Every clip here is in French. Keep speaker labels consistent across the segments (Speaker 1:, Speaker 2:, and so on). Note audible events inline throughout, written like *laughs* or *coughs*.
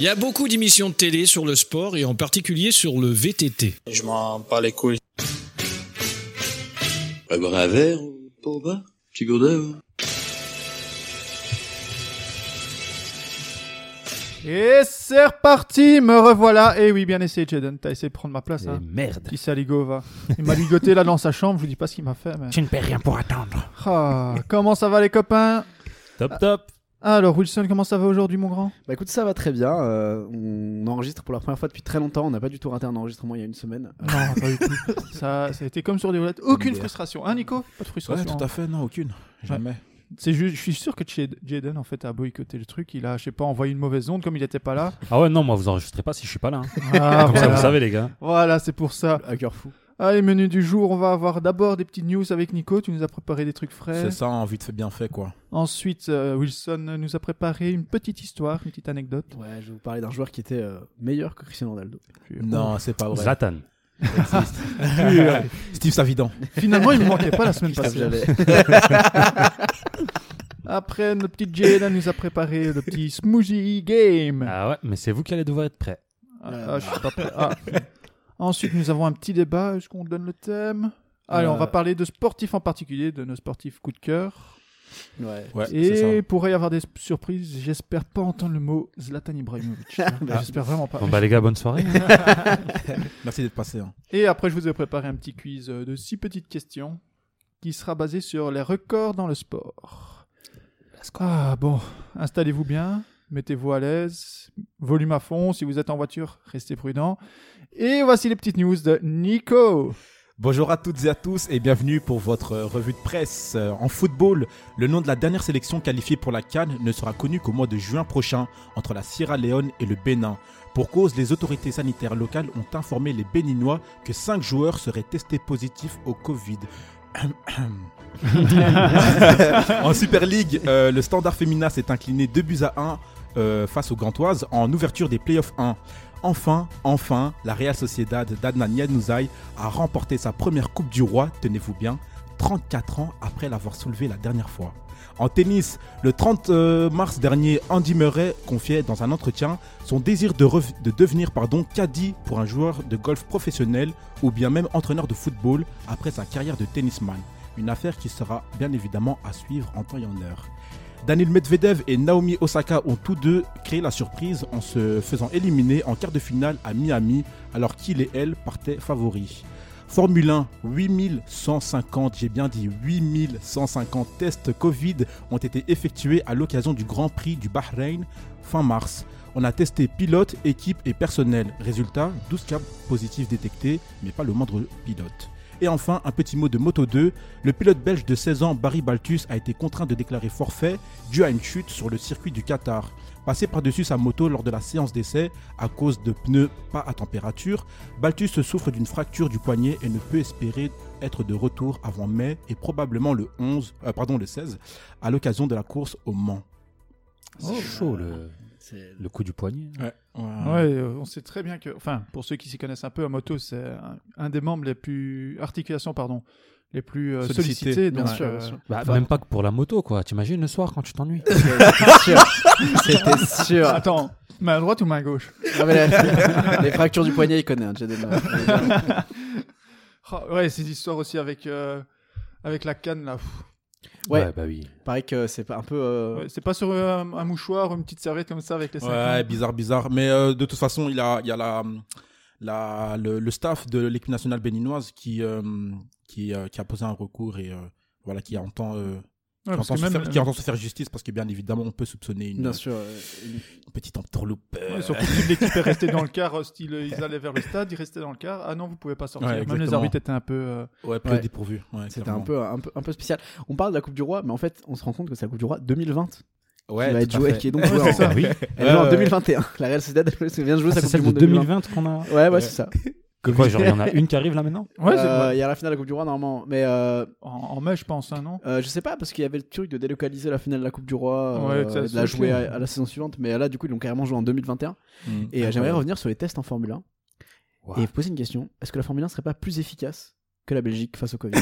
Speaker 1: Il y a beaucoup d'émissions de télé sur le sport et en particulier sur le VTT.
Speaker 2: Je m'en bats les couilles.
Speaker 3: Eh ben, un verre, pas au bas Petit gourdin, hein. ouais.
Speaker 4: Et c'est reparti, me revoilà. Et oui, bien essayé, Jaden. T'as essayé de prendre ma place.
Speaker 5: Eh,
Speaker 4: Hein.
Speaker 5: Merde.
Speaker 4: Petit saligo, va. Il m'a ligoté là dans sa chambre. Je vous dis pas ce qu'il m'a fait. Mais...
Speaker 5: Tu ne perds rien pour attendre.
Speaker 4: Ah, comment ça va les copains Ah.
Speaker 5: Top, top.
Speaker 4: Alors Wilson, comment ça va aujourd'hui, mon grand
Speaker 6: Bah écoute, ça va très bien. euh, on enregistre pour la première fois depuis très longtemps. On n'a pas du tout raté un enregistrement il y a une semaine. Euh,
Speaker 4: Non, pas du
Speaker 5: *laughs*
Speaker 4: tout. Ça, ça a été comme sur des roulettes. Aucune frustration, hein, Nico Pas de
Speaker 7: Ouais,
Speaker 4: frustration. hein.
Speaker 7: tout à fait, non, aucune. Jamais.
Speaker 4: C'est juste, je suis sûr que Jad- Jaden en fait a boycotté le truc. Il a, je sais pas, envoyé une mauvaise onde comme il était pas
Speaker 5: *laughs*
Speaker 4: là.
Speaker 5: Ah ouais, non, moi, vous enregistrez pas si je suis pas là. hein.
Speaker 4: Ah,
Speaker 5: Comme ça,
Speaker 4: voilà.
Speaker 5: vous savez, les gars.
Speaker 4: Voilà, c'est pour ça.
Speaker 6: À cœur fou.
Speaker 4: Allez, menu du jour, on va avoir d'abord des petites news avec Nico. Tu nous as préparé des trucs frais.
Speaker 7: C'est ça, envie de faire bien fait, quoi.
Speaker 4: Ensuite, euh, Wilson nous a préparé une petite histoire, une petite anecdote.
Speaker 6: Ouais, je vais vous parler d'un joueur qui était euh, meilleur que Cristiano Ronaldo.
Speaker 7: Non, c'est pas vrai.
Speaker 5: Zlatan.
Speaker 7: *laughs* Steve Savidan.
Speaker 4: *laughs* Finalement, il ne manquait pas la semaine
Speaker 6: Putain,
Speaker 4: passée.
Speaker 6: j'allais-
Speaker 4: Après, notre petite Jada nous a préparé le petit smoothie game.
Speaker 5: Ah ouais, mais c'est vous qui allez devoir être prêt.
Speaker 4: Ah, ah, je suis pas prêt. Ah. Ensuite, nous avons un petit débat. Est-ce qu'on donne le thème Allez, on
Speaker 6: Euh.
Speaker 4: va parler de sportifs en particulier, de nos sportifs coup de cœur.
Speaker 6: Ouais.
Speaker 7: Ouais, c'est ça.
Speaker 4: Et il pourrait y avoir des surprises. J'espère pas entendre le mot Zlatan Ibrahimovic.
Speaker 7: *laughs* Ah,
Speaker 4: J'espère vraiment pas.
Speaker 5: Bon, bah, les gars, bonne soirée.
Speaker 7: Merci d'être passé. hein.
Speaker 4: Et après, je vous ai préparé un petit quiz euh, de six petites questions qui sera basé sur les records dans le sport. Ah bon, installez-vous bien, mettez-vous à l'aise, volume à fond, si vous êtes en voiture, restez prudent. Et voici les petites news de Nico.
Speaker 7: Bonjour à toutes et à tous et bienvenue pour votre euh, revue de presse. Euh, En football, le nom de la dernière sélection qualifiée pour la Cannes ne sera connu qu'au mois de juin prochain entre la Sierra Leone et le Bénin. Pour cause, les autorités sanitaires locales ont informé les Béninois que 5 joueurs seraient testés positifs au Covid. en Super League, euh, le Standard Femina s'est incliné 2 buts à 1 face aux Gantoises en ouverture des Playoffs 1. Enfin, enfin, la Real Sociedad d'Adnan Yanouzaï a remporté sa première Coupe du Roi, tenez-vous bien, 34 ans après l'avoir soulevée la dernière fois. En tennis, le 30 euh, mars dernier, Andy Murray confiait dans un entretien son désir de, rev- de devenir pardon, caddie pour un joueur de golf professionnel ou bien même entraîneur de football après sa carrière de tennisman. Une affaire qui sera bien évidemment à suivre en temps et en heure. Daniel Medvedev et Naomi Osaka ont tous deux créé la surprise en se faisant éliminer en quart de finale à Miami alors qu'il et elle partaient favoris. Formule 1, 8150, j'ai bien dit 8150 tests Covid ont été effectués à l'occasion du Grand Prix du Bahreïn fin mars. On a testé pilote, équipe et personnel. Résultat, 12 cas positifs détectés, mais pas le moindre pilote. Et enfin, un petit mot de Moto 2. Le pilote belge de 16 ans, Barry Baltus, a été contraint de déclarer forfait dû à une chute sur le circuit du Qatar. Passé par-dessus sa moto lors de la séance d'essai à cause de pneus pas à température, Baltus souffre d'une fracture du poignet et ne peut espérer être de retour avant mai et probablement le 11, euh, pardon le 16, à l'occasion de la course au Mans.
Speaker 5: C'est chaud, le,
Speaker 6: C'est-
Speaker 5: le coup du poignet.
Speaker 6: Ah.
Speaker 4: Ouais, euh, on sait très bien que, enfin, pour ceux qui s'y connaissent un peu en moto, c'est un, un des membres les plus articulations, pardon, les plus euh,
Speaker 7: Sollicités,
Speaker 4: sollicités. donc,
Speaker 6: bien sûr,
Speaker 4: euh,
Speaker 6: bien
Speaker 4: *laughs*
Speaker 6: sûr.
Speaker 5: Bah, même pas que pour la moto, quoi. T'imagines le soir quand tu t'ennuies
Speaker 6: C'était sûr. C'était sûr.
Speaker 4: Attends, main droite ou main gauche
Speaker 6: Ah, Non, mais la- les fractures du poignet, il connaît, hein, Jaden. Euh,
Speaker 4: Oh, ouais, ces histoires aussi avec, euh, avec la canne là. Pff,
Speaker 6: Ouais.
Speaker 5: bah oui.
Speaker 6: Pareil que c'est pas un peu. euh,
Speaker 4: ouais, c'est pas sur euh, un, un mouchoir ou une petite serviette comme ça avec les
Speaker 7: Ouais,
Speaker 4: cinq mains.
Speaker 7: bizarre, bizarre. Mais euh, de toute façon, il a, il y a la, la, le, le staff de l'équipe nationale béninoise qui, euh, qui, euh, qui a posé un recours et euh, voilà, qui entend, euh,
Speaker 4: Ouais,
Speaker 7: qui,
Speaker 4: parce que
Speaker 7: entend se
Speaker 4: même, euh,
Speaker 7: faire, qui entend se faire justice parce que bien évidemment, on peut soupçonner une,
Speaker 6: Bien sûr. euh, une-
Speaker 7: une petite entourloupe. euh,
Speaker 4: ouais, surtout que l'équipe est restée dans le car, euh, style ils allaient vers le stade, ils restaient dans le car. Ah non, vous pouvez pas sortir.
Speaker 7: Ouais,
Speaker 4: même les
Speaker 7: exactement.
Speaker 4: arbitres étaient un peu. euh,
Speaker 7: ouais, peu
Speaker 6: Ouais.
Speaker 7: dépourvu. Ouais,
Speaker 6: C'était un
Speaker 7: clairement.
Speaker 6: peu, un, peu, un peu spécial. On parle de la Coupe du Roi, mais en fait, on se rend compte que c'est la Coupe du Roi 2020
Speaker 7: Ouais,
Speaker 6: qui va être
Speaker 7: tout à
Speaker 6: jouée,
Speaker 7: fait.
Speaker 6: qui est donc jouée en,
Speaker 5: Bah oui.
Speaker 6: elle joue en
Speaker 7: Ouais, ouais.
Speaker 6: 2021. La Real Sociedad elle vient de jouer
Speaker 5: Ah,
Speaker 6: sa
Speaker 5: c'est
Speaker 6: Coupe du
Speaker 5: celle de
Speaker 6: Monde
Speaker 5: 2020 qu'on a.
Speaker 6: 2020. Ouais, ouais, c'est ça.
Speaker 5: Quoi, genre, il y en a une qui arrive là maintenant
Speaker 4: Ouais, c'est-
Speaker 6: Euh,
Speaker 4: ouais.
Speaker 6: Il y a la finale de la Coupe du Roi normalement, mais euh,
Speaker 4: En, en mai, je pense, hein, non
Speaker 7: *laughs*
Speaker 6: euh, je sais pas parce qu'il y avait le truc de délocaliser la finale de la Coupe du Roi,
Speaker 4: Ouais,
Speaker 6: euh,
Speaker 4: que ça
Speaker 6: et
Speaker 4: se
Speaker 6: de la
Speaker 4: fait.
Speaker 6: jouer à, à la saison suivante, mais là du coup ils l'ont carrément joué en 2021.
Speaker 7: Mm.
Speaker 6: Et euh,
Speaker 7: Ouais.
Speaker 6: j'aimerais revenir sur les tests en Formule 1
Speaker 5: Ouais.
Speaker 6: et vous poser une question est-ce que la Formule 1 serait pas plus efficace que la Belgique
Speaker 5: *laughs*
Speaker 6: face au Covid.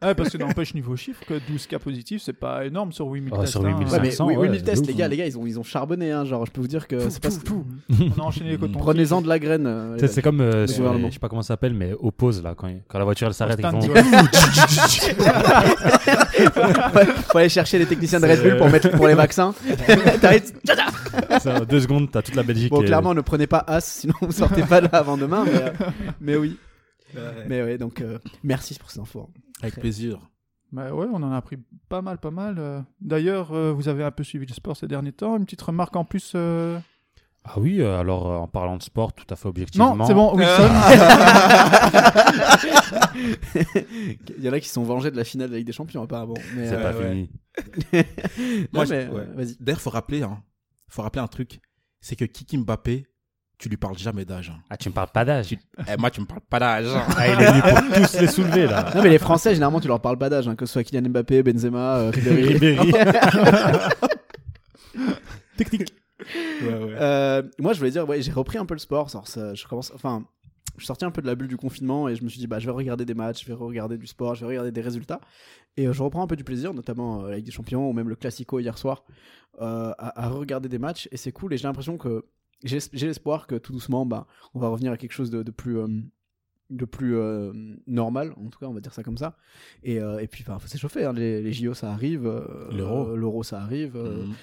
Speaker 4: Ouais, parce que n'empêche, niveau chiffre, que 12 cas positifs, c'est pas énorme sur 8000
Speaker 5: Ah,
Speaker 4: tests.
Speaker 5: sur
Speaker 4: hein.
Speaker 5: 8000,
Speaker 6: ouais,
Speaker 5: ça-
Speaker 4: Ouais,
Speaker 6: mais
Speaker 5: 500,
Speaker 6: oui,
Speaker 5: ouais,
Speaker 6: 8000 tests,
Speaker 5: de
Speaker 6: les
Speaker 5: ouf,
Speaker 6: gars,
Speaker 5: hein.
Speaker 6: les gars, ils ont, ils ont charbonné. hein, genre, je peux vous dire que
Speaker 4: Pouf,
Speaker 6: c'est pas.
Speaker 4: pouf, *laughs* pouf. On a enchaîné les cotons.
Speaker 6: Prenez-en de la graine. euh, les
Speaker 5: Tu sais, C'est comme, euh,
Speaker 6: Le
Speaker 5: sur
Speaker 6: gouvernement.
Speaker 5: les- je sais pas comment ça s'appelle, mais aux pauses, là, quand, quand la voiture elle s'arrête, ils
Speaker 4: Stand,
Speaker 5: vont-
Speaker 4: ouais.
Speaker 6: Ouais, faut aller chercher les techniciens de Red
Speaker 5: Euh.
Speaker 6: Bull pour mettre pour les
Speaker 5: *laughs*
Speaker 6: vaccins. T'arrives, tcha-tcha.
Speaker 5: ça, *laughs* deux secondes, t'as toute la Belgique.
Speaker 6: bon,
Speaker 5: et-
Speaker 6: clairement, ne prenez pas As, sinon vous sortez pas là avant demain. Mais, euh, mais oui, mais ouais. Donc euh, merci pour ces infos. hein.
Speaker 7: Avec plaisir.
Speaker 4: Bah ouais, on en a appris pas mal, pas mal. euh. D'ailleurs, euh, vous avez un peu suivi le sport ces derniers temps. Une petite remarque en plus. euh,
Speaker 5: Ah oui, euh, alors euh, en parlant de sport, tout à fait objectivement.
Speaker 4: Non, c'est bon, Wilson.
Speaker 6: Il y en a qui sont vengés de la finale de la Ligue des Champions apparemment. Mais,
Speaker 5: C'est
Speaker 6: euh,
Speaker 5: pas
Speaker 7: ouais.
Speaker 5: fini.
Speaker 6: non,
Speaker 7: Moi, je-
Speaker 6: mais, euh,
Speaker 7: ouais.
Speaker 6: vas-y.
Speaker 7: D'ailleurs, faut rappeler, hein, faut rappeler un truc, c'est que Kiki Mbappé, tu lui parles jamais d'âge. hein.
Speaker 5: Ah, tu me parles pas d'âge.
Speaker 7: Eh, moi, tu me parles pas d'âge. hein. *laughs*
Speaker 5: Ah, il est venu pour tous les soulever, là.
Speaker 6: Non mais les Français généralement tu leur parles pas d'âge, hein, que ce soit Kylian Mbappé, Benzema, euh, Ribéry.
Speaker 7: *laughs*
Speaker 5: Ribéry.
Speaker 6: Euh, moi, je voulais dire, ouais, j'ai repris un peu le sport. genre, ça- je commence, enfin, je suis sorti un peu de la bulle du confinement et je me suis dit, bah, je vais regarder des matchs, je vais regarder du sport, je vais regarder des résultats. Et euh, je reprends un peu du plaisir, notamment euh, la Ligue des Champions ou même le Classico hier soir, euh, à, à regarder des matchs. Et c'est cool. Et j'ai l'impression que j'ai j'ai l'espoir que tout doucement, bah, on va revenir à quelque chose de, de plus. euh, de plus euh, normal, en tout cas, on va dire ça comme ça. Et, euh, et puis, bah, faut s'échauffer. hein, les, les JO, ça arrive. euh,
Speaker 7: L'Euro.
Speaker 6: euh, L'Euro, ça arrive. euh,
Speaker 7: Mhm.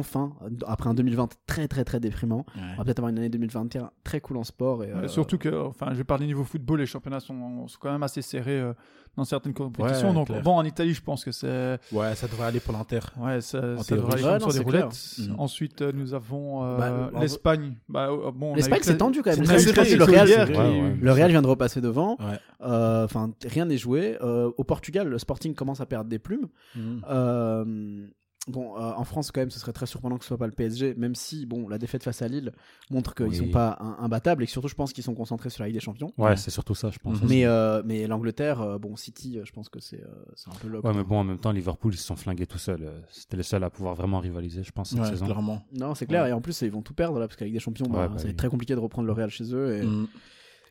Speaker 6: enfin, après un 2020 très très très déprimant, on
Speaker 7: Ouais.
Speaker 6: va peut-être avoir une année 2021 très cool en sport. Et, euh,
Speaker 4: Euh, Surtout que, enfin, je vais parler niveau football, les championnats sont, sont quand même assez serrés euh, dans certaines compétitions.
Speaker 7: Ouais,
Speaker 4: donc,
Speaker 7: clair.
Speaker 4: bon, en Italie, je pense que c'est.
Speaker 7: Ouais, ça devrait aller pour l'Inter.
Speaker 4: Ouais, ça,
Speaker 7: En
Speaker 4: ça devrait
Speaker 7: théorie.
Speaker 4: aller
Speaker 6: Ouais,
Speaker 4: comme
Speaker 6: non,
Speaker 4: sur des
Speaker 6: c'est clair.
Speaker 4: roulettes.
Speaker 7: Mhm.
Speaker 4: Ensuite, euh, nous avons euh,
Speaker 6: Bah, euh, en-
Speaker 4: l'Espagne. Bah, euh, bon, on a
Speaker 6: L'Espagne,
Speaker 4: eu-
Speaker 6: c'est tendu quand même.
Speaker 4: C'est
Speaker 6: L'Espagne,
Speaker 4: très
Speaker 6: c'est tendu.
Speaker 4: tendu.
Speaker 6: Le Real,
Speaker 4: Hier,
Speaker 5: Ouais,
Speaker 4: il y a eu-
Speaker 5: ouais.
Speaker 6: Le Real vient de repasser devant.
Speaker 7: Ouais.
Speaker 6: Euh, Enfin, t- rien n'est joué. Euh, au Portugal, le Sporting commence à perdre des plumes.
Speaker 7: Mm.
Speaker 6: Euh, bon, euh, en France, quand même, ce serait très surprenant que ce soit pas le PSG, même si, bon, la défaite face à Lille montre qu'ils
Speaker 5: Oui.
Speaker 6: sont pas un- imbattables et que surtout, je pense qu'ils sont concentrés sur la Ligue des Champions.
Speaker 5: Ouais, c'est surtout ça, je pense.
Speaker 7: Mhm.
Speaker 6: Mais, euh, mais l'Angleterre, euh, bon, City, euh, je pense que c'est euh, c'est un peu le.
Speaker 5: Ouais, mais bon, en même temps, Liverpool, ils se sont flingués tout seuls. euh, C'était les seuls à pouvoir vraiment rivaliser, je pense, cette
Speaker 7: Ouais,
Speaker 5: saison.
Speaker 7: clairement.
Speaker 6: Non, c'est clair. Et en plus, ils vont tout perdre là, parce qu'avec des champions, bah,
Speaker 5: Ouais, bah
Speaker 6: ça va être
Speaker 5: oui.
Speaker 6: très compliqué de reprendre le Real chez eux. Et,
Speaker 7: Mhm.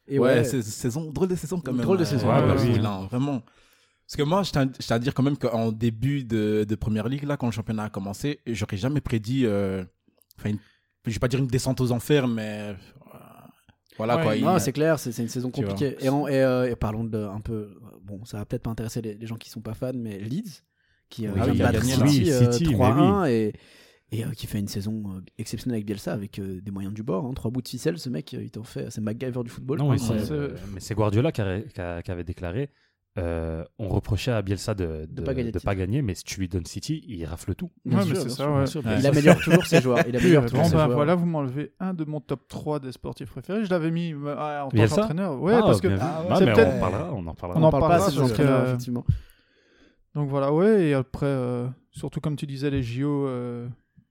Speaker 6: et
Speaker 7: ouais,
Speaker 6: ouais,
Speaker 7: c'est saison, drôle de saison quand même.
Speaker 6: Drôle de
Speaker 7: Euh,
Speaker 6: saison, Ah,
Speaker 7: ouais,
Speaker 5: ouais,
Speaker 7: bah
Speaker 5: ouais.
Speaker 7: oui,
Speaker 5: ouais.
Speaker 7: non, vraiment. Parce que moi, je tiens je tiens à dire quand même qu'en début de, de première ligue, là, quand le championnat a commencé, j'aurais jamais prédit. euh, Enfin, une- je vais pas dire une descente aux enfers, mais. euh, Voilà
Speaker 4: Ouais,
Speaker 7: quoi. il-
Speaker 6: non, c'est clair, c'est c'est une saison
Speaker 7: Tu vois.
Speaker 6: compliquée. Et, en- et, euh, et parlons de un peu. Bon, ça va peut-être pas intéresser les, les gens qui sont pas fans, mais Leeds qui euh,
Speaker 5: Ah
Speaker 6: vient
Speaker 5: oui,
Speaker 6: de
Speaker 5: il a
Speaker 6: battre
Speaker 5: gagné,
Speaker 6: City,
Speaker 5: là.
Speaker 6: euh,
Speaker 5: City, mais
Speaker 6: 3-1 et et euh, qui fait une saison euh, exceptionnelle avec Bielsa, avec euh, des moyens du bord. Hein, trois bouts de ficelle, ce mec, euh, il t'en fait, c'est MacGyver du football.
Speaker 5: Non, mais
Speaker 7: Ouais,
Speaker 5: c'est-
Speaker 4: c'est-
Speaker 5: euh, mais c'est Guardiola qui, a- qui a- qui avait déclaré euh, on reprochait à Bielsa de, de,
Speaker 6: pas gagner
Speaker 5: de
Speaker 6: le
Speaker 5: pas gagner, mais si tu lui donnes City, il rafle tout.
Speaker 6: Bien
Speaker 4: Ouais,
Speaker 6: sûr,
Speaker 4: mais c'est
Speaker 6: bien
Speaker 4: ça,
Speaker 6: sûr.
Speaker 4: ouais.
Speaker 7: Ouais.
Speaker 6: Il améliore toujours ses joueurs. Il améliore toujours
Speaker 4: *laughs* Bon,
Speaker 6: ses
Speaker 4: bah,
Speaker 6: joueurs.
Speaker 4: voilà, vous m'enlevez un de mon top 3 des sportifs préférés. Je l'avais mis euh, en tant
Speaker 5: Bielsa
Speaker 4: qu'entraîneur. Ouais,
Speaker 5: Ah,
Speaker 4: parce que
Speaker 5: bien vu.
Speaker 7: Ah ouais,
Speaker 5: Bah,
Speaker 4: c'est
Speaker 5: mais
Speaker 4: peut-être-
Speaker 5: on en parlera. On en parlera.
Speaker 4: en
Speaker 6: On n'en parle pas,
Speaker 4: parlera
Speaker 6: ces
Speaker 4: parce
Speaker 6: entraîneurs,
Speaker 4: que-
Speaker 6: effectivement.
Speaker 4: Donc voilà, ouais, et après, euh, surtout comme tu disais, les JO, euh,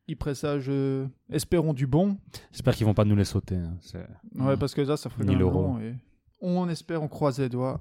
Speaker 4: ils pressagent, euh, espérons du bon.
Speaker 5: J'espère qu'ils vont pas nous les sauter. hein, c'est-
Speaker 4: Ouais,
Speaker 7: Mhm.
Speaker 4: parce que là, ça ferait
Speaker 5: Ni
Speaker 4: quand même
Speaker 5: l'euro.
Speaker 4: long. Et... On espère, on croise les doigts.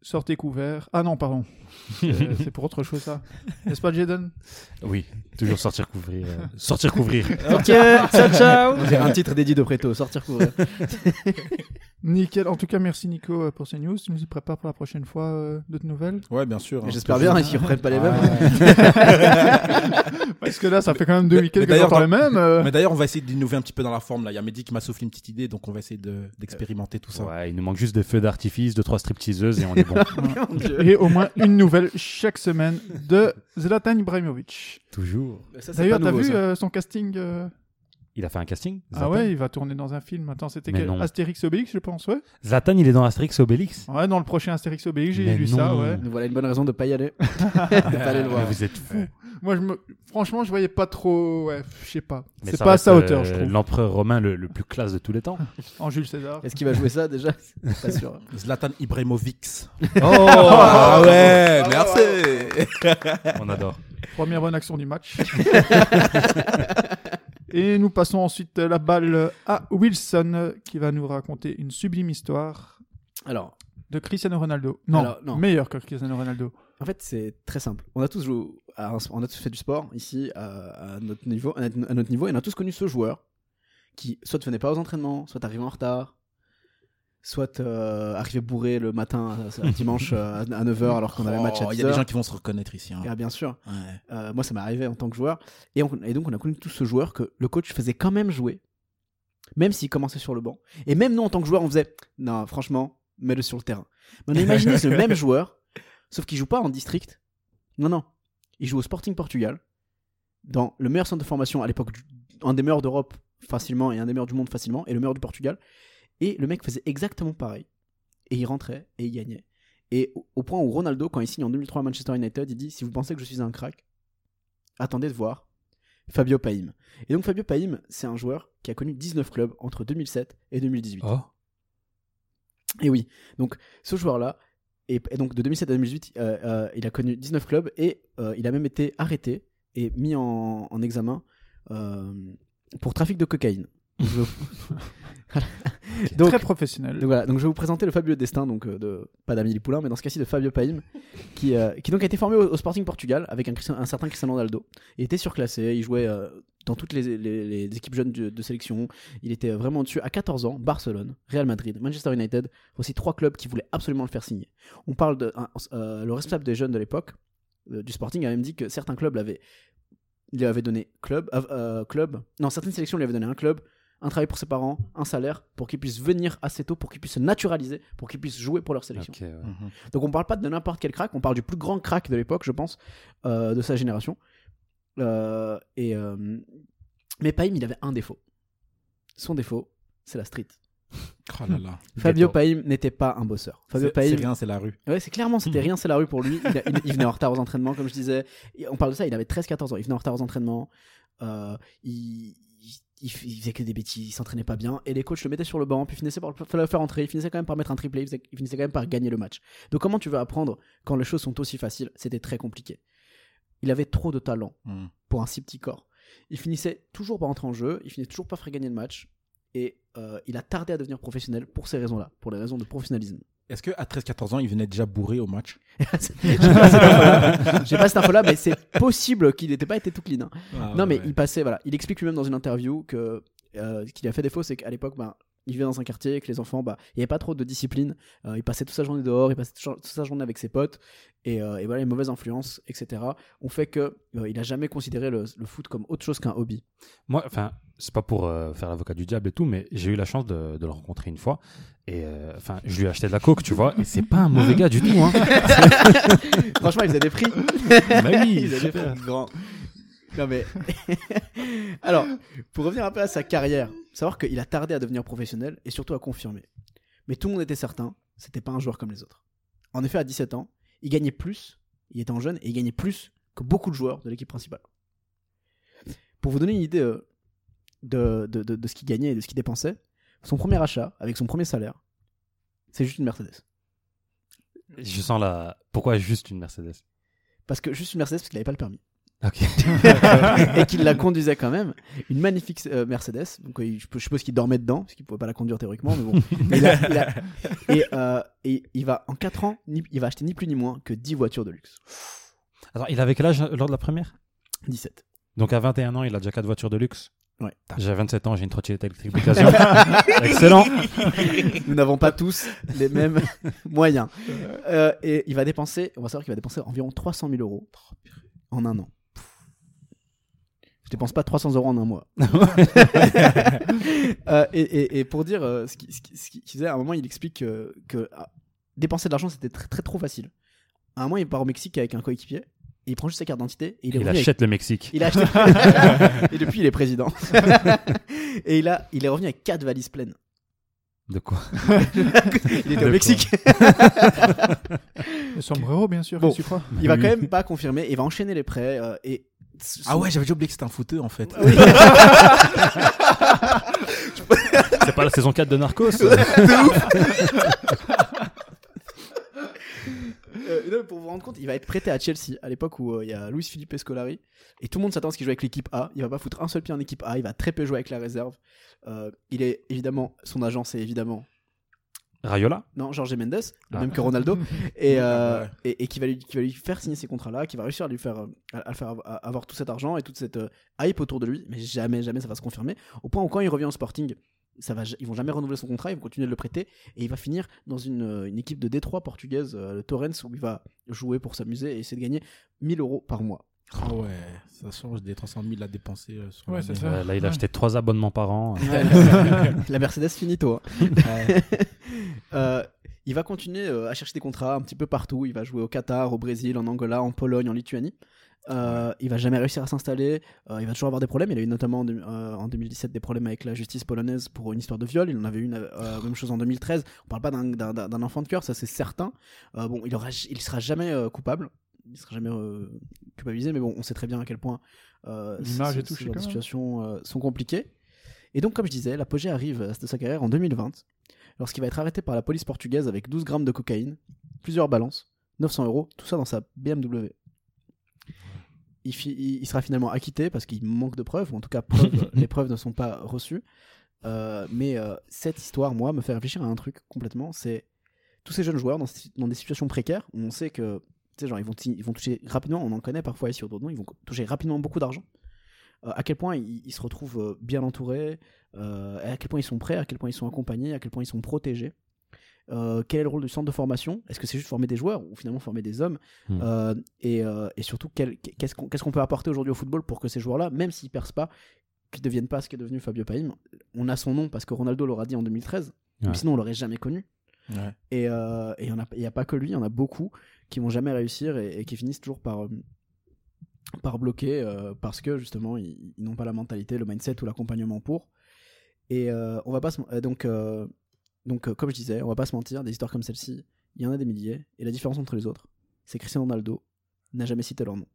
Speaker 4: sortez couverts. Ah non, pardon, Euh, c'est pour autre chose ça. N'est-ce pas, Jaden
Speaker 5: Oui, toujours *laughs* sortir couvrir. euh, sortir couvrir.
Speaker 6: Ok, ciao ciao. J'ai un titre dédié de Preto, sortir courir.
Speaker 4: Nickel, en tout cas, merci Nico euh, pour ces news. Tu nous y prépares pour la prochaine fois euh, d'autres nouvelles
Speaker 7: Ouais, bien Ah sûr. hein.
Speaker 6: J'espère bien hein, *laughs* qu'ils reprennent
Speaker 5: Ah,
Speaker 6: pas les mêmes.
Speaker 4: Parce que là, ça fait quand même deux week-ends
Speaker 7: mais
Speaker 4: que
Speaker 7: d'ailleurs,
Speaker 4: j'entends
Speaker 7: dans-
Speaker 4: les mêmes. euh.
Speaker 7: Mais d'ailleurs, on va essayer d'innover un petit peu dans la forme. Là, il y a Mehdi qui m'a soufflé une petite idée, donc on va essayer de- d'expérimenter tout ça.
Speaker 5: Ouais, il nous manque juste des feux d'artifice, deux, trois stripteaseuses et on est *laughs* bon.
Speaker 6: *laughs* Mon Dieu.
Speaker 4: Et au moins une nouvelle chaque semaine de Zlatan Ibrahimovic.
Speaker 5: toujours.
Speaker 6: Ça, c'est
Speaker 4: D'ailleurs,
Speaker 6: pas
Speaker 4: t'as
Speaker 6: nouveau,
Speaker 4: vu
Speaker 6: ça.
Speaker 4: euh, son casting euh,
Speaker 5: Il a fait un casting
Speaker 4: Ah
Speaker 5: Zlatan
Speaker 4: ouais, il va tourner dans un film. Attends, c'était
Speaker 5: Mais
Speaker 4: quel
Speaker 5: non.
Speaker 4: Astérix Obélix, je pense, ouais.
Speaker 5: Zlatan, il est dans Astérix Obélix
Speaker 4: Ouais, dans le prochain Astérix Obélix, j'ai
Speaker 5: Mais
Speaker 4: lu ça,
Speaker 5: non.
Speaker 4: ouais.
Speaker 6: Nous Voilà une bonne raison de pas y aller. de pas aller le
Speaker 5: Mais
Speaker 6: voir.
Speaker 5: Vous êtes fous.
Speaker 4: Moi, je me... franchement, je voyais pas trop. Ouais, je sais pas.
Speaker 5: Mais
Speaker 4: C'est
Speaker 5: ça
Speaker 4: pas à
Speaker 5: reste,
Speaker 4: sa hauteur,
Speaker 5: euh,
Speaker 4: je trouve.
Speaker 5: L'empereur romain le, le plus classe de tous les temps.
Speaker 4: En Jules César.
Speaker 6: Est-ce qu'il va jouer ça déjà C'est Pas sûr.
Speaker 7: *laughs* Zlatan Ibrahimovic.
Speaker 5: Oh
Speaker 7: Ah ouais, *laughs* merci.
Speaker 5: *laughs* On adore.
Speaker 4: Première bonne action du match. *laughs* Et nous passons ensuite la balle à Wilson qui va nous raconter une sublime histoire
Speaker 6: Alors,
Speaker 4: de Cristiano Ronaldo. Non,
Speaker 6: Alors, non.
Speaker 4: meilleur que Cristiano Ronaldo.
Speaker 6: en fait, c'est très simple. On a tous joué, à un- on a tous fait du sport ici à, à notre niveau, à notre niveau, et on a tous connu ce joueur qui soit ne venait pas aux entraînements, soit arrivait en retard, soit euh, arriver bourré le matin, euh, un dimanche euh, à 9h alors qu'on
Speaker 7: Oh,
Speaker 6: avait match à 10h.
Speaker 7: Il y a des gens qui vont se reconnaître ici. hein.
Speaker 6: Ah, bien sûr.
Speaker 7: Ouais.
Speaker 6: Euh, moi, ça m'est arrivé en tant que joueur. Et, on- et donc, on a connu tout ce joueur que le coach faisait quand même jouer, même s'il commençait sur le banc. Et même nous, en tant que joueur, on faisait Non, franchement, mets-le sur le terrain. Mais on a imaginé ce même joueur, sauf qu'il joue pas en district. Non, non. Il joue au Sporting Portugal, dans le meilleur centre de formation à l'époque, du- un des meilleurs d'Europe facilement et un des meilleurs du monde facilement, et le meilleur du Portugal. Et le mec faisait exactement pareil. Et il rentrait et il gagnait. Et au- au point où Ronaldo, quand il signe en 2003 à Manchester United, il dit Si vous pensez que je suis un crack, attendez de voir Fabio Paim. Et donc Fabio Paim, c'est un joueur qui a connu 19 clubs entre 2007 et 2018.
Speaker 5: Oh.
Speaker 6: Et oui, donc ce joueur-là, et, et donc de 2007 à 2018, euh, euh, il a connu 19 clubs et euh, il a même été arrêté et mis en, en examen euh, pour trafic de cocaïne. Je- Voilà. donc,
Speaker 4: Très professionnel.
Speaker 6: donc voilà, donc je vais vous présenter le fabuleux destin, donc euh, de, pas d'Amélie Poulain, mais dans ce cas-ci de Fabio Paim, *laughs* qui, euh, qui donc a été formé au, au Sporting Portugal avec un, Cristiano- un certain Cristiano Ronaldo. Il était surclassé, il jouait euh, dans toutes les, les- les équipes jeunes du- de sélection, il était vraiment dessus à 14 ans, Barcelone, Real Madrid, Manchester United, voici trois clubs qui voulaient absolument le faire signer. On parle de un- euh, le responsable des jeunes de l'époque, euh, du Sporting, a même dit que certains clubs l'avaient il lui avait donné club, euh, euh, club, non, certaines sélections lui avaient donné un club, un travail pour ses parents, un salaire, pour qu'ils puissent venir assez tôt, pour qu'ils puissent se naturaliser, pour qu'ils puissent jouer pour leur sélection.
Speaker 5: Ok, ouais.
Speaker 7: Mhm.
Speaker 6: Donc on parle pas de n'importe quel crack, on parle du plus grand crack de l'époque, je pense, euh, de sa génération. Euh, et, euh, mais Paim, il avait un défaut. Son défaut, c'est la street.
Speaker 7: Oh là là.
Speaker 6: *laughs* Fabio
Speaker 7: Ghetto.
Speaker 6: Paim n'était pas un bosseur. Fabio
Speaker 7: C'est- C'est
Speaker 6: Paim,
Speaker 7: rien, c'est la rue.
Speaker 6: Ouais, c'est clairement, c'était rien, c'est la rue pour lui. Il, a- il- il venait en retard aux entraînements, comme je disais. Et On parle de ça, il avait 13-14 ans. Il venait en retard aux entraînements. Euh, il, il- il f- il faisait que des bêtises, il s'entraînait pas bien. Et les coachs le mettaient sur le banc, puis finissaient par le par le faire entrer. Il finissait quand même par mettre un triplé, il, faisait- il finissait quand même par gagner le match. Donc, comment tu veux apprendre quand les choses sont aussi faciles C'était très compliqué. Il avait trop de talent
Speaker 7: Mm.
Speaker 6: pour un si petit corps. Il finissait toujours par entrer en jeu, il finissait toujours par faire gagner le match. Et euh, il a tardé à devenir professionnel pour ces raisons-là, pour les raisons de professionnalisme.
Speaker 7: Est-ce qu'à 13-14 ans, il venait déjà bourré au match
Speaker 6: J'ai pas cette info-là. J'ai pas cette info-là, mais c'est possible qu'il n'était pas été tout clean. hein.
Speaker 7: Ah
Speaker 6: non, mais il passait, voilà. Il explique lui-même dans une interview que euh, ce qui lui a fait défaut, c'est qu'à l'époque, bah, il vivait dans un quartier et que les enfants, bah, il n'y avait pas trop de discipline. Euh, il passait toute sa journée dehors, il passait toute toute sa journée avec ses potes. Et, euh, et voilà, les mauvaises influences, etc. ont fait que euh, il a jamais considéré le, le foot comme autre chose qu'un hobby.
Speaker 5: Moi, enfin, c'est pas pour euh, faire l'avocat du diable et tout, mais j'ai eu la chance de, de le rencontrer une fois. Et euh, enfin, je lui ai acheté de la coke, tu vois. Et c'est pas un mauvais gars du tout, hein.
Speaker 6: Franchement, il faisait des prix.
Speaker 5: Mais oui,
Speaker 6: Ils avaient fait grand. Non mais *laughs* alors pour revenir un peu à sa carrière, savoir qu'il a tardé à devenir professionnel et surtout à confirmer. Mais tout le monde était certain, c'était pas un joueur comme les autres. En effet, à 17 ans, il gagnait plus, il était en jeune et il gagnait plus que beaucoup de joueurs de l'équipe principale. Pour vous donner une idée euh, de, de- de- de ce qu'il gagnait et de ce qu'il dépensait, son premier achat avec son premier salaire, c'est juste une Mercedes.
Speaker 5: Je sens la. Pourquoi juste une Mercedes
Speaker 6: Parce que juste une Mercedes parce qu'il n'avait pas le permis.
Speaker 5: Ok.
Speaker 6: *laughs* et qu'il la conduisait quand même. Une magnifique euh, Mercedes. Donc, euh, je je suppose qu'il dormait dedans, parce qu'il pouvait pas la conduire théoriquement, mais bon. Mais il a- il a- et, euh, et il va, en 4 ans, ni- il va acheter ni plus ni moins que 10 voitures de luxe.
Speaker 5: Alors, il avait quel âge lors de la première
Speaker 6: 17.
Speaker 5: Donc, à 21 ans, il a déjà 4 voitures de luxe.
Speaker 6: Ouais.
Speaker 5: J'ai 27 ans, j'ai une trottinette électrique d'occasion. Excellent.
Speaker 6: Nous n'avons pas tous les mêmes *laughs* moyens. Euh, et il va dépenser, on va savoir qu'il va dépenser environ 300 000 euros en un an. Je dépense pas 300 euros en
Speaker 5: *laughs*
Speaker 6: un mois. Euh, et, et- et pour dire euh, ce qui- ce qui- ce qu'il faisait, à un moment, il explique euh, que ah, dépenser de l'argent, c'était très, très trop facile. À un moment, il part au Mexique avec un coéquipier, et il prend juste sa carte d'identité et il est
Speaker 5: Il
Speaker 6: revenu avec-
Speaker 5: achète le Mexique.
Speaker 6: il a acheté. *laughs* et depuis, il
Speaker 5: *laughs*
Speaker 6: est président. et il, a, il est revenu avec quatre valises pleines.
Speaker 5: De quoi
Speaker 6: Il était
Speaker 5: De
Speaker 6: au Mexique.
Speaker 4: Le sombrero, bien sûr,
Speaker 6: Bon.
Speaker 4: qu'est-ce que tu crois
Speaker 6: Il va quand même pas confirmer, il va enchaîner les prêts euh, et
Speaker 7: Ah ouais, j'avais déjà oublié que c'était un footeur en fait.
Speaker 6: Oui.
Speaker 5: C'est pas la saison 4 de Narcos
Speaker 6: Euh, non, mais pour vous rendre compte, il va être prêté à Chelsea à l'époque où euh, il y a Luis Felipe Scolari et tout le monde s'attend à ce qu'il joue avec l'équipe A. Il va pas foutre un seul pied en équipe A, il va très peu jouer avec la réserve. Euh, il est évidemment son agent, c'est évidemment
Speaker 5: Rayola
Speaker 6: non Jorge Mendes, le
Speaker 5: Ah.
Speaker 6: même que Ronaldo, et, euh,
Speaker 7: Ouais.
Speaker 6: et, et qui va lui qui va lui faire signer ces contrats-là, qui va réussir à lui faire euh, à, à le faire av- à- avoir tout cet argent et toute cette euh, hype autour de lui, mais jamais jamais ça va se confirmer. Au point où quand il revient au Sporting, ça va, ja- ils vont jamais renouveler son contrat, ils vont continuer de le prêter et il va finir dans une, euh, une équipe de Détroit portugaise, euh, le Torrens, où il va jouer pour s'amuser et essayer de gagner 1000 euros par mois.
Speaker 7: *laughs* Ah ouais, ça change des 300 000 à dépenser euh, sur
Speaker 4: Ouais,
Speaker 7: l'année.
Speaker 4: c'est
Speaker 7: *laughs*
Speaker 4: ça.
Speaker 5: Euh, là, il a
Speaker 4: Ouais.
Speaker 5: acheté trois abonnements par an.
Speaker 6: *laughs* la Mercedes finito. hein. Euh, il va continuer euh, à chercher des contrats un petit peu partout. Il va jouer au Qatar, au Brésil, en Angola, en Pologne, en Lituanie. Euh, il va jamais réussir à s'installer. Euh, il va toujours avoir des problèmes. Il a eu notamment en, deux- euh, en 2017 des problèmes avec la justice polonaise pour une histoire de viol. Il en avait eu une euh, même chose en 2013. On parle pas d'un- d'un d'un enfant de cœur, ça c'est certain. Euh, bon, il aura, il sera jamais euh, coupable. Il sera jamais euh, culpabilisé, mais bon, on sait très bien à quel point euh,
Speaker 4: L'image
Speaker 6: ce-
Speaker 4: est
Speaker 6: ce
Speaker 4: touchée
Speaker 6: genre de
Speaker 4: quand même.
Speaker 6: situations euh, sont compliquées. Et donc, comme je disais, l'apogée arrive euh, de sa carrière en 2020, lorsqu'il va être arrêté par la police portugaise avec 12 grammes de cocaïne, plusieurs balances, 900 euros, tout ça dans sa BMW. Il, fi- il- il sera finalement acquitté parce qu'il manque de preuves, ou en tout cas,
Speaker 4: *laughs*
Speaker 6: preuves- les preuves ne sont pas reçues. Euh, mais euh, cette histoire, moi, me fait réfléchir à un truc complètement, c'est tous ces jeunes joueurs dans, ces- dans des situations précaires, où on sait que, tu sais, genre, ils vont, ti- ils vont toucher rapidement, on en connaît parfois ici autour de nous, ils vont co- toucher rapidement beaucoup d'argent. Euh, à quel point ils, ils se retrouvent euh, bien entourés, euh, et à quel point ils sont prêts, à quel point ils sont accompagnés, à quel point ils sont protégés. Euh, quel est le rôle du centre de formation Est-ce que c'est juste former des joueurs ou finalement former des hommes
Speaker 5: Hmm.
Speaker 6: Euh, et, euh, et surtout, quel- qu'est-ce qu'on qu'est-ce qu'on peut apporter aujourd'hui au football pour que ces joueurs-là, même s'ils percent pas, qu'ils deviennent pas ce qu'est devenu Fabio Paim On a son nom parce que Ronaldo l'aura dit en 2013, mais
Speaker 5: Ouais.
Speaker 6: sinon on l'aurait jamais connu.
Speaker 7: Ouais.
Speaker 6: Et euh, et il n'y a, pas que lui, il y en a beaucoup qui vont jamais réussir et, et qui finissent toujours par, euh, par bloquer euh, parce que justement ils, ils n'ont pas la mentalité, le mindset ou l'accompagnement pour. Et euh, on va pas se, euh, donc, euh, donc euh, comme je disais, on va pas se mentir, des histoires comme celle-ci, il y en a des milliers. Et la différence entre les autres, c'est que Cristiano Ronaldo n'a jamais cité leur nom.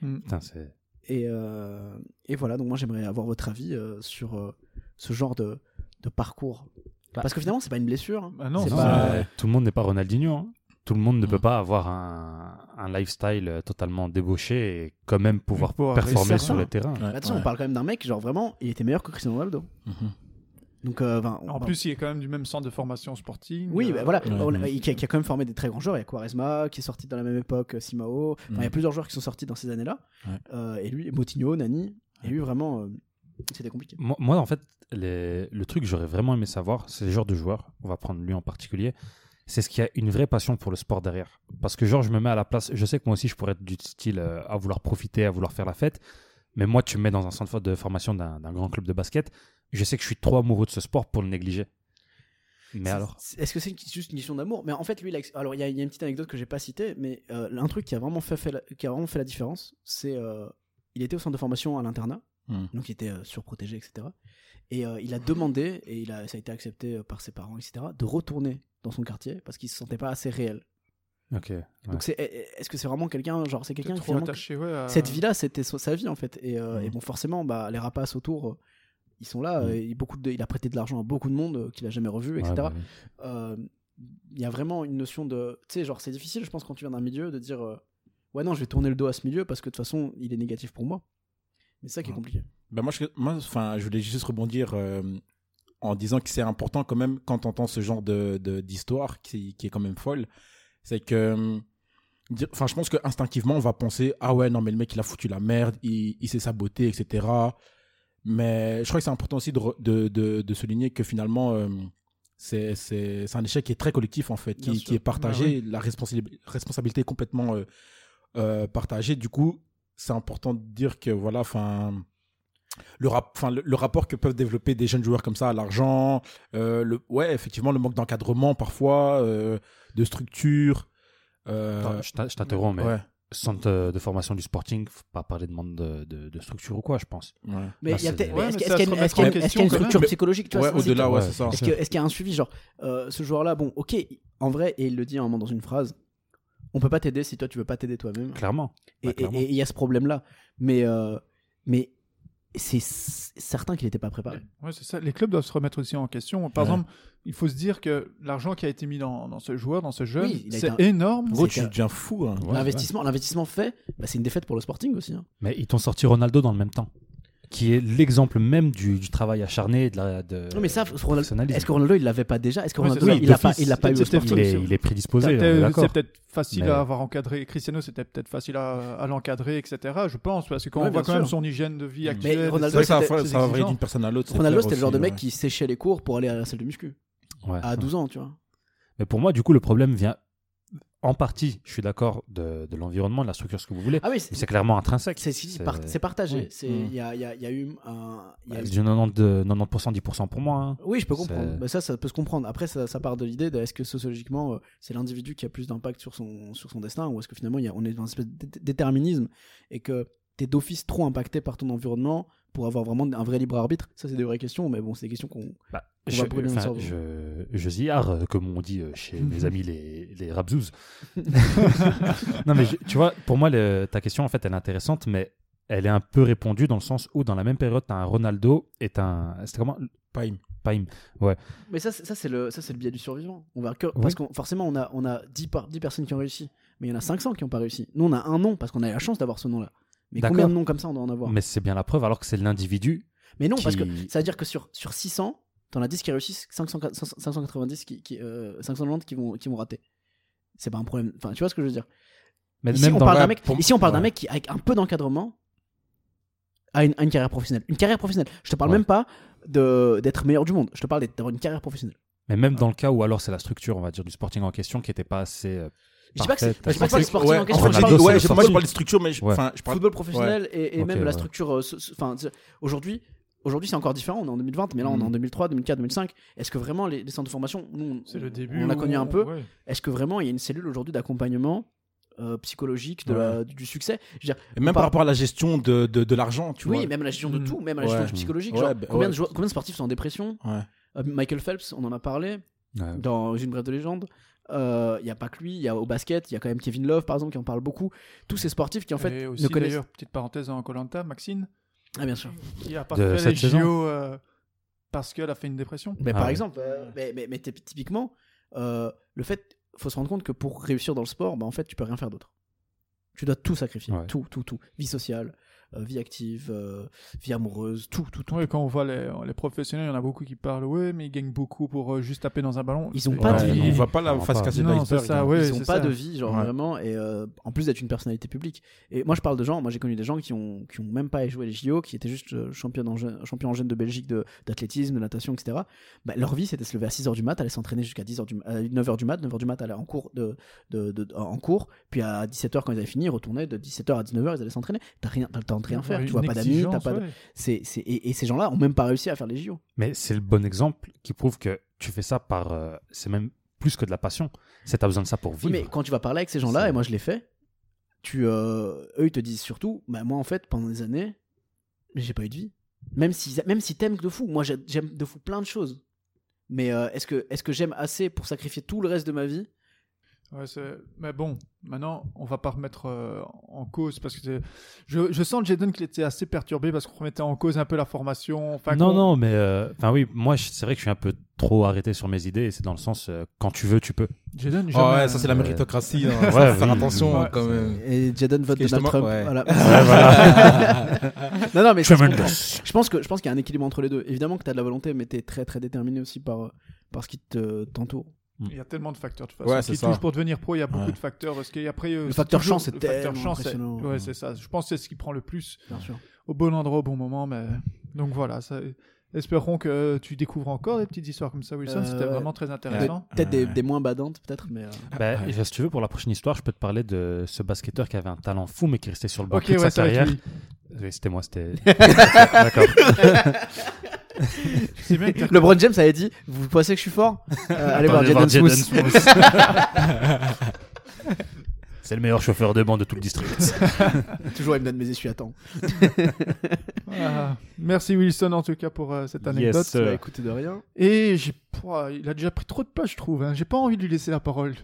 Speaker 5: Putain, c'est-
Speaker 6: Et, euh, et voilà, donc moi j'aimerais avoir votre avis euh, sur euh, ce genre de, de parcours.
Speaker 5: Bah,
Speaker 6: Parce que finalement, c'est pas une blessure. hein.
Speaker 4: Bah non,
Speaker 6: C'est
Speaker 5: non,
Speaker 6: pas- Mm.
Speaker 5: euh, Tout le monde n'est pas Ronaldinho. hein. Tout le monde ne peut pas avoir un, un lifestyle euh, totalement débauché et quand même pouvoir
Speaker 4: Et pouvoir
Speaker 5: performer
Speaker 6: réussir,
Speaker 5: sur
Speaker 6: hein.
Speaker 5: le terrain.
Speaker 7: Ouais,
Speaker 6: Bah, Attention,
Speaker 7: ouais.
Speaker 6: on parle quand même d'un mec, genre vraiment, il était meilleur que Cristiano Ronaldo.
Speaker 7: Mhm.
Speaker 6: Donc, euh, ben, on-
Speaker 4: En plus, il est quand même du même centre de formation sporting.
Speaker 6: oui,
Speaker 4: euh,
Speaker 6: bah, voilà,
Speaker 7: Ouais,
Speaker 6: on-
Speaker 7: ouais.
Speaker 6: il- qui, a, qui a quand même formé des très grands joueurs. Il y a Quaresma qui est sorti dans la même époque, euh, Simao. Enfin, Il y a
Speaker 4: Mm.
Speaker 7: Mhm.
Speaker 6: plusieurs joueurs qui sont sortis dans ces années-là.
Speaker 7: Ouais.
Speaker 6: Euh, et lui, Botigno, Nani. Et lui, vraiment, euh, c'était compliqué.
Speaker 5: Moi, moi, en fait, les- le truc que j'aurais vraiment aimé savoir, c'est le genre de joueur, on va prendre lui en particulier, c'est ce qui a une vraie passion pour le sport derrière. Parce que, genre, je me mets à la place, je sais que moi aussi, je pourrais être du style euh, à vouloir profiter, à vouloir faire la fête, mais moi, tu me mets dans un centre de formation d'un d'un grand club de basket, je sais que je suis trop amoureux de ce sport pour le négliger. Mais
Speaker 6: C'est-
Speaker 5: alors
Speaker 6: c'est- Est-ce que c'est une- juste une question d'amour Mais en fait, lui, il a ex- alors il y, a il y a une petite anecdote que j'ai pas citée, mais euh, un truc qui a vraiment fait, fait la, qui a vraiment fait la différence, c'est euh, il était au centre de formation à l'internat,
Speaker 5: Hmm.
Speaker 7: Mhm.
Speaker 6: donc il était euh, surprotégé, etc. Et euh, il a demandé, et il a, ça a été accepté euh, par ses parents, etc., de retourner dans son quartier parce qu'il se sentait pas assez réel.
Speaker 5: Ok.
Speaker 6: Donc c'est- est- est-ce que c'est vraiment quelqu'un, genre c'est quelqu'un qui
Speaker 4: trop
Speaker 6: finalement-
Speaker 4: attaché, ouais. à-
Speaker 6: cette vie-là, c'était so- sa vie en fait. Et, euh,
Speaker 7: Mhm.
Speaker 5: Hmm.
Speaker 6: et bon, forcément, bah, les rapaces autour, euh, ils sont là. euh, et beaucoup de, il a prêté de l'argent à beaucoup de monde euh, qu'il a jamais revu, etc.
Speaker 5: bah.
Speaker 6: Euh, Il y a vraiment une notion de, tu sais, genre c'est difficile, je pense, quand tu viens d'un milieu, de dire, euh, ouais non, je vais tourner le dos à ce milieu parce que de toute façon, il est négatif pour moi. Mais c'est ça qui est
Speaker 7: Ouais.
Speaker 6: compliqué.
Speaker 7: Ben moi, je, moi, enfin, je voulais juste rebondir euh, en disant que c'est important quand même quand on entend ce genre de de- d'histoire qui, qui est quand même folle. C'est que, euh, dire- enfin, je pense que instinctivement on va penser ah ouais non mais le mec il a foutu la merde, il, il s'est saboté etc. Mais je crois que c'est important aussi de, re- de, de, de souligner que finalement euh, c'est c'est c'est un échec qui est très collectif en fait,
Speaker 6: Bien
Speaker 7: qui,
Speaker 6: sûr.
Speaker 7: qui est partagé, la responsabilité responsabilité est complètement euh, euh, partagée. Du coup, c'est important de dire que voilà, enfin le, rap- enfin, le, le rapport que peuvent développer des jeunes joueurs comme ça à l'argent, euh, le, ouais, effectivement, le manque d'encadrement parfois, euh, de structure. euh,
Speaker 5: Attends, je t'in- je t'interromps, mais
Speaker 7: ouais,
Speaker 5: centre euh, de formation du sporting, faut pas parler de manque de, de- de structure ou quoi, je pense.
Speaker 7: ouais.
Speaker 5: Ah,
Speaker 6: Mais il y a
Speaker 5: c'est-
Speaker 6: peut-être-
Speaker 4: Ouais,
Speaker 6: est-ce
Speaker 4: mais
Speaker 6: qu'il y
Speaker 4: ça
Speaker 6: a-
Speaker 4: se remet
Speaker 6: est-ce qu'il y a une-
Speaker 7: en
Speaker 6: est-ce qu'il y
Speaker 7: question
Speaker 6: a une
Speaker 7: quand même.
Speaker 6: structure psychologique tu vois,
Speaker 7: Ouais,
Speaker 6: c'est-
Speaker 7: au-delà, ouais,
Speaker 5: Ouais.
Speaker 7: c'est ça.
Speaker 6: Est-ce que- est-ce qu'il y a un suivi Genre, euh, ce joueur-là, bon, ok, il- en vrai, et il le dit à un moment dans une phrase, on peut pas t'aider si toi tu veux pas t'aider toi-même.
Speaker 5: Clairement.
Speaker 6: Et
Speaker 5: Bah,
Speaker 6: et-
Speaker 5: clairement.
Speaker 6: et il y a ce problème-là. Mais, euh, mais c'est s- certain qu'il n'était pas préparé.
Speaker 4: Ouais, c'est ça. Les clubs doivent se remettre aussi en question. Par
Speaker 7: Ouais.
Speaker 4: exemple, il faut se dire que l'argent qui a été mis dans, dans ce joueur, dans ce jeune,
Speaker 6: Oui, il a été
Speaker 4: c'est
Speaker 6: un-
Speaker 4: énorme.
Speaker 7: Gros,
Speaker 6: C'est
Speaker 7: tu
Speaker 6: que-
Speaker 7: deviens fou. hein.
Speaker 5: Ouais,
Speaker 6: L'investissement, l'investissement fait, bah, c'est une défaite pour le Sporting aussi. hein.
Speaker 5: Mais ils t'ont sorti Ronaldo dans le même temps. qui est l'exemple même du, du travail acharné et de la. De,
Speaker 6: Non, mais ça, Ronaldo-
Speaker 5: professionnalisme.
Speaker 6: est-ce que Ronaldo, il l'avait pas déjà Est-ce que
Speaker 4: Ouais,
Speaker 6: Ronaldo,
Speaker 4: c'est ça,
Speaker 6: il l'a pas,
Speaker 4: d'office.
Speaker 6: il l'a pas eu au
Speaker 4: C'était-
Speaker 6: sport
Speaker 5: il, est, il est prédisposé. on est
Speaker 4: C'était-
Speaker 5: d'accord.
Speaker 4: C'est peut-être facile
Speaker 5: Mais-
Speaker 4: à avoir encadré. Cristiano, c'était peut-être facile à, à l'encadrer, etc. Je pense, parce que quand
Speaker 6: Ouais,
Speaker 4: on voit
Speaker 6: bien
Speaker 4: quand
Speaker 6: sûr.
Speaker 4: même son hygiène de vie
Speaker 7: Mais
Speaker 4: actuelle.
Speaker 6: Ronaldo,
Speaker 4: ses-
Speaker 7: ça,
Speaker 6: c'était-
Speaker 7: va-
Speaker 4: ses
Speaker 7: ça va varier
Speaker 4: exigences.
Speaker 7: d'une personne à l'autre. c'est
Speaker 6: Ronaldo,
Speaker 7: clair
Speaker 6: c'était le
Speaker 7: aussi,
Speaker 6: genre de mec
Speaker 7: ouais.
Speaker 6: qui séchait les cours pour aller à la salle de muscu
Speaker 5: Ouais.
Speaker 6: à 12 ans, tu vois.
Speaker 5: Mais pour moi, du coup, le problème vient en partie, je suis d'accord, de, de l'environnement, de la structure, ce que vous voulez.
Speaker 6: Ah oui,
Speaker 5: Mais
Speaker 6: c'est-
Speaker 5: c'est clairement intrinsèque.
Speaker 6: c'est- c'est par- c'est partagé.
Speaker 5: Oui.
Speaker 6: C'est- Il y, a, il y a- il y a eu un. il y a eu-
Speaker 5: Du 90, de- 90%, 10% pour moi. hein.
Speaker 6: Oui, je peux comprendre.
Speaker 5: C'est-
Speaker 6: Bah, ça, ça peut se comprendre. Après, ça, ça part de l'idée de est-ce que sociologiquement, euh, c'est l'individu qui a plus d'impact sur son, sur son destin ou est-ce que finalement, il y a, on est dans une espèce de dé- déterminisme et que t'es d'office trop impacté par ton environnement pour avoir vraiment un vrai libre arbitre Ça, c'est des vraies questions, mais bon, c'est des questions qu'on.
Speaker 5: Bah,
Speaker 6: On
Speaker 5: je,
Speaker 6: va brûler notre
Speaker 5: enfin,
Speaker 6: cerveau.
Speaker 5: je, je ziarre, euh, comme on dit euh, chez
Speaker 6: *laughs*
Speaker 5: mes amis les, les rabzouzes. non, mais je- tu vois, pour moi, le- ta question, en fait, elle est intéressante, mais elle est un peu répondue dans le sens où, dans la même période, t'as un Ronaldo et t'as un. C'était comment
Speaker 7: Paim.
Speaker 5: Paim.
Speaker 6: Mais ça, c'est- ça c'est le, ça, c'est le biais du survivant. On va que-
Speaker 5: Oui.
Speaker 6: Parce que forcément, on a, on a 10, par, 10 personnes qui ont réussi, mais il y en a 500 qui n'ont pas réussi. Nous, on a un nom parce qu'on a la chance d'avoir ce nom-là. Mais
Speaker 5: D'accord.
Speaker 6: combien de noms comme ça on doit en avoir
Speaker 5: Mais c'est bien la preuve, alors que c'est l'individu.
Speaker 6: Mais non, parce que
Speaker 5: qui-
Speaker 6: ça veut dire que sur, sur 600, t'en as 10 qui réussissent, 500 590 qui, qui, euh, 590 qui vont, qui vont rater. C'est pas un problème. Enfin, tu vois ce que je veux dire
Speaker 5: Mais
Speaker 6: Ici, on
Speaker 5: dans-
Speaker 6: parle d'un
Speaker 5: Ouais,
Speaker 6: mec,
Speaker 5: pour-
Speaker 6: ici, on parle d'un
Speaker 5: ouais.
Speaker 6: mec qui, avec un peu d'encadrement, a une, a une carrière professionnelle. Une carrière professionnelle. Je te parle
Speaker 5: Ouais.
Speaker 6: même pas de- d'être meilleur du monde. Je te parle d'être- d'avoir une carrière professionnelle.
Speaker 5: Mais même dans le cas où alors c'est la structure, on va dire, du sporting en question qui n'était pas assez. euh,
Speaker 6: Je dis pas que c'est-
Speaker 5: Parfait.
Speaker 6: je dis pas que c'est
Speaker 7: Ouais,
Speaker 6: sportif en
Speaker 7: en
Speaker 6: question.
Speaker 7: fait,
Speaker 6: je
Speaker 7: j'ai
Speaker 5: Ronaldo,
Speaker 6: parle-
Speaker 7: dit-
Speaker 5: c'est
Speaker 7: ouais,
Speaker 5: le
Speaker 7: j'ai- moi, je
Speaker 5: sportif.
Speaker 7: parle de structure, mais je-
Speaker 5: Ouais.
Speaker 7: enfin, je parle.
Speaker 6: football professionnel et, et
Speaker 5: Ok,
Speaker 6: même la
Speaker 5: ouais.
Speaker 6: structure. euh, so- so- Enfin, tu sais, aujourd'hui, aujourd'hui c'est encore différent. On est en 2020, mais là on est
Speaker 7: Hmm.
Speaker 6: en 2003, 2004, 2005. Est-ce que vraiment les, les centres de formation, nous, on-
Speaker 4: C'est le début.
Speaker 6: on l'a
Speaker 4: où
Speaker 6: connu un peu.
Speaker 4: ouais.
Speaker 6: Est-ce que vraiment il y a une cellule aujourd'hui d'accompagnement euh, psychologique de la- du succès Je veux dire,
Speaker 7: Et même par rapport à la gestion de, de, de l'argent, tu
Speaker 6: oui,
Speaker 7: vois.
Speaker 6: même à la gestion de
Speaker 4: Mhm.
Speaker 6: tout, même à la
Speaker 7: Ouais.
Speaker 6: gestion psychologique.
Speaker 7: Ouais,
Speaker 6: genre,
Speaker 7: bah,
Speaker 6: combien,
Speaker 7: ouais.
Speaker 6: de joueurs- combien de sportifs sont en dépression
Speaker 7: Ouais.
Speaker 6: Euh, Michael Phelps, on en a parlé
Speaker 5: ouais.
Speaker 6: dans Une brève de légende. Euh, Il y n'y a pas que lui, il y a au basket, il y a quand même Kevin Love par exemple qui en parle beaucoup. Tous ces sportifs qui en fait
Speaker 4: Et
Speaker 6: ne
Speaker 4: aussi,
Speaker 6: connaissent.
Speaker 4: d'ailleurs, petite parenthèse en Colanta, Maxine,
Speaker 6: Ah, bien sûr.
Speaker 4: qui a pas
Speaker 5: De
Speaker 4: fait
Speaker 5: cette
Speaker 4: les
Speaker 5: saison.
Speaker 4: JO euh, parce qu'elle a fait une dépression.
Speaker 6: Mais
Speaker 5: Ah
Speaker 6: par
Speaker 5: ouais.
Speaker 6: exemple, euh, mais, mais, mais typ- typiquement, euh, le fait, faut se rendre compte que pour réussir dans le sport, bah, en fait, tu peux rien faire d'autre. Tu dois tout sacrifier,
Speaker 5: Ouais.
Speaker 6: tout, tout, tout. Vie sociale, euh, vie active, euh, vie amoureuse, tout, tout, tout.
Speaker 4: Ouais, quand on voit les, les professionnels, il y en a beaucoup qui parlent, ouais, mais ils gagnent beaucoup pour euh, juste taper dans un ballon.
Speaker 6: Ils ont
Speaker 4: Et-
Speaker 6: pas de
Speaker 5: Ouais,
Speaker 6: vie.
Speaker 7: on voit pas
Speaker 5: On
Speaker 7: la
Speaker 5: voit
Speaker 7: face
Speaker 5: pas.
Speaker 7: cachée de
Speaker 4: Non,
Speaker 7: l'iceberg,
Speaker 4: c'est ça,
Speaker 7: hein.
Speaker 4: ouais.
Speaker 6: ils ont
Speaker 4: c'est
Speaker 6: pas
Speaker 4: ça.
Speaker 6: de vie, genre
Speaker 7: Ouais.
Speaker 6: vraiment. Et euh, en plus d'être une personnalité publique. Et moi, je parle de gens. Moi, j'ai connu des gens qui ont qui ont même pas joué les JO, qui étaient juste euh, champions en jeune, champions en jeune de Belgique de d'athlétisme, de natation, etc. Bah, leur vie, c'était se lever à 6 h du mat, aller s'entraîner jusqu'à 10 heures du 9 h du mat, 9 h du mat, aller en cours de, de, de- de- en cours, puis à 17 h quand ils avaient fini, ils retournaient de 17 h à 19 h ils allaient s'entraîner. T'as rien, t'as le temps de rien faire.
Speaker 4: Ouais,
Speaker 6: Tu vois
Speaker 4: une
Speaker 6: pas d'amis, t'as
Speaker 4: exigence,
Speaker 6: pas. de-
Speaker 4: ouais.
Speaker 6: C'est c'est et, et ces gens-là ont même pas réussi à faire les JO.
Speaker 5: Mais c'est le bon exemple qui prouve que tu fais ça par. euh, c'est même plus que de la passion. C'est t'as besoin de ça pour
Speaker 6: Oui,
Speaker 5: vivre.
Speaker 6: mais quand tu vas parler avec ces gens-là,
Speaker 5: C'est-
Speaker 6: et moi je l'ai fait, tu, euh, eux ils te disent surtout, bah, moi en fait pendant des années, j'ai pas eu de vie. Même si, même si t'aimes de fou, moi j'ai- j'aime de fou plein de choses. Mais euh, est-ce que, est que j'aime assez pour sacrifier tout le reste de ma vie
Speaker 4: Ouais, c'est- mais bon, maintenant, on va pas remettre euh, en cause parce que c'est- je, je sens que Jaden qu'il était assez perturbé parce qu'on remettait en cause un peu la formation. Enfin,
Speaker 5: non,
Speaker 4: qu'on-
Speaker 5: non, mais. euh, Enfin, oui, moi, je- c'est vrai que je suis un peu trop arrêté sur mes idées. et C'est dans le sens, euh, quand tu veux, tu peux.
Speaker 4: Jaden,
Speaker 7: Ah
Speaker 4: jamais- euh,
Speaker 7: ouais, ça c'est la
Speaker 5: Ouais.
Speaker 7: méritocratie. hein.
Speaker 5: Ouais,
Speaker 7: Ça, faut
Speaker 5: oui,
Speaker 7: faire attention
Speaker 4: oui.
Speaker 7: hein, quand même.
Speaker 6: Et Jaden vote
Speaker 7: Parce que
Speaker 6: Donald Trump.
Speaker 7: justement, ouais.
Speaker 6: voilà.
Speaker 5: voilà.
Speaker 6: *laughs* non, non, mais ça se
Speaker 5: Tremendous.
Speaker 6: comprend. je pense que je pense qu'il y a un équilibre entre les deux. Évidemment que t'as de la volonté, mais t'es très très déterminé aussi par, par ce qui te- t'entoure.
Speaker 4: Il y a tellement de facteurs de toute façon.
Speaker 7: Ouais,
Speaker 4: qui
Speaker 7: c'est ça.
Speaker 4: touchent pour devenir pro, il y a euh, beaucoup
Speaker 7: Ouais.
Speaker 4: de facteurs. Parce qu'après,
Speaker 6: Le facteur chance, c'est tellement impressionnant.
Speaker 4: Ouais, c'est ça. Je pense que c'est ce qui prend le plus
Speaker 6: Bien sûr.
Speaker 4: au bon endroit, au bon moment. Mais... Donc voilà, ça... espérons que tu découvres encore des petites histoires comme ça, Wilson.
Speaker 6: Euh,
Speaker 4: C'était
Speaker 6: ouais.
Speaker 4: vraiment très intéressant.
Speaker 6: Peut-être des,
Speaker 7: Ouais.
Speaker 6: des moins badantes, peut-être, mais. euh,
Speaker 5: Ben, Si tu veux, pour la prochaine histoire, je peux te parler de ce basketteur qui avait un talent fou, mais qui restait sur le
Speaker 7: Bah,
Speaker 5: banc
Speaker 4: Ok,
Speaker 5: toute
Speaker 4: ouais,
Speaker 5: sa
Speaker 4: ça va être
Speaker 5: carrière.
Speaker 4: lui.
Speaker 5: Oui, c'était moi, c'était. D'accord.
Speaker 4: C'est
Speaker 6: *laughs*
Speaker 4: bien que t'as-
Speaker 6: LeBron James avait dit Vous pensez que je suis fort Euh, Allez voir
Speaker 5: Attendez,
Speaker 6: Jaden
Speaker 5: voir
Speaker 6: Smith.
Speaker 5: Jaden Smith. C'est le meilleur chauffeur de banc de tout le district.
Speaker 6: Toujours, il me donne mes essuie à temps.
Speaker 4: Ah, merci Wilson en tout cas pour euh, cette anecdote.
Speaker 5: Yes, sir.
Speaker 6: Bah, écoutez de rien.
Speaker 4: Et j'ai... Pouah, il a déjà pris trop de place, je trouve. hein. J'ai pas envie de lui laisser la parole.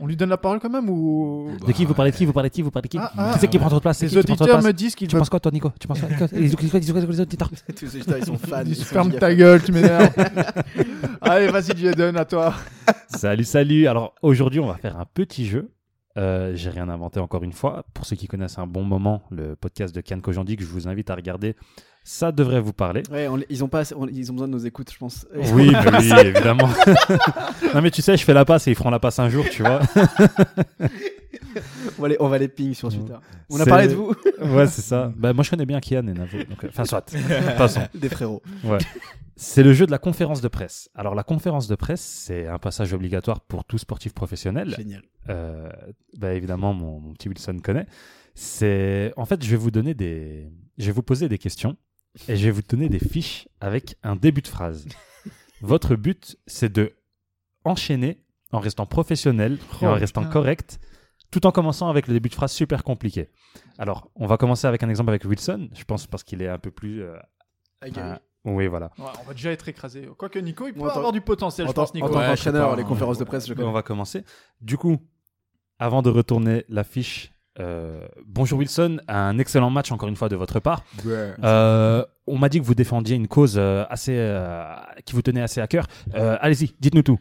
Speaker 4: On lui donne la parole quand même ou...
Speaker 5: De qui vous parlez de qui vous parlez de qui vous parlez de qui
Speaker 4: Ah, ah.
Speaker 5: Qui c'est qui prend trop de place C'est
Speaker 4: Les
Speaker 5: qui qui prend trop de
Speaker 4: auditeurs
Speaker 5: place
Speaker 4: me disent qu'ils
Speaker 5: Tu
Speaker 4: veulent...
Speaker 5: penses quoi, toi, Nico Tu penses quoi Nico Les auditeurs- les auditeurs- les auditeurs.
Speaker 6: *laughs* Tous ces gens, ils sont
Speaker 4: *laughs*
Speaker 6: fans.
Speaker 4: Ils
Speaker 6: ils
Speaker 4: se
Speaker 6: sont
Speaker 4: ferment
Speaker 6: giga
Speaker 4: ta
Speaker 6: fans.
Speaker 4: gueule, tu m'énerves. Allez, vas-y, Jaden, à toi.
Speaker 5: Salut, salut. Alors aujourd'hui, on va faire un petit jeu Euh, j'ai rien inventé encore une fois. Pour ceux qui connaissent un bon moment, le podcast de Can Kojandi que je vous invite à regarder, ça devrait vous parler.
Speaker 6: Ouais, on les- ils, ont pas, assez- on- ils ont besoin de nos écoutes, je pense.
Speaker 5: Oui, mais oui, évidemment. *laughs* non, mais tu sais, je fais la passe et ils feront la passe un jour, tu vois.
Speaker 6: *laughs* on, va les, on va les ping sur Twitter. On a
Speaker 5: C'est-
Speaker 6: parlé de vous,
Speaker 5: Ouais, c'est ça. Bah, moi, je connais bien Kian et Navo. donc, euh, Enfin, soit. Passons.
Speaker 6: des frérots.
Speaker 5: C'est le jeu de la conférence de presse. Alors, la conférence de presse, c'est un passage obligatoire pour tout sportif professionnel.
Speaker 6: Génial.
Speaker 5: Euh, bah, évidemment, mon, mon petit Wilson connaît. C'est, en fait, je vais vous donner des, je vais vous poser des questions et je vais vous donner des fiches avec un début de
Speaker 4: *laughs*
Speaker 5: phrase. Votre but, c'est de enchaîner en restant professionnel et
Speaker 4: Oh,
Speaker 5: en restant
Speaker 4: putain.
Speaker 5: correct, tout en commençant avec le début de phrase super compliqué. Alors, on va commencer avec un exemple avec Wilson, je pense parce qu'il est un peu plus. euh,
Speaker 4: Ah,
Speaker 1: Ah.
Speaker 5: euh, oui, voilà.
Speaker 4: Ouais, on va déjà être écrasé. Quoique Nico, il peut
Speaker 6: Moi, en tant-
Speaker 4: avoir du potentiel,
Speaker 6: En
Speaker 4: je
Speaker 6: tant
Speaker 4: pense, Nico.
Speaker 6: en tant
Speaker 1: Ouais,
Speaker 6: qu'entraîneur,
Speaker 1: je sais pas,
Speaker 6: les
Speaker 1: hein.
Speaker 6: conférences de presse, je
Speaker 5: on
Speaker 6: connais.
Speaker 5: va commencer. Du coup, avant de retourner la fiche, euh, bonjour Wilson, un excellent match encore une fois de votre part. Euh, on m'a dit que vous défendiez une cause euh, assez euh, qui vous tenait assez à cœur. Euh, Allez-y, dites-nous
Speaker 6: *laughs*
Speaker 5: tout.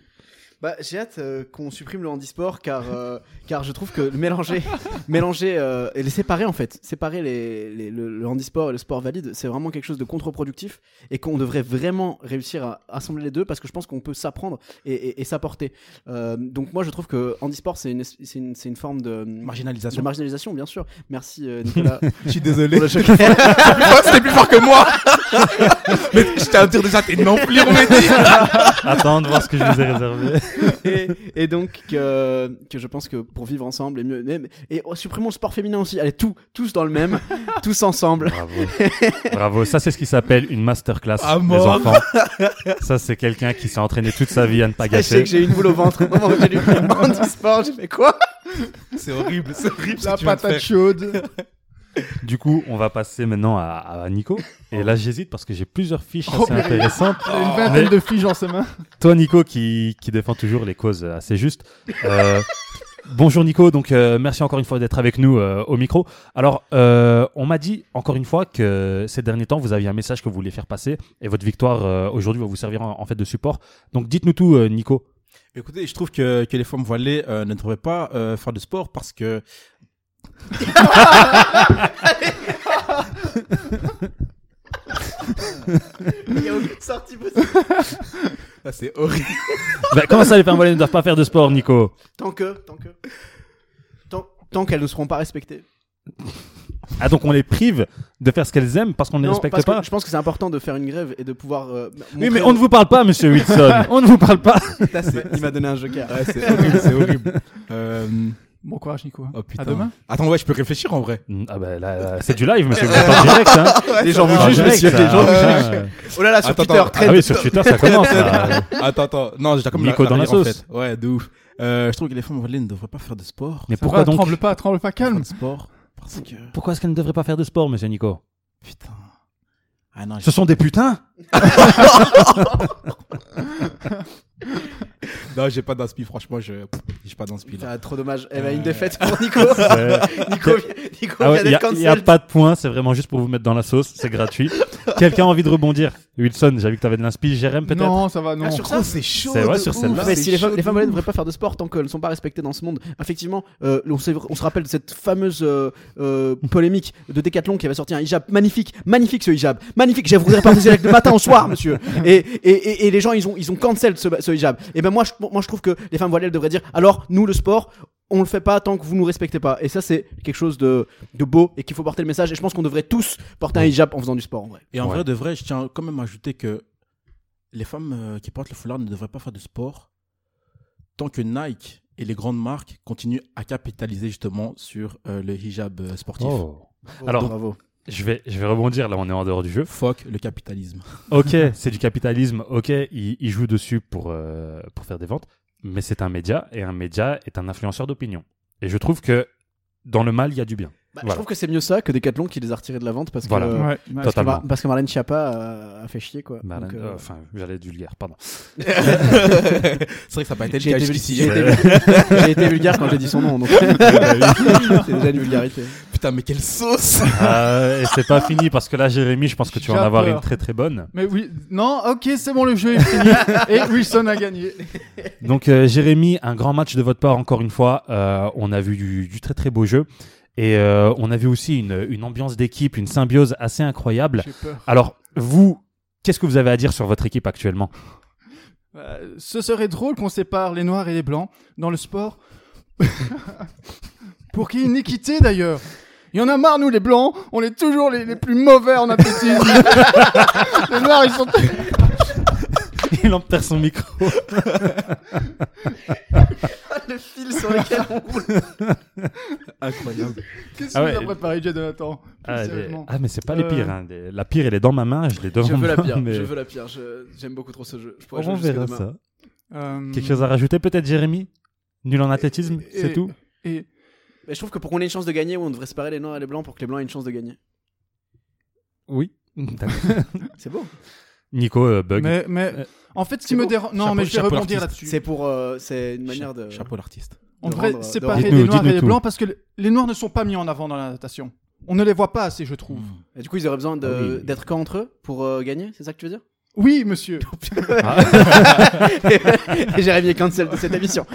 Speaker 6: Bah, j'ai hâte euh, qu'on supprime le handisport car, euh, car je trouve que le
Speaker 7: *laughs*
Speaker 6: mélanger, mélanger euh, et les séparer en fait, séparer les, les- le, le handisport et le sport valide, c'est vraiment quelque chose de contre-productif et qu'on devrait vraiment réussir à assembler les deux parce que je pense qu'on peut s'apprendre et, et- et s'apporter. Euh, donc moi je trouve que handisport c'est une, c'est une, c'est une forme de de
Speaker 7: Marginalisation.
Speaker 6: marginalisation bien sûr. Merci
Speaker 7: *laughs*
Speaker 6: euh, Nicolas
Speaker 7: Je suis désolé.
Speaker 6: pour le choc. Bah,
Speaker 7: C'était plus fort que moi. Mais je t'ai interdit ça, t'es non plus remédié.
Speaker 5: Attends de voir ce que je vous ai réservé.
Speaker 6: et, et donc que, que je pense que pour vivre ensemble et mieux même et oh, supprimons le sport féminin aussi allez tout tous dans le *laughs* même tous ensemble
Speaker 5: Bravo. *laughs* Bravo. Ça, c'est ce qui s'appelle une masterclass.
Speaker 6: Ah,
Speaker 7: À
Speaker 5: les
Speaker 7: mort.
Speaker 6: *laughs*
Speaker 5: enfants. Ça, c'est quelqu'un qui s'est entraîné toute sa vie à ne pas
Speaker 6: je sais
Speaker 5: gâcher.
Speaker 6: que j'ai une boule au ventre au moment où j'ai *laughs* lu le moment du sport j'ai fait quoi
Speaker 7: C'est horrible, c'est horrible.
Speaker 4: La patate chaude.
Speaker 5: Du coup, on va passer maintenant à, à Nico. Et là, j'hésite parce que j'ai plusieurs fiches
Speaker 4: Oh,
Speaker 5: assez
Speaker 4: mais-
Speaker 5: intéressantes.
Speaker 4: Il a une vingtaine
Speaker 5: Mais-
Speaker 4: de fiches en ses mains.
Speaker 5: Toi, Nico, qui, qui défend toujours les causes assez justes. euh, *laughs* bonjour, Nico. Donc, euh, merci encore une fois d'être avec nous euh, au micro. Alors, euh, on m'a dit encore une fois que ces derniers temps, vous aviez un message que vous vouliez faire passer et votre victoire euh, aujourd'hui va vous servir en, en fait de support. Donc, dites-nous tout, euh, Nico.
Speaker 7: Écoutez, je trouve que, que les femmes voilées euh, ne devraient pas euh, faire de sport parce que.
Speaker 6: il y a aucune sortie possible
Speaker 7: Ah, c'est horrible.
Speaker 5: Bah, comment ça, les femmes voilées ne doivent pas faire de sport, Nico
Speaker 6: tant que tant que tant, tant qu'elles ne seront pas respectées
Speaker 5: Ah, donc on les prive de faire ce qu'elles aiment parce qu'on ne les
Speaker 6: Non,
Speaker 5: respecte
Speaker 6: parce que
Speaker 5: pas
Speaker 6: je pense que c'est important de faire une grève et de pouvoir euh,
Speaker 5: Oui,
Speaker 6: montrer
Speaker 5: mais on ne
Speaker 6: aux-
Speaker 5: vous parle pas, monsieur
Speaker 6: *laughs*
Speaker 5: Wilson. on ne vous parle pas.
Speaker 6: il m'a donné un joker
Speaker 5: *laughs*
Speaker 7: Ouais, c'est horrible, c'est horrible. *laughs* Euh,
Speaker 4: Bon courage, Nico.
Speaker 7: oh putain.
Speaker 4: À Ah, demain.
Speaker 7: Attends, ouais, je peux réfléchir en vrai.
Speaker 5: Ah, bah là, là, c'est du live,
Speaker 6: *laughs*
Speaker 5: monsieur. Vous êtes en direct, hein.
Speaker 6: ben, les gens
Speaker 5: En
Speaker 6: vous jugent
Speaker 5: direct,
Speaker 6: monsieur
Speaker 5: ça.
Speaker 6: les gens vous
Speaker 5: Ah,
Speaker 6: jugent oh là là sur
Speaker 7: Attends,
Speaker 6: Twitter
Speaker 7: attends.
Speaker 6: très
Speaker 5: Ah oui, sur Twitter, ça commence. là.
Speaker 7: Attends, attends. Non, j'ai comme
Speaker 5: Nico
Speaker 7: la,
Speaker 5: dans la
Speaker 7: rire, en
Speaker 5: sauce.
Speaker 7: fait. Ouais, de ouf. Euh, je trouve que les femmes voilées ne devraient pas faire de sport.
Speaker 5: Mais
Speaker 4: Ça
Speaker 5: pourquoi
Speaker 4: va,
Speaker 5: donc
Speaker 4: Tremble pas, tremble pas, calme.
Speaker 7: Faire de sport parce que.
Speaker 5: Pourquoi est-ce qu'elle ne devrait pas faire de sport, monsieur Nico
Speaker 7: Putain. Ah non,
Speaker 5: Ce sont des putains
Speaker 7: non, j'ai pas d'inspi, franchement, je. J'ai pas d'inspi là.
Speaker 6: Ah, trop dommage eh ben, une
Speaker 7: Euh.
Speaker 6: défaite pour
Speaker 5: *laughs*
Speaker 6: Nico Nico vient- Nico
Speaker 5: Ah ouais,
Speaker 6: vient
Speaker 5: Il n'y a,
Speaker 6: d'être
Speaker 5: y a
Speaker 6: cancel
Speaker 5: pas de point, c'est vraiment juste pour vous mettre dans la sauce, c'est *laughs* gratuit. Quelqu'un a envie de rebondir Wilson, j'ai vu que t'avais de l'inspi. Jérém, peut-être
Speaker 4: Non, ça va, non.
Speaker 6: Ah, sur ça
Speaker 7: c'est chaud.
Speaker 5: C'est ouais,
Speaker 7: vrai
Speaker 5: sur celle-là.
Speaker 6: Mais si les femmes, les femmes voilées ne devraient pas faire de sport tant qu'elles ne sont pas respectées dans ce monde. Effectivement, euh, on, se, on se rappelle de cette fameuse euh, euh, polémique de Decathlon qui avait sorti un hijab magnifique, magnifique ce hijab, magnifique. Je voudrais pas vous avec le matin au soir, monsieur. Et, et, et, et les gens, ils ont, ils ont cancel ce, ce hijab. Et ben moi, je, moi, je trouve que les femmes voilées elles devraient dire alors nous le sport. On le fait pas tant que vous nous respectez pas. Et ça, c'est quelque chose de, de beau et qu'il faut porter le message. Et je pense qu'on devrait tous porter un hijab en faisant du sport, en vrai.
Speaker 7: Et en
Speaker 5: Ouais.
Speaker 7: vrai, de vrai, je tiens quand même à ajouter que les femmes euh, qui portent le foulard ne devraient pas faire de sport tant que Nike et les grandes marques continuent à capitaliser justement sur euh, le hijab euh, sportif.
Speaker 5: Oh. Alors-
Speaker 6: bravo.
Speaker 5: je, vais, je vais rebondir, là on est en dehors du jeu.
Speaker 7: Fuck le capitalisme.
Speaker 5: *laughs*
Speaker 7: *laughs*
Speaker 5: Ok, c'est du capitalisme, ok, il, il joue dessus pour, euh, pour faire des ventes, mais c'est un média, et un média est un influenceur d'opinion. Et je trouve que dans le mal, il y a du bien.
Speaker 6: Bah,
Speaker 5: Voilà.
Speaker 6: Je trouve que c'est mieux ça que Decathlon qui les a retirés de la vente parce
Speaker 5: Voilà.
Speaker 6: que. euh,
Speaker 4: Ouais, ouais.
Speaker 6: Parce que,
Speaker 5: Totalement.
Speaker 6: Mar- parce que Marlène Schiappa euh, a fait chier quoi.
Speaker 5: Marlène-
Speaker 6: Donc, euh, *laughs*
Speaker 5: euh, Enfin, j'allais vulgaire, *laughs* pardon.
Speaker 7: c'est vrai que ça n'a pas été
Speaker 6: J'ai
Speaker 7: le cas
Speaker 6: été, vul- *laughs*
Speaker 5: *laughs*
Speaker 7: jusqu'ici.
Speaker 6: j'ai été vul- j'ai été vulgaire quand j'ai dit son nom, donc c'est déjà une vulgarité.
Speaker 7: putain, mais quelle sauce
Speaker 5: Ah, et c'est pas fini parce que là, Jérémy, je pense que tu vas en
Speaker 4: J'ai
Speaker 5: avoir
Speaker 4: peur.
Speaker 5: une très très bonne.
Speaker 4: Mais oui, non, ok, c'est bon, le jeu est fini. Et Wilson a gagné.
Speaker 5: Donc euh, Jérémy, un grand match de votre part encore une fois. Euh, on a vu du, du très très beau jeu et euh, on a vu aussi une, une ambiance d'équipe, une symbiose assez incroyable.
Speaker 4: J'ai peur.
Speaker 5: Alors vous, qu'est-ce que vous avez à dire sur votre équipe actuellement *laughs*
Speaker 4: Euh, ce serait drôle qu'on sépare les noirs et les blancs dans le sport. *laughs* Pour qu'il y ait une équité d'ailleurs. Il y en a marre, nous les blancs, on est toujours les, les plus mauvais en athlétisme. les noirs, ils sont.
Speaker 5: Il en perd son micro.
Speaker 6: le fil sur lequel
Speaker 7: Incroyable.
Speaker 4: Qu'est-ce
Speaker 5: Ah
Speaker 4: que
Speaker 5: ouais.
Speaker 4: tu as préparé, Jay Jonathan Plus
Speaker 5: Ah, les-
Speaker 4: sérieusement.
Speaker 5: ah, mais c'est pas
Speaker 4: Euh,
Speaker 5: les pires. hein. Les- La pire elle est dans ma main, je l'ai devant
Speaker 6: Je veux la
Speaker 5: moi,
Speaker 6: pire,
Speaker 5: mais
Speaker 6: je veux la pire, je- j'aime beaucoup trop ce jeu. Je pourrais
Speaker 5: On
Speaker 6: jouer jusqu'à
Speaker 5: verra
Speaker 6: demain.
Speaker 5: ça.
Speaker 4: Euh,
Speaker 5: Quelque chose à rajouter peut-être Jérémy Nul en athlétisme,
Speaker 4: et-
Speaker 5: c'est tout
Speaker 4: Et
Speaker 6: Mais je trouve que pour qu'on ait une chance de gagner, on devrait séparer les noirs et les blancs pour que les blancs aient une chance de gagner. *laughs*
Speaker 5: Oui.
Speaker 6: C'est beau.
Speaker 5: Nico, euh, bug.
Speaker 4: Mais, mais
Speaker 5: Euh,
Speaker 4: en fait, ce qui
Speaker 6: c'est
Speaker 4: me
Speaker 6: bon.
Speaker 4: dérange. Non,
Speaker 7: Chapeau-
Speaker 4: mais je vais
Speaker 7: chapeau
Speaker 4: rebondir
Speaker 7: l'artiste.
Speaker 4: là-dessus.
Speaker 6: C'est pour, euh, c'est une manière de.
Speaker 7: Chapeau l'artiste.
Speaker 4: On
Speaker 6: de
Speaker 4: devrait
Speaker 6: rendre- de
Speaker 4: séparer
Speaker 5: rendre-
Speaker 4: les noirs et
Speaker 5: Dites-nous
Speaker 4: les
Speaker 5: tout.
Speaker 4: blancs parce que le- les noirs ne sont pas mis en avant dans la natation. On ne les voit pas assez, je trouve.
Speaker 6: Et du coup, ils auraient besoin de-
Speaker 5: Ah oui.
Speaker 6: d'être qu'entre entre eux pour euh, gagner, c'est ça que tu veux dire
Speaker 4: Oui, monsieur.
Speaker 5: Ah.
Speaker 6: *laughs* Et Jérémy est cancel de cette émission.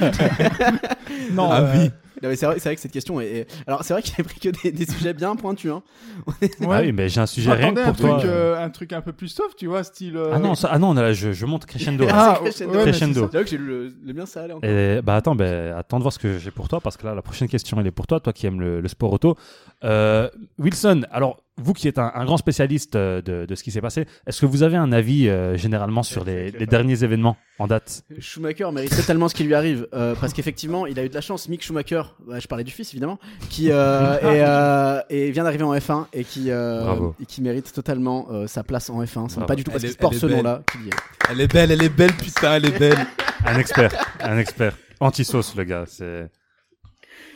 Speaker 4: Non.
Speaker 7: Ah
Speaker 4: euh,
Speaker 7: oui.
Speaker 6: Non, mais c'est vrai, c'est vrai que cette question est. est- Alors, c'est vrai qu'il a pris que des, des sujets bien pointus. Hein.
Speaker 4: euh, ouais.
Speaker 5: *laughs* Ah oui, mais j'ai un sujet rien que
Speaker 4: J'attendais un
Speaker 5: pour toi.
Speaker 4: truc, euh, un truc un peu plus soft, tu vois, style. euh,
Speaker 5: Ah non, ça- ah non, là, je, je monte crescendo. là.
Speaker 4: Ah,
Speaker 6: C'est crescendo.
Speaker 4: ouais, mais c'est
Speaker 5: Crescendo.
Speaker 4: ça.
Speaker 6: C'est vrai que j'ai lu le, le bien, ça allait encore.
Speaker 5: Et, bah attends, ben attends de voir ce que j'ai pour toi, parce que là, la prochaine question, elle est pour toi, toi qui aimes le, le sport auto. Euh, Wilson, alors, vous qui êtes un, un grand spécialiste euh, de, de ce qui s'est passé, est-ce que vous avez un avis euh, généralement sur les, les derniers événements en date
Speaker 6: Schumacher mérite totalement ce qui lui arrive euh, parce qu'effectivement il a eu de la chance Mick Schumacher bah, je parlais du fils évidemment qui euh, *laughs* est, euh, et vient d'arriver en F1 et qui euh,
Speaker 5: Bravo.
Speaker 6: et qui mérite totalement euh, sa place en F1 ce n'est
Speaker 5: Bravo.
Speaker 6: pas du tout parce
Speaker 7: Elle
Speaker 6: qu'il
Speaker 7: est-
Speaker 6: porte
Speaker 7: elle est
Speaker 6: ce nom là qu'il y est
Speaker 7: Elle est belle, elle est belle, putain, elle est belle.
Speaker 5: Un expert, un expert. Anti-sauce, le gars, c'est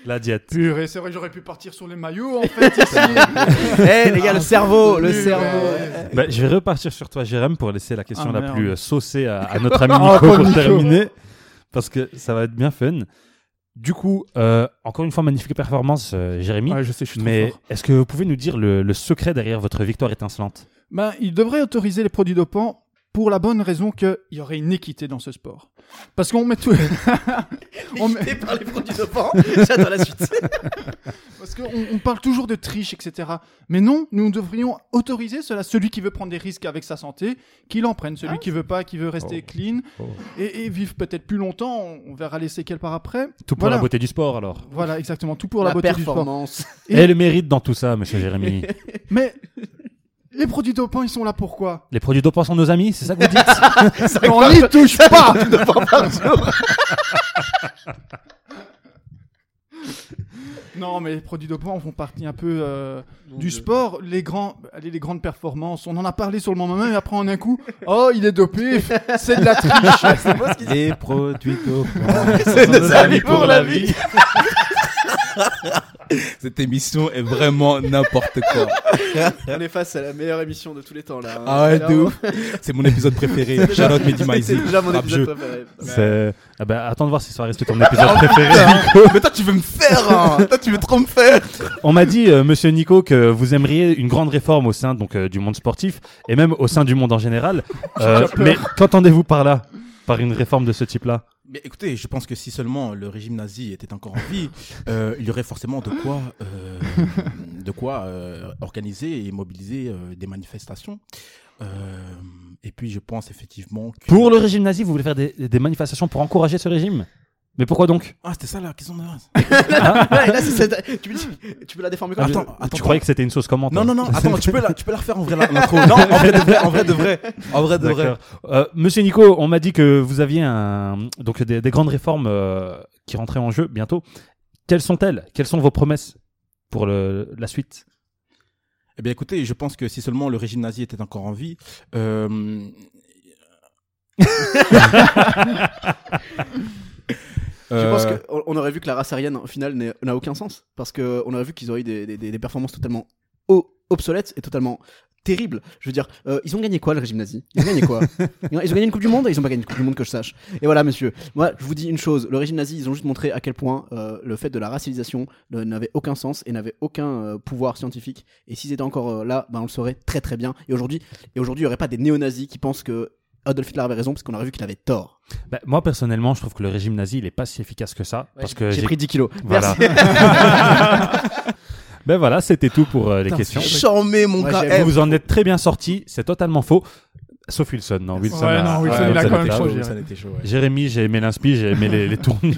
Speaker 5: la diète.
Speaker 4: Purée, c'est vrai que j'aurais pu partir sur les maillots en fait
Speaker 6: *laughs*
Speaker 4: ici.
Speaker 6: Eh les gars, le cerveau, Oh, le
Speaker 4: Nul,
Speaker 6: cerveau.
Speaker 4: ouais.
Speaker 5: Ben, je vais repartir sur toi, Jérém, pour laisser la question
Speaker 4: Ah,
Speaker 5: la
Speaker 4: merde.
Speaker 5: plus euh, saucée
Speaker 4: *laughs*
Speaker 5: à, à notre ami
Speaker 4: Oh,
Speaker 5: Nico
Speaker 4: pauvre
Speaker 5: pour
Speaker 4: Nico.
Speaker 5: terminer, parce que ça va être bien fun. Du coup, euh, encore une fois, magnifique performance, euh, Jérémy.
Speaker 4: Ouais, je sais, je suis trop
Speaker 5: Mais
Speaker 4: fort.
Speaker 5: est-ce que vous pouvez nous dire le, le secret derrière votre victoire étincelante
Speaker 4: Ben, il devrait autoriser les produits dopants pour la bonne raison qu'il y aurait une équité dans ce sport. Parce qu'on met
Speaker 6: *laughs*
Speaker 4: tout. On met-
Speaker 6: Équipé par les produits dopants. *laughs* J'attends la suite.
Speaker 4: Parce qu'on on parle toujours de triche, etc. Mais non, nous devrions autoriser cela. Celui qui veut prendre des risques avec sa santé, qu'il en prenne. Celui qui veut pas, qui veut rester
Speaker 5: Oh.
Speaker 4: clean
Speaker 5: Oh.
Speaker 4: et, et vivre peut-être plus longtemps, on, on verra les séquelles par après.
Speaker 5: Tout pour
Speaker 4: Voilà.
Speaker 5: la beauté du sport, alors.
Speaker 4: Voilà, exactement. Tout pour la,
Speaker 6: la
Speaker 4: beauté du sport.
Speaker 6: performance.
Speaker 4: Et-
Speaker 5: Et, le mérite dans tout ça,
Speaker 4: *laughs*
Speaker 5: monsieur Jérémy.
Speaker 4: Mais les produits dopants, ils sont là pourquoi
Speaker 5: Les produits dopants sont nos amis, c'est ça que vous dites
Speaker 4: *laughs* On n'y
Speaker 6: *laughs*
Speaker 4: touche pas Non, mais les produits dopants font partie un peu euh, du sport. Les, grands, allez, les grandes performances, on en a parlé sur le moment même, et après en un coup, oh, il est dopé,
Speaker 6: *laughs*
Speaker 4: c'est de la triche.
Speaker 6: C'est moi ce qui dit.
Speaker 7: *laughs* Les produits
Speaker 6: C'est nos amis pour la vie.
Speaker 7: Cette émission est vraiment n'importe quoi.
Speaker 6: On est face à la meilleure émission de tous les temps là. hein.
Speaker 7: Ah ouais, de
Speaker 6: Alors,
Speaker 7: ouf. C'est mon épisode préféré.
Speaker 6: déjà-
Speaker 7: Charlotte Mehdi Maizi.
Speaker 6: C'est déjà mon
Speaker 7: Rap
Speaker 6: épisode
Speaker 7: jeu.
Speaker 6: préféré. *laughs*
Speaker 5: C'est- Ah ben, Attends de voir si ça reste
Speaker 4: *laughs*
Speaker 5: ton
Speaker 4: Ah,
Speaker 5: épisode préféré.
Speaker 7: Mais toi, tu veux me faire, hein. Toi, tu veux trop me faire.
Speaker 5: On m'a dit, euh, monsieur Nico, que vous aimeriez une grande réforme au sein donc, euh, du monde sportif et même au sein du monde en général. Euh, mais qu'entendez-vous par là Par une réforme de ce type-là
Speaker 7: Mais écoutez, je pense que si seulement le régime nazi était encore
Speaker 5: *laughs*
Speaker 7: en vie, euh, il y aurait forcément de quoi, euh, de quoi euh, organiser et mobiliser euh, des manifestations. Euh, et puis, je pense effectivement que.
Speaker 5: Pour le régime nazi, vous voulez faire des, des manifestations pour encourager ce régime Mais pourquoi donc
Speaker 7: Ah, c'était ça la question de base.
Speaker 6: Ouais, là, c'est cette- tu, peux, tu peux la déformer comme
Speaker 7: Attends,
Speaker 6: tu veux.
Speaker 7: attends.
Speaker 5: Euh, Tu croyais que c'était une sauce hein. comment toi
Speaker 7: Non, non, non,
Speaker 5: *laughs*
Speaker 7: attends, tu peux la, tu peux la refaire en vrai la- l'intro. Non, en vrai de vrai, en vrai de vrai. En vrai de vrai.
Speaker 5: D'accord. Euh, Monsieur Nico, on m'a dit que vous aviez un, donc des, des grandes réformes euh, qui rentraient en jeu bientôt. Quelles sont-elles Quelles sont vos promesses pour le- la suite
Speaker 7: Eh bien, écoutez, je pense que si seulement le régime nazi était encore en vie,
Speaker 6: *laughs*
Speaker 7: euh...
Speaker 6: Je pense
Speaker 7: Euh,
Speaker 6: qu'on on aurait vu que la race aryenne, au final, n'est- n'a aucun sens. Parce qu'on aurait vu qu'ils auraient eu des, des- des performances totalement o- obsolètes et totalement terrible. Je veux dire, euh, ils ont gagné quoi le régime nazi Ils ont gagné quoi ils, ont, ils ont gagné une Coupe du Monde et ils ont pas gagné une Coupe du Monde que je sache. Et voilà, monsieur. Moi, je vous dis une chose. Le régime nazi, ils ont juste montré à quel point euh, le fait de la racialisation ne- n'avait aucun sens et n'avait aucun euh, pouvoir scientifique. Et s'ils étaient encore euh, là, ben, on le saurait très très bien. Et aujourd'hui, et aujourd'hui, il y aurait pas des néo-nazis qui pensent que Adolf Hitler avait raison parce qu'on aurait vu qu'il avait tort.
Speaker 5: Bah, moi, personnellement, je trouve que le régime nazi, il est pas si efficace que ça. parce que
Speaker 6: J'ai pris 10 kilos.
Speaker 5: Euh, *laughs* Voilà.
Speaker 6: Merci.
Speaker 5: *laughs* Ben voilà, c'était tout pour euh, les
Speaker 7: Putain,
Speaker 5: questions.
Speaker 2: Charmé, mon
Speaker 6: Moi,
Speaker 2: gars.
Speaker 6: j'aime.
Speaker 2: Eh,
Speaker 5: Vous vous en êtes très bien sorti, c'est totalement faux. Sauf Wilson, non, Wilson.
Speaker 4: Ouais,
Speaker 5: a-
Speaker 4: non, Wilson,
Speaker 5: a-
Speaker 4: il a
Speaker 5: a-
Speaker 4: quand même
Speaker 5: a-
Speaker 4: chaud,
Speaker 7: chaud.
Speaker 4: Jérémy.
Speaker 7: Ça n'était chaud, hein. ouais.
Speaker 5: Jérémy, j'ai aimé l'inspi, j'ai aimé les, les
Speaker 6: *laughs*
Speaker 5: tournées.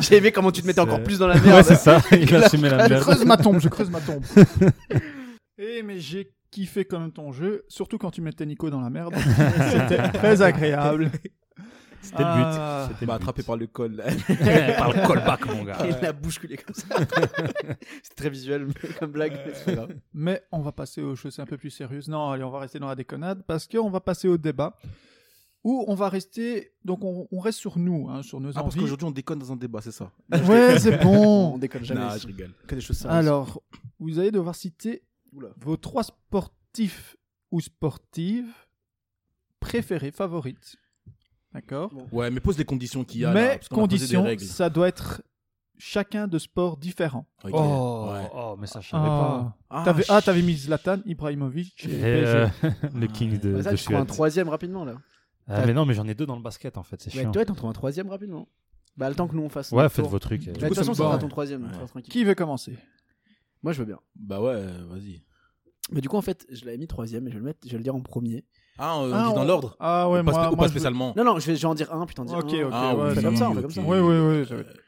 Speaker 6: J'ai aimé comment tu te mettais encore
Speaker 5: C'est-
Speaker 6: plus dans la
Speaker 5: ouais,
Speaker 6: merde. *laughs*
Speaker 5: c'est ça, il a assumé
Speaker 6: Ah.
Speaker 5: la
Speaker 4: Je
Speaker 5: merde.
Speaker 4: creuse ma tombe, je creuse ma tombe. *laughs* Eh, mais j'ai kiffé quand même ton jeu, surtout quand tu mettais Nico dans la merde. C'était très agréable.
Speaker 5: C'était le but.
Speaker 4: Ah.
Speaker 5: C'était le but.
Speaker 7: m'a Bah, attrapé par le Ah, col.
Speaker 5: *laughs* Par Bah, le callback, mon gars.
Speaker 6: Il l'a bousculé comme ça. c'est très visuel mais- comme blague, mais c'est pas grave.
Speaker 4: Mais on va passer aux choses un peu plus sérieuses. Non, allez, on va rester dans la déconnade parce qu'on va passer au débat où on va rester. Donc, on, on reste sur nous, hein, sur nos
Speaker 7: *laughs* Ah, parce
Speaker 4: envies.
Speaker 7: qu'aujourd'hui, on déconne dans un débat, c'est ça
Speaker 4: Ouais, c'est
Speaker 7: *laughs*
Speaker 4: bon.
Speaker 6: *laughs* On déconne jamais.
Speaker 7: Non,
Speaker 6: c'est
Speaker 7: je rigole.
Speaker 6: que des choses sérieuses.
Speaker 4: Alors, vous allez devoir citer
Speaker 6: Oula.
Speaker 4: vos trois sportifs ou sportives préférées, favorites. D'accord
Speaker 7: Ouais, mais pose les conditions qu'il y a. là,
Speaker 4: Mais
Speaker 7: parce qu'on a posé des
Speaker 4: condition,
Speaker 7: règles.
Speaker 4: ça doit être chacun de sports différents.
Speaker 7: Ok.
Speaker 5: Oh,
Speaker 7: Ouais.
Speaker 5: oh, mais ça, je savais pas.
Speaker 4: Ah, t'avais, ah, t'avais mis Zlatan,
Speaker 7: Eh,
Speaker 4: Ibrahimovic.
Speaker 5: Et,
Speaker 4: Et
Speaker 5: euh,
Speaker 4: PSG.
Speaker 5: *laughs* le king de,
Speaker 6: Ouais, ça,
Speaker 5: de
Speaker 6: tu prends un
Speaker 5: Suède.
Speaker 6: troisième rapidement là.
Speaker 5: Ah, mais non, mais j'en ai deux dans le basket, en fait, c'est
Speaker 6: Ouais,
Speaker 5: chiant.
Speaker 6: toi, t'en trouves un troisième rapidement. Bah, le temps que nous on fasse.
Speaker 5: Ouais,
Speaker 6: notre
Speaker 5: faites
Speaker 6: tour.
Speaker 5: vos trucs.
Speaker 6: Mais De toute
Speaker 4: ça me
Speaker 6: façon, ça sera
Speaker 4: barre.
Speaker 6: ton troisième.
Speaker 7: Ouais.
Speaker 6: tu seras tranquille.
Speaker 4: Qui veut commencer
Speaker 6: Moi, je veux bien.
Speaker 7: Bah ouais, euh, vas-y.
Speaker 6: Mais du coup, en fait, je l'avais mis troisième, mais je vais le mettre, je vais le dire en premier.
Speaker 7: Ah, on
Speaker 4: Ah,
Speaker 7: dit dans
Speaker 4: on-
Speaker 7: l'ordre
Speaker 4: Ah ouais,
Speaker 7: Ou pas,
Speaker 4: moi,
Speaker 7: spé- ou
Speaker 4: moi, je
Speaker 7: pas
Speaker 4: veux-
Speaker 7: spécialement
Speaker 6: Non, non, je vais, je vais en dire un, puis t'en dis
Speaker 4: Ok,
Speaker 6: un.
Speaker 4: ok,
Speaker 7: Ah,
Speaker 4: ouais,
Speaker 7: oui,
Speaker 6: fait comme ça, on fait
Speaker 7: ok.
Speaker 6: comme ça.
Speaker 4: Ouais, ouais, ouais. ça va être-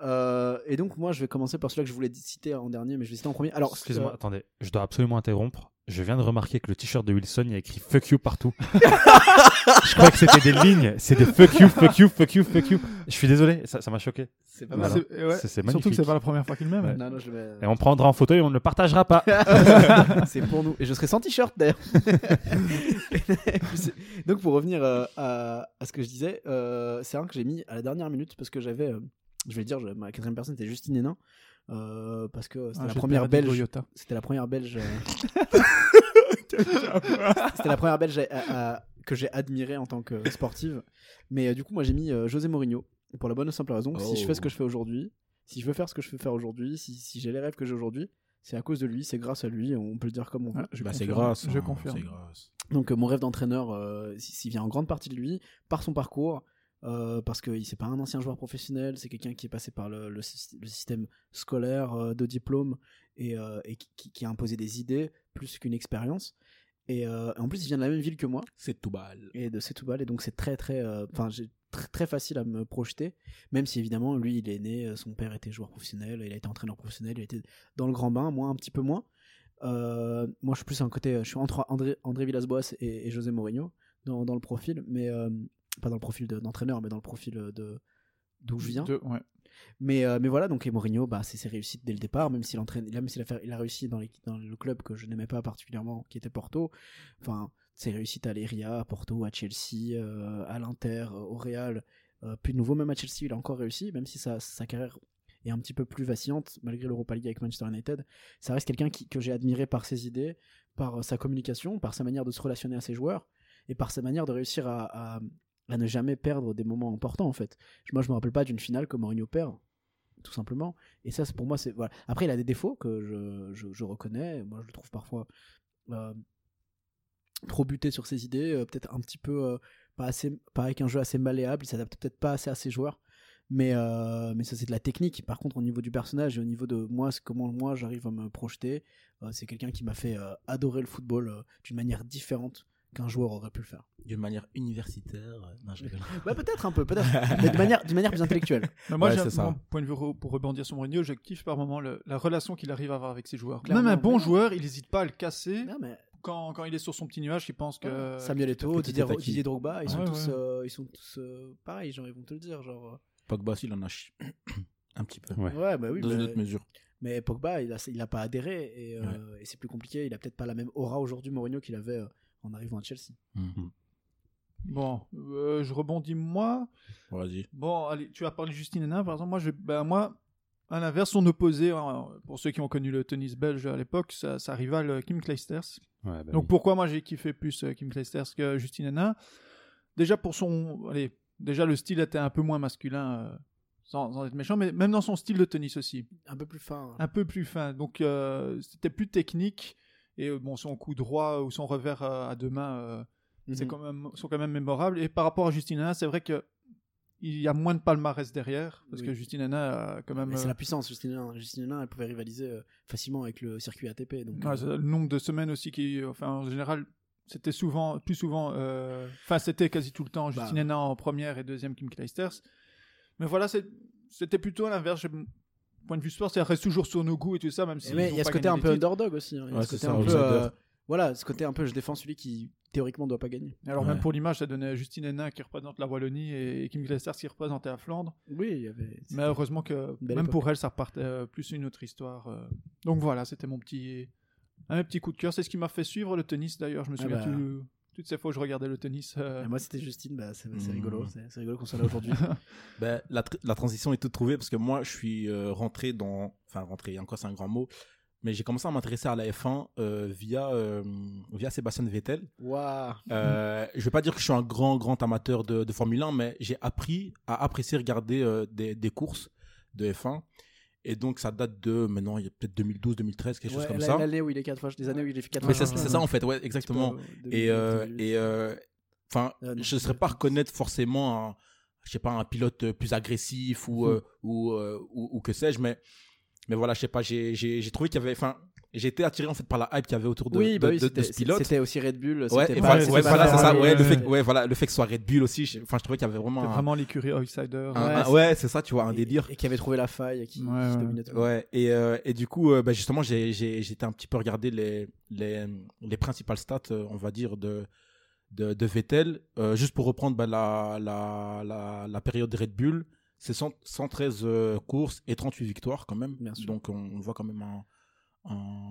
Speaker 6: Euh, et donc, moi, je vais commencer par celui que je voulais citer en dernier, mais je vais citer en premier. Alors, euh,
Speaker 5: Excuse-moi, attendez, je dois absolument interrompre. Je viens de remarquer que le t-shirt de Wilson, il y a écrit fuck you partout. je crois que c'était des lignes. C'est des fuck you, fuck you, fuck you, fuck you. Je suis désolé, ça ça m'a choqué.
Speaker 6: C'est
Speaker 4: Ah,
Speaker 6: pas
Speaker 4: mais
Speaker 5: Voilà.
Speaker 6: mal. hein.
Speaker 4: c'est- ouais.
Speaker 5: C'est- c'est
Speaker 4: Surtout que
Speaker 5: magnifique.
Speaker 4: c'est pas la première fois qu'il le met. mais-
Speaker 6: Non, non, je le mets-
Speaker 5: Et on prendra en photo et on ne le partagera pas.
Speaker 6: *laughs* c'est pour nous. Et je serai sans t-shirt d'ailleurs. *laughs* Et puis c'est- Donc pour revenir euh, à, à ce que je disais, euh, c'est un que j'ai mis à la dernière minute parce que j'avais, euh, je vais le dire, je- ma quatrième personne c'était Justine Hénin. euh, parce que c'était
Speaker 4: Ah,
Speaker 6: la
Speaker 4: j'ai le
Speaker 6: première
Speaker 4: père de
Speaker 6: belge.
Speaker 4: Toyota.
Speaker 6: C'était la première belge.
Speaker 7: *laughs*
Speaker 6: euh, c'était la première belge à- à- que j'ai admirée en tant que sportive. Mais euh, du coup, moi j'ai mis euh, José Mourinho pour la bonne et simple raison que si je fais
Speaker 7: Oh.
Speaker 6: ce que je fais aujourd'hui, si je veux faire ce que je veux faire aujourd'hui, si, si j'ai les rêves que j'ai aujourd'hui, c'est à cause de lui, c'est grâce à lui, on peut le dire comme on veut.
Speaker 4: Ouais, je
Speaker 7: Bah, c'est
Speaker 4: confirme.
Speaker 7: grâce.
Speaker 4: Je
Speaker 7: hein,
Speaker 4: confirme.
Speaker 7: C'est grâce.
Speaker 6: Donc euh, mon rêve d'entraîneur, euh, s- s'il vient en grande partie de lui, par son parcours, euh, parce que il- c'est pas un ancien joueur professionnel, c'est quelqu'un qui est passé par le, le sy- le système scolaire euh, de diplôme et, euh, et qui- qui, qui a imposé des idées plus qu'une expérience. Et euh, en plus, il vient de la même ville que moi
Speaker 7: C'est tout balle.
Speaker 6: et de Setúbal, et donc c'est très très, euh, enfin j'ai très, très facile à me projeter, même si évidemment lui il est né, euh, son père était joueur professionnel, il a été entraîneur professionnel, il était dans le grand bain, moi un petit peu moins. Euh, moi je suis plus un côté, je suis entre André, André Villas-Boas et, et José Mourinho dans, dans le profil, mais euh, pas dans le profil de- d'entraîneur, mais dans le profil euh, de d'où je viens.
Speaker 4: De- ouais.
Speaker 6: Mais, euh, mais voilà, donc et Mourinho, bah, c'est ses réussites dès le départ, même s'il entraîne, même s'il a, fait- il a réussi dans, les- dans le club que je n'aimais pas particulièrement, qui était Porto. Enfin, ses réussites à l'Eria, à Porto, à Chelsea, euh, à l'Inter, euh, au Real, euh, puis de nouveau même à Chelsea, il a encore réussi, même si sa, sa carrière est un petit peu plus vacillante malgré l'Europa League avec Manchester United. Ça reste quelqu'un qui- que j'ai admiré par ses idées, par euh, sa communication, par sa manière de se relationner à ses joueurs et par sa manière de réussir à, à- à ne jamais perdre des moments importants en fait. Je- Moi, je me rappelle pas d'une finale que Mourinho perd, tout simplement. Et ça, c'est- pour moi, c'est voilà. Après, il a des défauts que je, je- je reconnais. Moi, je le trouve parfois euh, trop buté sur ses idées, euh, peut-être un petit peu euh, pas assez, pas avec un jeu assez malléable. Il s'adapte peut-être pas assez à ses joueurs. Mais, euh, mais ça c'est de la technique. Par contre, au niveau du personnage et au niveau de moi, c'est comment moi j'arrive à me projeter, euh, c'est quelqu'un qui m'a fait euh, adorer le football euh, d'une manière différente qu'un joueur aurait pu le faire.
Speaker 7: D'une manière universitaire. euh, Non, je rigole.
Speaker 6: Ouais, peut-être un peu, peut-être. *laughs* Mais de manière, d'une manière plus intellectuelle.
Speaker 4: Mais moi,
Speaker 7: Ouais,
Speaker 4: j'ai
Speaker 7: c'est ça.
Speaker 4: mon point de vue re- pour rebondir sur Mourinho, je kiffe par moment le- la relation qu'il arrive à avoir avec ses joueurs.
Speaker 6: Clairement,
Speaker 4: Même un bon
Speaker 6: vraiment.
Speaker 4: joueur, il n'hésite pas à le casser
Speaker 6: Non, mais
Speaker 4: quand, quand il est sur son petit nuage, il pense que.
Speaker 6: Samuel Eto'o,
Speaker 7: petit
Speaker 6: Didier,
Speaker 7: attaqué.
Speaker 6: Didier Drogba, ils sont
Speaker 4: Ouais,
Speaker 6: tous,
Speaker 4: ouais.
Speaker 6: euh, ils sont tous euh, pareils, genre ils vont te le dire, genre.
Speaker 7: Pogba, il en a chi- *coughs* un petit peu.
Speaker 5: Ouais.
Speaker 6: Ouais, bah oui.
Speaker 7: Dans une
Speaker 6: mais,
Speaker 7: autre mesure.
Speaker 6: mais Pogba, il a, il a pas adhéré et, euh, et c'est plus compliqué. Il a peut-être pas la même aura aujourd'hui Mourinho qu'il avait euh, en arrivant à Chelsea.
Speaker 7: Mm.
Speaker 4: Bon, euh, je rebondis moi.
Speaker 7: Vas-y.
Speaker 4: Bon, allez, tu as parlé de Justine Hénin, par exemple. Moi, je, ben, moi À l'inverse, son opposé, hein, pour ceux qui ont connu le tennis belge à l'époque, sa, sa rivale euh, Kim Clijsters.
Speaker 5: Ouais, bah
Speaker 4: Donc
Speaker 5: oui.
Speaker 4: pourquoi moi j'ai kiffé plus euh, Kim Clijsters que Justine Hénin Déjà pour son... Allez, déjà le style était un peu moins masculin, euh, sans, sans être méchant, mais même dans son style de tennis aussi.
Speaker 6: Un peu plus fin. hein.
Speaker 4: Un peu plus fin, donc euh, c'était plus technique. Et euh, bon, son coup droit ou son revers euh, à deux mains euh, c'est
Speaker 6: Mhm.
Speaker 4: quand même, sont quand même mémorables. Et par rapport à Justine Hénin, c'est vrai que il y a moins de palmarès derrière, parce
Speaker 6: Oui.
Speaker 4: que Justine Hénin a quand même...
Speaker 6: Mais c'est
Speaker 4: euh,
Speaker 6: la puissance, Justine Hénin. Justine Hénin, elle pouvait rivaliser euh, facilement avec le circuit ATP. Donc,
Speaker 4: Ouais,
Speaker 6: euh,
Speaker 4: c'est le nombre de semaines aussi qui, enfin, en général, c'était souvent, plus souvent, euh, enfin, c'était quasi tout le temps Justine
Speaker 6: Bah.
Speaker 4: Hénin en première et deuxième Kim Clijsters. Mais voilà, c'est- c'était plutôt à l'inverse. j'ai- Point de vue sport, c'est reste toujours sur nos goûts et tout ça, même si.
Speaker 6: mais il y a ce côté un peu underdog aussi. hein. Il y a
Speaker 7: Ouais,
Speaker 6: ce côté
Speaker 7: c'est ça,
Speaker 6: un peu.
Speaker 7: outsider.
Speaker 6: euh, Voilà, ce côté un peu je défends celui qui théoriquement doit pas gagner.
Speaker 4: Alors,
Speaker 7: Ouais.
Speaker 4: même pour l'image, ça donnait Justine Hénin qui représente la Wallonie et et Kim Clijsters qui représentait la Flandre.
Speaker 6: Oui, il y avait.
Speaker 4: Mais heureusement que,
Speaker 6: Belle
Speaker 4: même
Speaker 6: époque.
Speaker 4: pour elle, ça repartait euh, plus une autre histoire. euh. Donc voilà, c'était mon petit. Un petit coup de cœur, c'est ce qui m'a fait suivre le tennis d'ailleurs. Je me
Speaker 6: Ah
Speaker 4: souviens
Speaker 6: bah.
Speaker 4: tout- toutes ces fois où je regardais le tennis. euh,
Speaker 6: Et
Speaker 7: Ah,
Speaker 6: Moi, c'était Justine, bah, c'est c'est
Speaker 7: Mhm.
Speaker 6: rigolo. C'est c'est rigolo qu'on soit là
Speaker 4: *laughs*
Speaker 6: aujourd'hui.
Speaker 7: Ben, la, tr- la transition est toute trouvée parce que moi, je suis euh, rentré dans. Enfin, rentré, encore c'est un grand mot. Mais j'ai commencé à m'intéresser à la F1 euh, via, euh, via Sébastien Vettel.
Speaker 6: Mhm. Waouh!
Speaker 7: Euh, je vais pas dire que je suis un grand, grand amateur de, de Formule 1, mais j'ai appris à apprécier regarder euh, des, des courses de F1. Et donc, ça date de maintenant, il y a peut-être 2012, 2013, quelque chose
Speaker 6: Ouais,
Speaker 7: comme
Speaker 6: la-
Speaker 7: ça.
Speaker 6: L'année où il est quatre fois, des années où il est fait quatre
Speaker 7: Mais
Speaker 6: fois.
Speaker 7: c'est
Speaker 4: ouais,
Speaker 7: c'est
Speaker 4: ouais.
Speaker 7: ça, en fait, ouais, exactement. Et, euh, et euh, enfin,
Speaker 6: Ah, non,
Speaker 7: je ne saurais pas reconnaître forcément, un, je sais pas, un pilote euh, plus agressif ou
Speaker 6: Mhm.
Speaker 7: euh, ou, euh, ou, ou que sais-je, mais mais voilà, je sais pas, j'ai j'ai j'ai trouvé qu'il y avait, enfin, j'ai été attiré en fait par la hype qu'il y avait autour de
Speaker 6: oui,
Speaker 7: de,
Speaker 6: bah oui,
Speaker 7: de- de
Speaker 6: c'était-
Speaker 7: ce pilote.
Speaker 6: C'était aussi Red Bull.
Speaker 7: Ouais,
Speaker 6: c'était
Speaker 7: et
Speaker 6: pas-
Speaker 7: voilà,
Speaker 4: ouais,
Speaker 7: ouais,
Speaker 6: c'était
Speaker 7: voilà,
Speaker 6: pas-
Speaker 7: c'est ça,
Speaker 4: ouais,
Speaker 7: ouais, le
Speaker 4: ouais,
Speaker 7: fait,
Speaker 4: ouais.
Speaker 7: que- ouais, voilà, le fait que ce soit Red Bull aussi, j'ai- enfin, je trouvais qu'il y avait vraiment,
Speaker 4: C'est
Speaker 7: un-
Speaker 4: vraiment l'écurie outsider.
Speaker 7: un-
Speaker 6: Ouais, c'est-
Speaker 7: un- Ah, ouais, c'est ça, tu vois, un
Speaker 6: et-
Speaker 7: délire.
Speaker 6: Et qui avait trouvé la faille, et qui,
Speaker 4: Ouais,
Speaker 6: qui
Speaker 4: ouais.
Speaker 6: dominait tout.
Speaker 7: Ouais, et, euh, et du coup, euh, bah, justement, j'ai- j'ai- j'étais un petit peu regardé les, les, les principales stats, euh, on va dire, de, de, de Vettel. Euh, juste pour reprendre bah, la, la, la, la période Red Bull, c'est cent- 113 euh, courses et 38 victoires quand même.
Speaker 6: Bien sûr.
Speaker 7: Donc on, on voit quand même un. un-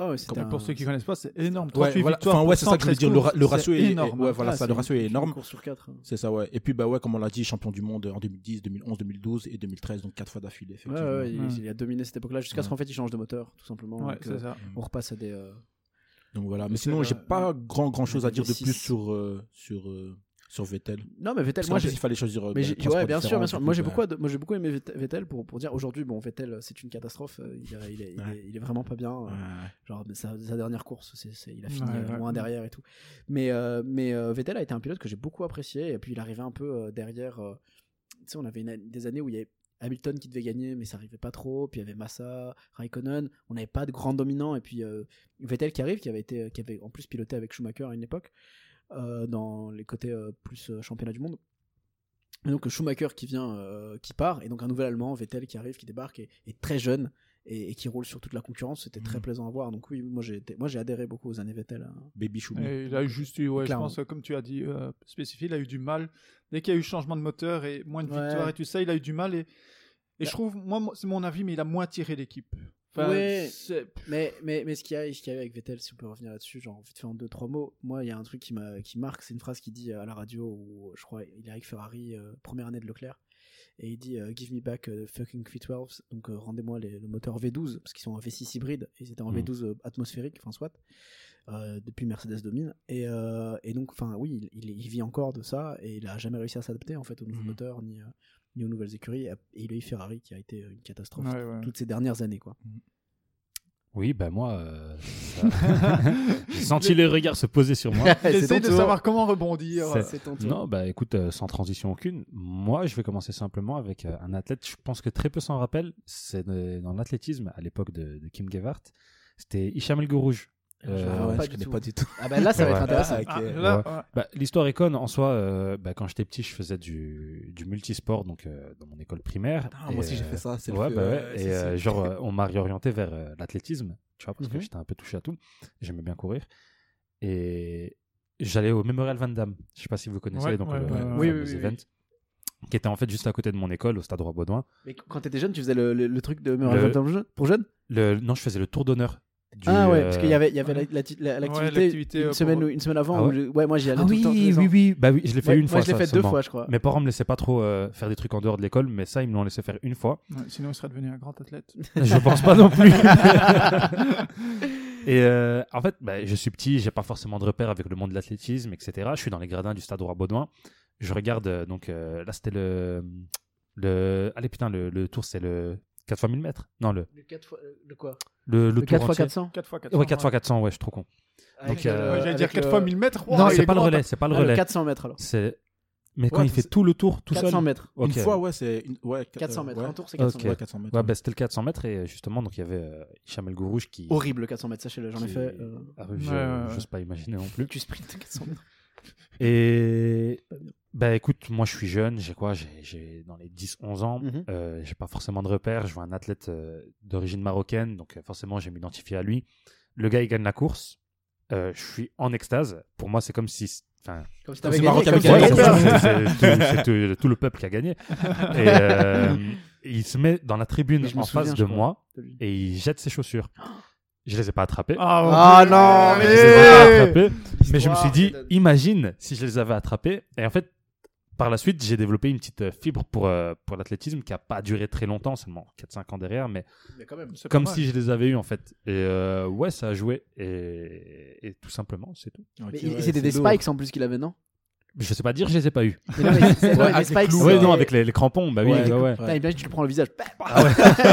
Speaker 6: Oh, ouais, c'était
Speaker 7: Comme
Speaker 6: un-
Speaker 4: Pour ceux qui connaissent pas, c'est énorme.
Speaker 7: Ouais,
Speaker 4: 38
Speaker 7: voilà.
Speaker 4: victoires
Speaker 7: Enfin,
Speaker 4: pour
Speaker 7: ouais, c'est ça que je veux
Speaker 4: 113
Speaker 7: dire. Le, ra- le
Speaker 4: courses,
Speaker 7: ratio
Speaker 4: c'est
Speaker 7: est, est-
Speaker 4: énorme.
Speaker 7: ouais,
Speaker 4: hein.
Speaker 7: voilà,
Speaker 6: Ah,
Speaker 7: ça,
Speaker 6: c'est
Speaker 7: le ratio
Speaker 6: une-
Speaker 7: est
Speaker 6: une
Speaker 7: énorme.
Speaker 6: course sur quatre. hein.
Speaker 7: C'est ça, ouais. Et puis, bah ouais, comme on l'a dit, champion du monde en 2010, 2011, 2012 et 2013, donc quatre fois d'affilée.
Speaker 6: Ouais,
Speaker 7: effectivement.
Speaker 6: ouais, il,
Speaker 4: Ouais.
Speaker 6: il a dominé cette époque-là jusqu'à ce
Speaker 7: Ouais.
Speaker 6: qu'en fait il change de moteur, tout simplement.
Speaker 4: Ouais,
Speaker 6: Donc,
Speaker 4: c'est
Speaker 6: euh,
Speaker 4: ça.
Speaker 6: On repasse à des. euh,
Speaker 7: Donc voilà, mais
Speaker 4: Donc,
Speaker 7: sinon
Speaker 4: euh,
Speaker 7: j'ai pas grand grand chose à dire de
Speaker 6: Vettel
Speaker 7: plus
Speaker 6: six.
Speaker 7: sur euh, sur euh, sur Vettel.
Speaker 6: Non, mais Vettel,
Speaker 7: Parce
Speaker 6: moi
Speaker 7: qu'en plus,
Speaker 6: j'ai.
Speaker 7: il fallait choisir. euh,
Speaker 6: Mais
Speaker 7: bah,
Speaker 6: j'ai-
Speaker 7: les transports
Speaker 6: ouais, bien sûr,
Speaker 7: différents,
Speaker 6: bien
Speaker 7: du
Speaker 6: sûr.
Speaker 7: coup,
Speaker 6: Moi, j'ai
Speaker 7: bah,
Speaker 6: beaucoup, ad- moi, j'ai beaucoup aimé Vettel- Vettel pour, pour dire aujourd'hui, bon, Vettel, c'est une catastrophe. euh, Il, a- il est, il,
Speaker 7: Ouais.
Speaker 6: est, il est vraiment pas bien. euh,
Speaker 7: ouais.
Speaker 6: Genre, mais sa, sa dernière course, c'est c'est- il a fini
Speaker 4: Ouais,
Speaker 6: euh,
Speaker 4: ouais.
Speaker 6: loin derrière et tout. Mais, euh, mais euh, Vettel a été un pilote que j'ai beaucoup apprécié. Et puis, il arrivait un peu euh, derrière. euh, tu sais, on avait une- des années où il y avait Hamilton qui devait gagner, mais ça arrivait pas trop. Puis, il y avait Massa, Raikkonen. On n'avait pas de grand dominant. Et puis, euh, Vettel qui arrive, qui avait, été, qui avait en plus piloté avec Schumacher à une époque, euh, dans les côtés euh, plus euh, championnat du monde. Et donc, Schumacher qui vient, euh, qui part. Et donc, un nouvel Allemand, Vettel qui arrive, qui débarque, et, et très jeune et, et qui roule sur toute la concurrence, c'était très
Speaker 7: Mhm.
Speaker 6: plaisant à voir. Donc oui, moi j'ai été- moi j'ai adhéré beaucoup aux années Vettel. hein.
Speaker 7: Baby Choumi.
Speaker 4: Et il a eu juste eu, ouais, je
Speaker 6: Clairement.
Speaker 4: pense, euh, comme tu as dit, euh, spécifique, il a eu du mal. Dès qu'il y a eu changement de moteur et moins de
Speaker 6: Ouais.
Speaker 4: victoires et tout ça, il a eu du mal. Et, et
Speaker 6: Bah.
Speaker 4: je trouve, moi, mo- c'est mon avis, mais il a moins tiré l'équipe. Enfin,
Speaker 6: Ouais.
Speaker 4: c'est-
Speaker 6: Mais mais mais ce qu'il y a ce qu'il y a eu avec Vettel, si on peut revenir là-dessus, genre vite fait en deux trois mots. Moi, il y a un truc qui m'a qui marque, c'est une phrase qu'il dit euh, à la radio où je crois il est avec Ferrari euh, première année de Leclerc et il dit euh, give me back euh, the fucking V12 donc euh, rendez-moi les- le moteur V12 parce qu'ils sont en V6 hybride et ils étaient en
Speaker 4: Mm.
Speaker 5: Mhm.
Speaker 6: V12 euh, atmosphérique enfin soit euh, depuis Mercedes domine et, euh, et donc enfin oui il, il- il vit encore de ça et il a jamais réussi à s'adapter en fait au nouveau
Speaker 4: Mm.
Speaker 7: Mhm.
Speaker 6: moteur ni euh, ni aux nouvelles écuries et il a eu Ferrari qui a été une catastrophe
Speaker 4: Ouais, ouais.
Speaker 6: toutes ces dernières
Speaker 4: *laughs*
Speaker 6: années quoi
Speaker 5: *laughs* Oui, ben moi, euh, ça- *laughs* j'ai senti les regards se poser sur
Speaker 6: *laughs*
Speaker 5: moi.
Speaker 4: Il
Speaker 6: C'est
Speaker 4: essaye
Speaker 6: ton
Speaker 4: de
Speaker 6: tour.
Speaker 4: savoir comment rebondir.
Speaker 5: C'est-
Speaker 6: C'est ton tour.
Speaker 5: Non, bah écoute, euh, sans transition aucune, moi je vais commencer simplement avec euh, un athlète, je pense que très peu s'en rappelle, c'est euh, dans l'athlétisme à l'époque de, de Kim Gevart, c'était Hicham El Gourouj.
Speaker 6: Je
Speaker 5: Euh,
Speaker 6: vois
Speaker 7: ouais,
Speaker 6: pas
Speaker 7: je
Speaker 6: du
Speaker 7: connais
Speaker 6: tout.
Speaker 7: pas du tout.
Speaker 6: Ah bah là, ça va être
Speaker 5: Ouais.
Speaker 6: intéressant.
Speaker 4: Ah,
Speaker 7: Ok.
Speaker 4: là, ouais.
Speaker 5: Bah, L'histoire est conne, en soi, euh, bah, quand j'étais petit, je faisais du, du multisport donc, euh, dans mon école primaire.
Speaker 7: Ah, moi aussi j'ai fait ça. C'est
Speaker 5: ouais,
Speaker 7: le
Speaker 5: bah ouais.
Speaker 7: euh,
Speaker 5: Et
Speaker 7: c'est-
Speaker 5: euh,
Speaker 6: *laughs*
Speaker 7: c'est-
Speaker 5: genre, euh, on m'a réorienté vers euh, l'athlétisme, tu vois, parce que
Speaker 6: Mhm.
Speaker 5: j'étais un peu touché à tout. J'aimais bien courir. Et j'allais au Memorial Van Damme. Je sais pas si vous connaissez,
Speaker 4: Ouais,
Speaker 5: donc
Speaker 4: ouais,
Speaker 5: le,
Speaker 4: ouais,
Speaker 5: le
Speaker 4: ouais.
Speaker 5: fameux
Speaker 4: Oui, oui, oui,
Speaker 5: event, qui était en fait juste à côté de mon école, au Stade Roi Baudouin.
Speaker 6: Mais quand t'étais jeune, tu faisais le, le- le truc de Murray
Speaker 5: Le-
Speaker 6: Van Damme jeune- pour jeune
Speaker 5: Le, non, je faisais le tour d'honneur. du,
Speaker 6: Ah ouais, parce
Speaker 5: euh,
Speaker 6: qu'il y avait, il y avait la- la- la- l'activité
Speaker 4: l'activité, euh,
Speaker 6: une
Speaker 4: pour-
Speaker 6: semaine ou- une semaine avant.
Speaker 5: Ah
Speaker 6: où
Speaker 5: ouais.
Speaker 6: je- Ouais, moi j'y allais
Speaker 5: Ah
Speaker 6: tout
Speaker 5: oui,
Speaker 6: le temps. tous les ans.
Speaker 5: oui, oui. Bah oui, je l'ai fait
Speaker 6: Ouais,
Speaker 5: une
Speaker 6: moi,
Speaker 5: fois.
Speaker 6: je l'ai
Speaker 5: ça,
Speaker 6: fait deux
Speaker 5: seulement.
Speaker 6: fois, je crois.
Speaker 5: Mes parents me laissaient pas trop euh, faire des trucs en dehors de l'école, mais ça, ils me l'ont laissé faire une fois.
Speaker 4: Ouais, sinon, il serait devenu un grand athlète.
Speaker 5: Je pense pas non plus. Et euh, en fait, bah, je suis petit, j'ai pas forcément de repères avec le monde de l'athlétisme, etc. Je suis dans les gradins du stade roi Baudouin. Je regarde, euh, donc euh, là c'était le, le. Allez putain, le, le tour c'est le 4 x 1000 mètres Non, le,
Speaker 6: Le 4 fois, le quoi
Speaker 5: le, le
Speaker 6: Le
Speaker 5: tour
Speaker 6: 4 fois
Speaker 5: entier.
Speaker 6: 400
Speaker 4: 4 fois 400.
Speaker 5: Ouais, 4 x 400, ouais, je suis trop con.
Speaker 6: Avec,
Speaker 5: Donc, euh,
Speaker 4: Ouais, J'allais
Speaker 6: avec
Speaker 4: dire 4
Speaker 6: le-
Speaker 4: fois 1000 mètres. Wow,
Speaker 5: non,
Speaker 4: il
Speaker 5: c'est
Speaker 4: est
Speaker 5: pas le
Speaker 4: grand,
Speaker 5: relais, c'est pas le
Speaker 6: Ah, le
Speaker 5: relais.
Speaker 6: 400 mètres alors.
Speaker 5: C'est- Mais quand
Speaker 7: Ouais,
Speaker 5: il fait
Speaker 7: c'est-
Speaker 5: tout le tour, tout
Speaker 6: 400
Speaker 5: seul.
Speaker 6: mètres.
Speaker 5: Ok.
Speaker 7: Une fois, ouais, c'est. une- Ouais, quatre-
Speaker 6: 400
Speaker 7: euh,
Speaker 6: mètres.
Speaker 7: ouais.
Speaker 6: Un tour, c'est 400
Speaker 5: Ok.
Speaker 7: Ouais,
Speaker 6: mètres.
Speaker 7: 400 mètres.
Speaker 5: Ouais, bah, c'était le 400 mètres et euh, justement, donc il y avait euh, Hicham El Gourouche qui.
Speaker 6: Horrible le 400 mètres, sachez-le, j'en ai
Speaker 5: qui-
Speaker 6: fait. euh,
Speaker 5: Ah oui, je-
Speaker 4: Ouais, ouais, ouais.
Speaker 5: j'ose pas imaginer non plus.
Speaker 6: Tu sprintes 400 mètres.
Speaker 5: Et bah écoute, moi je suis jeune, j'ai quoi j'ai, j'ai dans les 10-11 ans,
Speaker 6: Mhm.
Speaker 5: euh, j'ai pas forcément de repères, je vois un athlète euh, d'origine marocaine, donc euh, forcément je vais m'identifier à lui. Le gars il gagne la course, euh, je suis en extase, pour moi c'est comme si... Enfin,
Speaker 6: Comme si
Speaker 7: Comme
Speaker 6: t'avais
Speaker 7: ce
Speaker 6: gagné,
Speaker 7: Maroc
Speaker 6: comme si
Speaker 7: avec
Speaker 6: t'avais
Speaker 7: un
Speaker 5: c'est,
Speaker 7: gagné.
Speaker 6: gagné.
Speaker 5: c'est tout, c'est tout- tout le peuple qui a gagné. Et euh, il se met dans la tribune
Speaker 6: Mais je me
Speaker 5: en
Speaker 6: souviens,
Speaker 5: face
Speaker 6: je
Speaker 5: de
Speaker 6: crois.
Speaker 5: moi et il jette ses chaussures. Je les ai pas attrapées.
Speaker 4: Ah,
Speaker 6: Ah,
Speaker 4: ouais.
Speaker 5: Je les ai pas attrapées. Mais je me suis dit,
Speaker 6: L'histoire,
Speaker 5: imagine si je les avais attrapés. Et en fait, par la suite, j'ai développé une petite euh, fibre pour, euh, pour l'athlétisme qui n'a pas duré très longtemps, seulement 4-5 ans derrière, mais
Speaker 6: Mais quand même.
Speaker 4: C'est pas
Speaker 5: comme
Speaker 4: mal.
Speaker 5: si je les avais eus en fait. Et euh, ouais, ça a joué. Et, et tout simplement, c'est tout.
Speaker 6: Mais
Speaker 7: Ok, ouais,
Speaker 6: il- C'était
Speaker 7: c'est
Speaker 6: des
Speaker 7: lourd.
Speaker 6: spikes en plus qu'il avait, non
Speaker 5: Je sais pas dire, je les ai pas eus.
Speaker 6: Mais non, mais c'est- ouais, les
Speaker 7: avec
Speaker 6: spikes.
Speaker 7: les clous,
Speaker 5: Ouais,
Speaker 6: c'est-
Speaker 5: non, avec les, les crampons, bah oui,
Speaker 7: Ouais,
Speaker 5: ouais, ouais.
Speaker 7: ouais.
Speaker 6: Putain, imagine, tu lui prends le visage. Bah,
Speaker 4: Ah
Speaker 6: *laughs*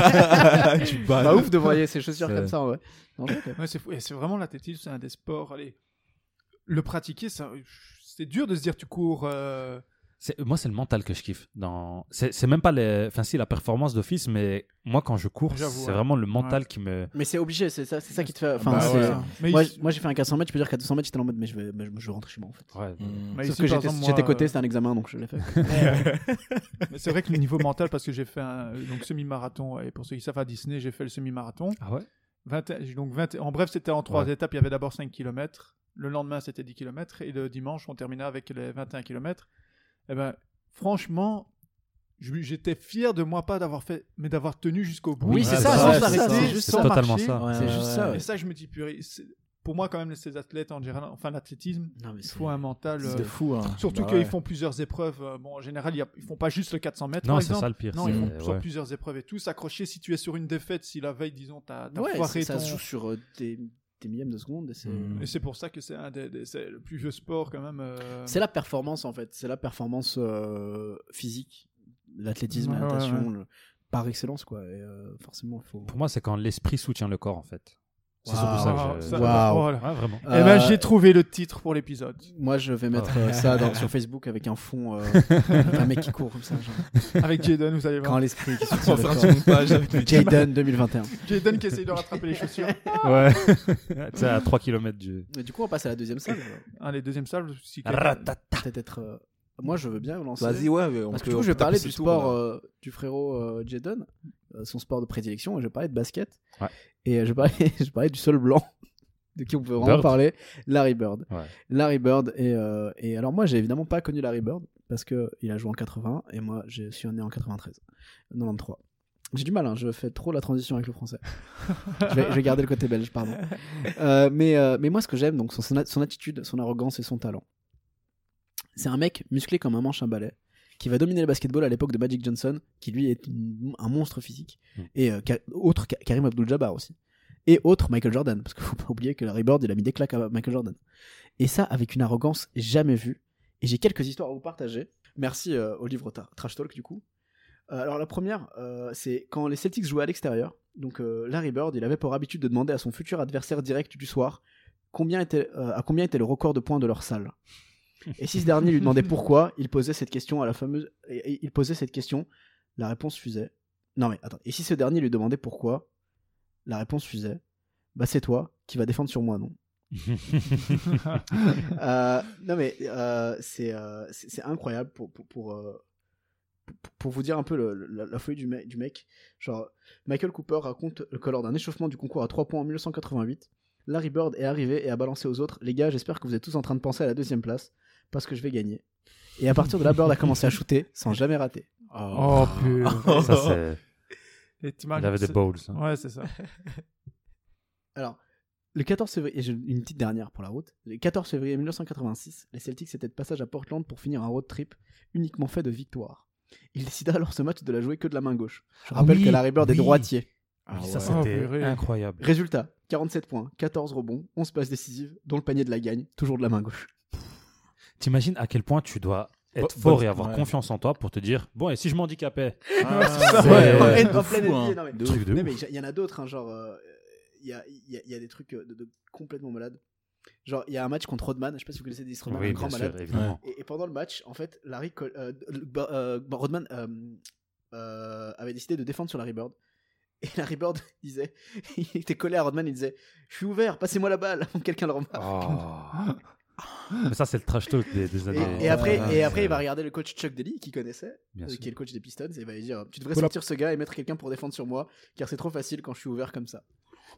Speaker 7: Tu
Speaker 4: Bah,
Speaker 7: bats.
Speaker 6: Pas ouf de voir ces chaussures
Speaker 5: C'est-
Speaker 6: comme ça, ouais. Non, je-
Speaker 4: Ouais, c'est fou. Et c'est vraiment l'athlétisme, c'est un des sports. Allez, le pratiquer, ça- c'est dur de se dire tu cours. euh,
Speaker 5: C'est- Moi, c'est le mental que je kiffe. Dans... C'est c'est même pas les... enfin, si, la performance d'office, mais moi, quand je cours,
Speaker 4: J'avoue,
Speaker 5: c'est
Speaker 4: ouais.
Speaker 5: vraiment le mental qui me.
Speaker 6: Mais c'est obligé, c'est ça, c'est ça qui te fait.
Speaker 5: Ah,
Speaker 6: Enfin,
Speaker 4: bah
Speaker 6: c'est-
Speaker 4: ouais. Mais
Speaker 6: Moi,
Speaker 4: ici-
Speaker 6: j- moi, j'ai fait un 400 mètres, je peux dire qu'à 200 mètres j'étais en mode mais je vais, mais je, je vais rentrer chez moi en fait.
Speaker 5: Ouais.
Speaker 7: Mm.
Speaker 4: mais
Speaker 6: Sauf
Speaker 4: Bah, ici,
Speaker 6: que
Speaker 4: par
Speaker 6: j'étais
Speaker 4: exemple, moi,
Speaker 6: j'étais coté,
Speaker 4: euh,
Speaker 6: c'était un examen donc
Speaker 4: *laughs*
Speaker 6: je l'ai fait.
Speaker 4: Mais c'est vrai que le niveau mental, parce que j'ai fait un euh, donc, semi-marathon, et pour ceux qui savent, à Disney, j'ai fait le semi-marathon.
Speaker 5: Ah ouais
Speaker 4: 20 j'ai donc 20 en bref, c'était en trois
Speaker 5: Ouais.
Speaker 4: étapes. Il y avait d'abord 5 km, le lendemain c'était 10 km, et le dimanche on termina avec les 21 km. Et ben, franchement, je- j'étais fier de moi, pas d'avoir fait, mais d'avoir tenu jusqu'au bout.
Speaker 6: Oui,
Speaker 5: c'est
Speaker 4: Sans
Speaker 5: ça, hein.
Speaker 4: s'arrêter,
Speaker 6: c'est ça, c'est
Speaker 4: sans
Speaker 6: juste
Speaker 4: marcher.
Speaker 5: totalement ça.
Speaker 6: c'est juste ça. ouais.
Speaker 4: Et ça, je me dis, purée, c'est- pour moi, quand même, ces athlètes en général, enfin l'athlétisme,
Speaker 6: Non, mais
Speaker 4: il
Speaker 6: c'est-
Speaker 4: faut un mental.
Speaker 6: c'est
Speaker 4: euh,
Speaker 6: de fou. hein.
Speaker 4: Surtout
Speaker 7: Bah
Speaker 4: qu'ils
Speaker 7: ouais.
Speaker 4: font plusieurs épreuves. euh, Bon, en général, il y a- ils font pas juste le 400 mètres.
Speaker 5: Non,
Speaker 4: par
Speaker 5: c'est
Speaker 4: exemple.
Speaker 5: ça le pire.
Speaker 4: Non, ils
Speaker 5: c'est-
Speaker 4: font sur
Speaker 5: Euh, ouais.
Speaker 4: plusieurs épreuves et tout. S'accrocher si tu es sur une défaite, si la veille, disons, t'as t'as
Speaker 6: Ouais,
Speaker 4: foiré
Speaker 6: c'est- ça
Speaker 4: ton- Hmm.
Speaker 6: se joue sur euh, des, des millièmes de secondes. et c'est-
Speaker 7: Mm.
Speaker 4: Et c'est pour ça que c'est un des, des- c'est le plus vieux sport quand même. euh.
Speaker 6: C'est la performance en fait, c'est la performance euh, physique, l'athlétisme, la
Speaker 4: Ouais, ouais,
Speaker 6: natation,
Speaker 4: ouais.
Speaker 6: le- par excellence quoi. Et, euh, forcément, il faut.
Speaker 5: Pour moi, c'est quand l'esprit soutient le corps, en fait. C'est
Speaker 6: Waouh.
Speaker 5: surtout ça
Speaker 4: Waouh,
Speaker 5: que je...
Speaker 4: ça-
Speaker 6: Waouh.
Speaker 4: voilà.
Speaker 5: Ouais, vraiment.
Speaker 4: Eh ben,
Speaker 6: Euh,
Speaker 4: j'ai trouvé le titre pour
Speaker 6: *laughs*
Speaker 4: l'épisode.
Speaker 6: Moi, je vais mettre
Speaker 5: Ah.
Speaker 6: euh, ça dans- sur Facebook avec un fond, euh, avec un mec qui court comme ça. genre.
Speaker 4: Avec Jaden, vous allez
Speaker 6: Quand
Speaker 4: voir.
Speaker 6: l'esprit
Speaker 7: *laughs*
Speaker 6: qui
Speaker 7: On
Speaker 6: soutient
Speaker 7: va
Speaker 6: le
Speaker 7: faire
Speaker 6: corps.
Speaker 7: une page avec les
Speaker 6: Jaden 2021.
Speaker 4: Jaden qui essaye de rattraper les chaussures.
Speaker 5: *laughs* Ouais. *laughs* tu sais, à 3 km du...
Speaker 6: Mais du coup, on passe à la deuxième salle. Euh,
Speaker 4: Hein, les deuxièmes sables, si quelqu'un-
Speaker 5: Ratata.
Speaker 6: Peut-être être. euh, Moi, je veux bien lancer.
Speaker 7: Vas-y, ouais. mais on
Speaker 6: Parce que
Speaker 7: peut-
Speaker 6: du coup,
Speaker 7: on
Speaker 6: je vais
Speaker 7: peut taper hein.
Speaker 6: parler
Speaker 7: ce
Speaker 6: du
Speaker 7: tour,
Speaker 6: sport
Speaker 7: là.
Speaker 6: euh, du frérot euh, Jaden, euh, son sport de prédilection, et je vais parler de basket.
Speaker 5: Ouais.
Speaker 6: Et euh, je vais parler, *laughs* je vais parler du seul blanc *laughs* de qui on peut vraiment
Speaker 5: Bird.
Speaker 6: parler, Larry Bird.
Speaker 5: Ouais.
Speaker 6: Larry Bird, et, euh, et alors moi, j'ai évidemment pas connu Larry Bird parce qu'il a joué en 80 et moi, je suis né en 93, 93. J'ai du mal, hein, je fais trop la transition avec
Speaker 5: *laughs*
Speaker 6: le français. je, vais, je vais garder le côté belge, pardon. Euh, mais, euh, mais moi, ce que j'aime, donc son, son attitude, son arrogance et son talent. C'est un mec musclé comme un manche à balai qui va dominer le basketball à l'époque de Magic Johnson, qui lui est une- un monstre physique,
Speaker 5: Mm.
Speaker 6: et euh, Ka- autre Ka- Karim Abdul-Jabbar aussi, et autre Michael Jordan, parce qu'il faut pas oublier que Larry Bird il a mis des claques à Michael Jordan. Et ça avec une arrogance jamais vue. Et j'ai quelques histoires à vous partager. Merci euh, au livre Ta- Trash Talk du coup. Euh, alors la première, euh, c'est quand les Celtics jouaient à l'extérieur. Donc euh, Larry Bird, il avait pour habitude de demander à son futur adversaire direct du soir combien était, euh, à combien était le record de points de leur salle. Et si ce dernier lui demandait pourquoi, il posait cette question à la fameuse. et- et- Il posait cette question, la réponse fusait. Non mais attends. Et si ce dernier lui demandait pourquoi, la réponse fusait. Bah c'est toi qui vas défendre sur moi, non euh, non mais euh, c'est euh, c'est c'est incroyable pour pour pour, euh, pour- pour vous dire un peu le- le- la, la folie du, mec- du mec. Genre Michael Cooper raconte que lors d'un échauffement du concours à 3 points en 1988, Larry Bird est arrivé et a balancé aux autres "Les gars, j'espère que vous êtes tous en train de penser à la deuxième place parce que je vais gagner." Et à partir de là, Bird a commencé à shooter sans jamais rater.
Speaker 4: Oh,
Speaker 6: *laughs*
Speaker 4: purée.
Speaker 5: Ça, c'est...
Speaker 4: Et t'imagines-
Speaker 5: Il avait des
Speaker 4: Bah, c'est-
Speaker 5: bowls. hein.
Speaker 4: Ouais, c'est ça.
Speaker 6: Alors, Le 14 février, et j'ai une petite dernière pour la route. Le 14 février 1986, les Celtics étaient de passage à Portland pour finir un road trip uniquement fait de victoires. Ils décida alors ce match de la jouer que de la main gauche. Je
Speaker 5: Ah
Speaker 6: rappelle
Speaker 5: oui,
Speaker 6: que Larry Bird est
Speaker 5: oui.
Speaker 6: droitier.
Speaker 7: Ah
Speaker 5: Oui, ça,
Speaker 4: Oh,
Speaker 5: c'était
Speaker 4: purée.
Speaker 5: incroyable.
Speaker 6: Résultat 47 points, 14 rebonds, 11 passes décisives, dont le panier de la gagne, toujours de la main gauche.
Speaker 5: T'imagines à quel point tu dois être
Speaker 7: Bo-
Speaker 5: fort
Speaker 7: bonne-
Speaker 5: et avoir
Speaker 7: ouais.
Speaker 5: confiance en toi pour te dire bon et si je m'handicapais
Speaker 7: Ah,
Speaker 5: ouais.
Speaker 6: En
Speaker 7: c'est
Speaker 6: pleine-
Speaker 7: de
Speaker 6: en pleine
Speaker 7: fou, hein.
Speaker 6: NBA, non, mais-
Speaker 5: Truc de
Speaker 6: Non,
Speaker 5: ouf.
Speaker 6: mais il y en a d'autres, hein, genre, euh, il y, a, il y a- il y a des trucs euh, de, de complètement malades. Genre, il y a un match contre Rodman, je sais pas si vous connaissez des Rodman, un
Speaker 5: Oui,
Speaker 6: grand
Speaker 5: bien
Speaker 6: malade.
Speaker 5: sûr, évidemment.
Speaker 6: Et, et pendant le match, en fait, Larry Col- euh, le- Bo- euh, Bo- Rodman euh, euh, avait décidé de défendre sur Larry Bird. *laughs* Et Larry Bird disait, *laughs* il était collé à Rodman, il disait Je suis ouvert, passez-moi la balle avant que quelqu'un le remarque.
Speaker 5: Mais ça, c'est le trash talk des, des
Speaker 6: Et,
Speaker 5: années.
Speaker 6: et après,
Speaker 7: ouais,
Speaker 6: et après
Speaker 5: c'est-
Speaker 6: il va regarder le coach Chuck Daly, qu'il connaissait,
Speaker 5: Bien
Speaker 6: euh,
Speaker 5: sûr.
Speaker 6: qui est le coach des Pistons, et il va lui dire Tu devrais
Speaker 7: Voilà.
Speaker 6: sortir ce gars et mettre quelqu'un pour défendre sur moi, car c'est trop facile quand je suis ouvert comme ça.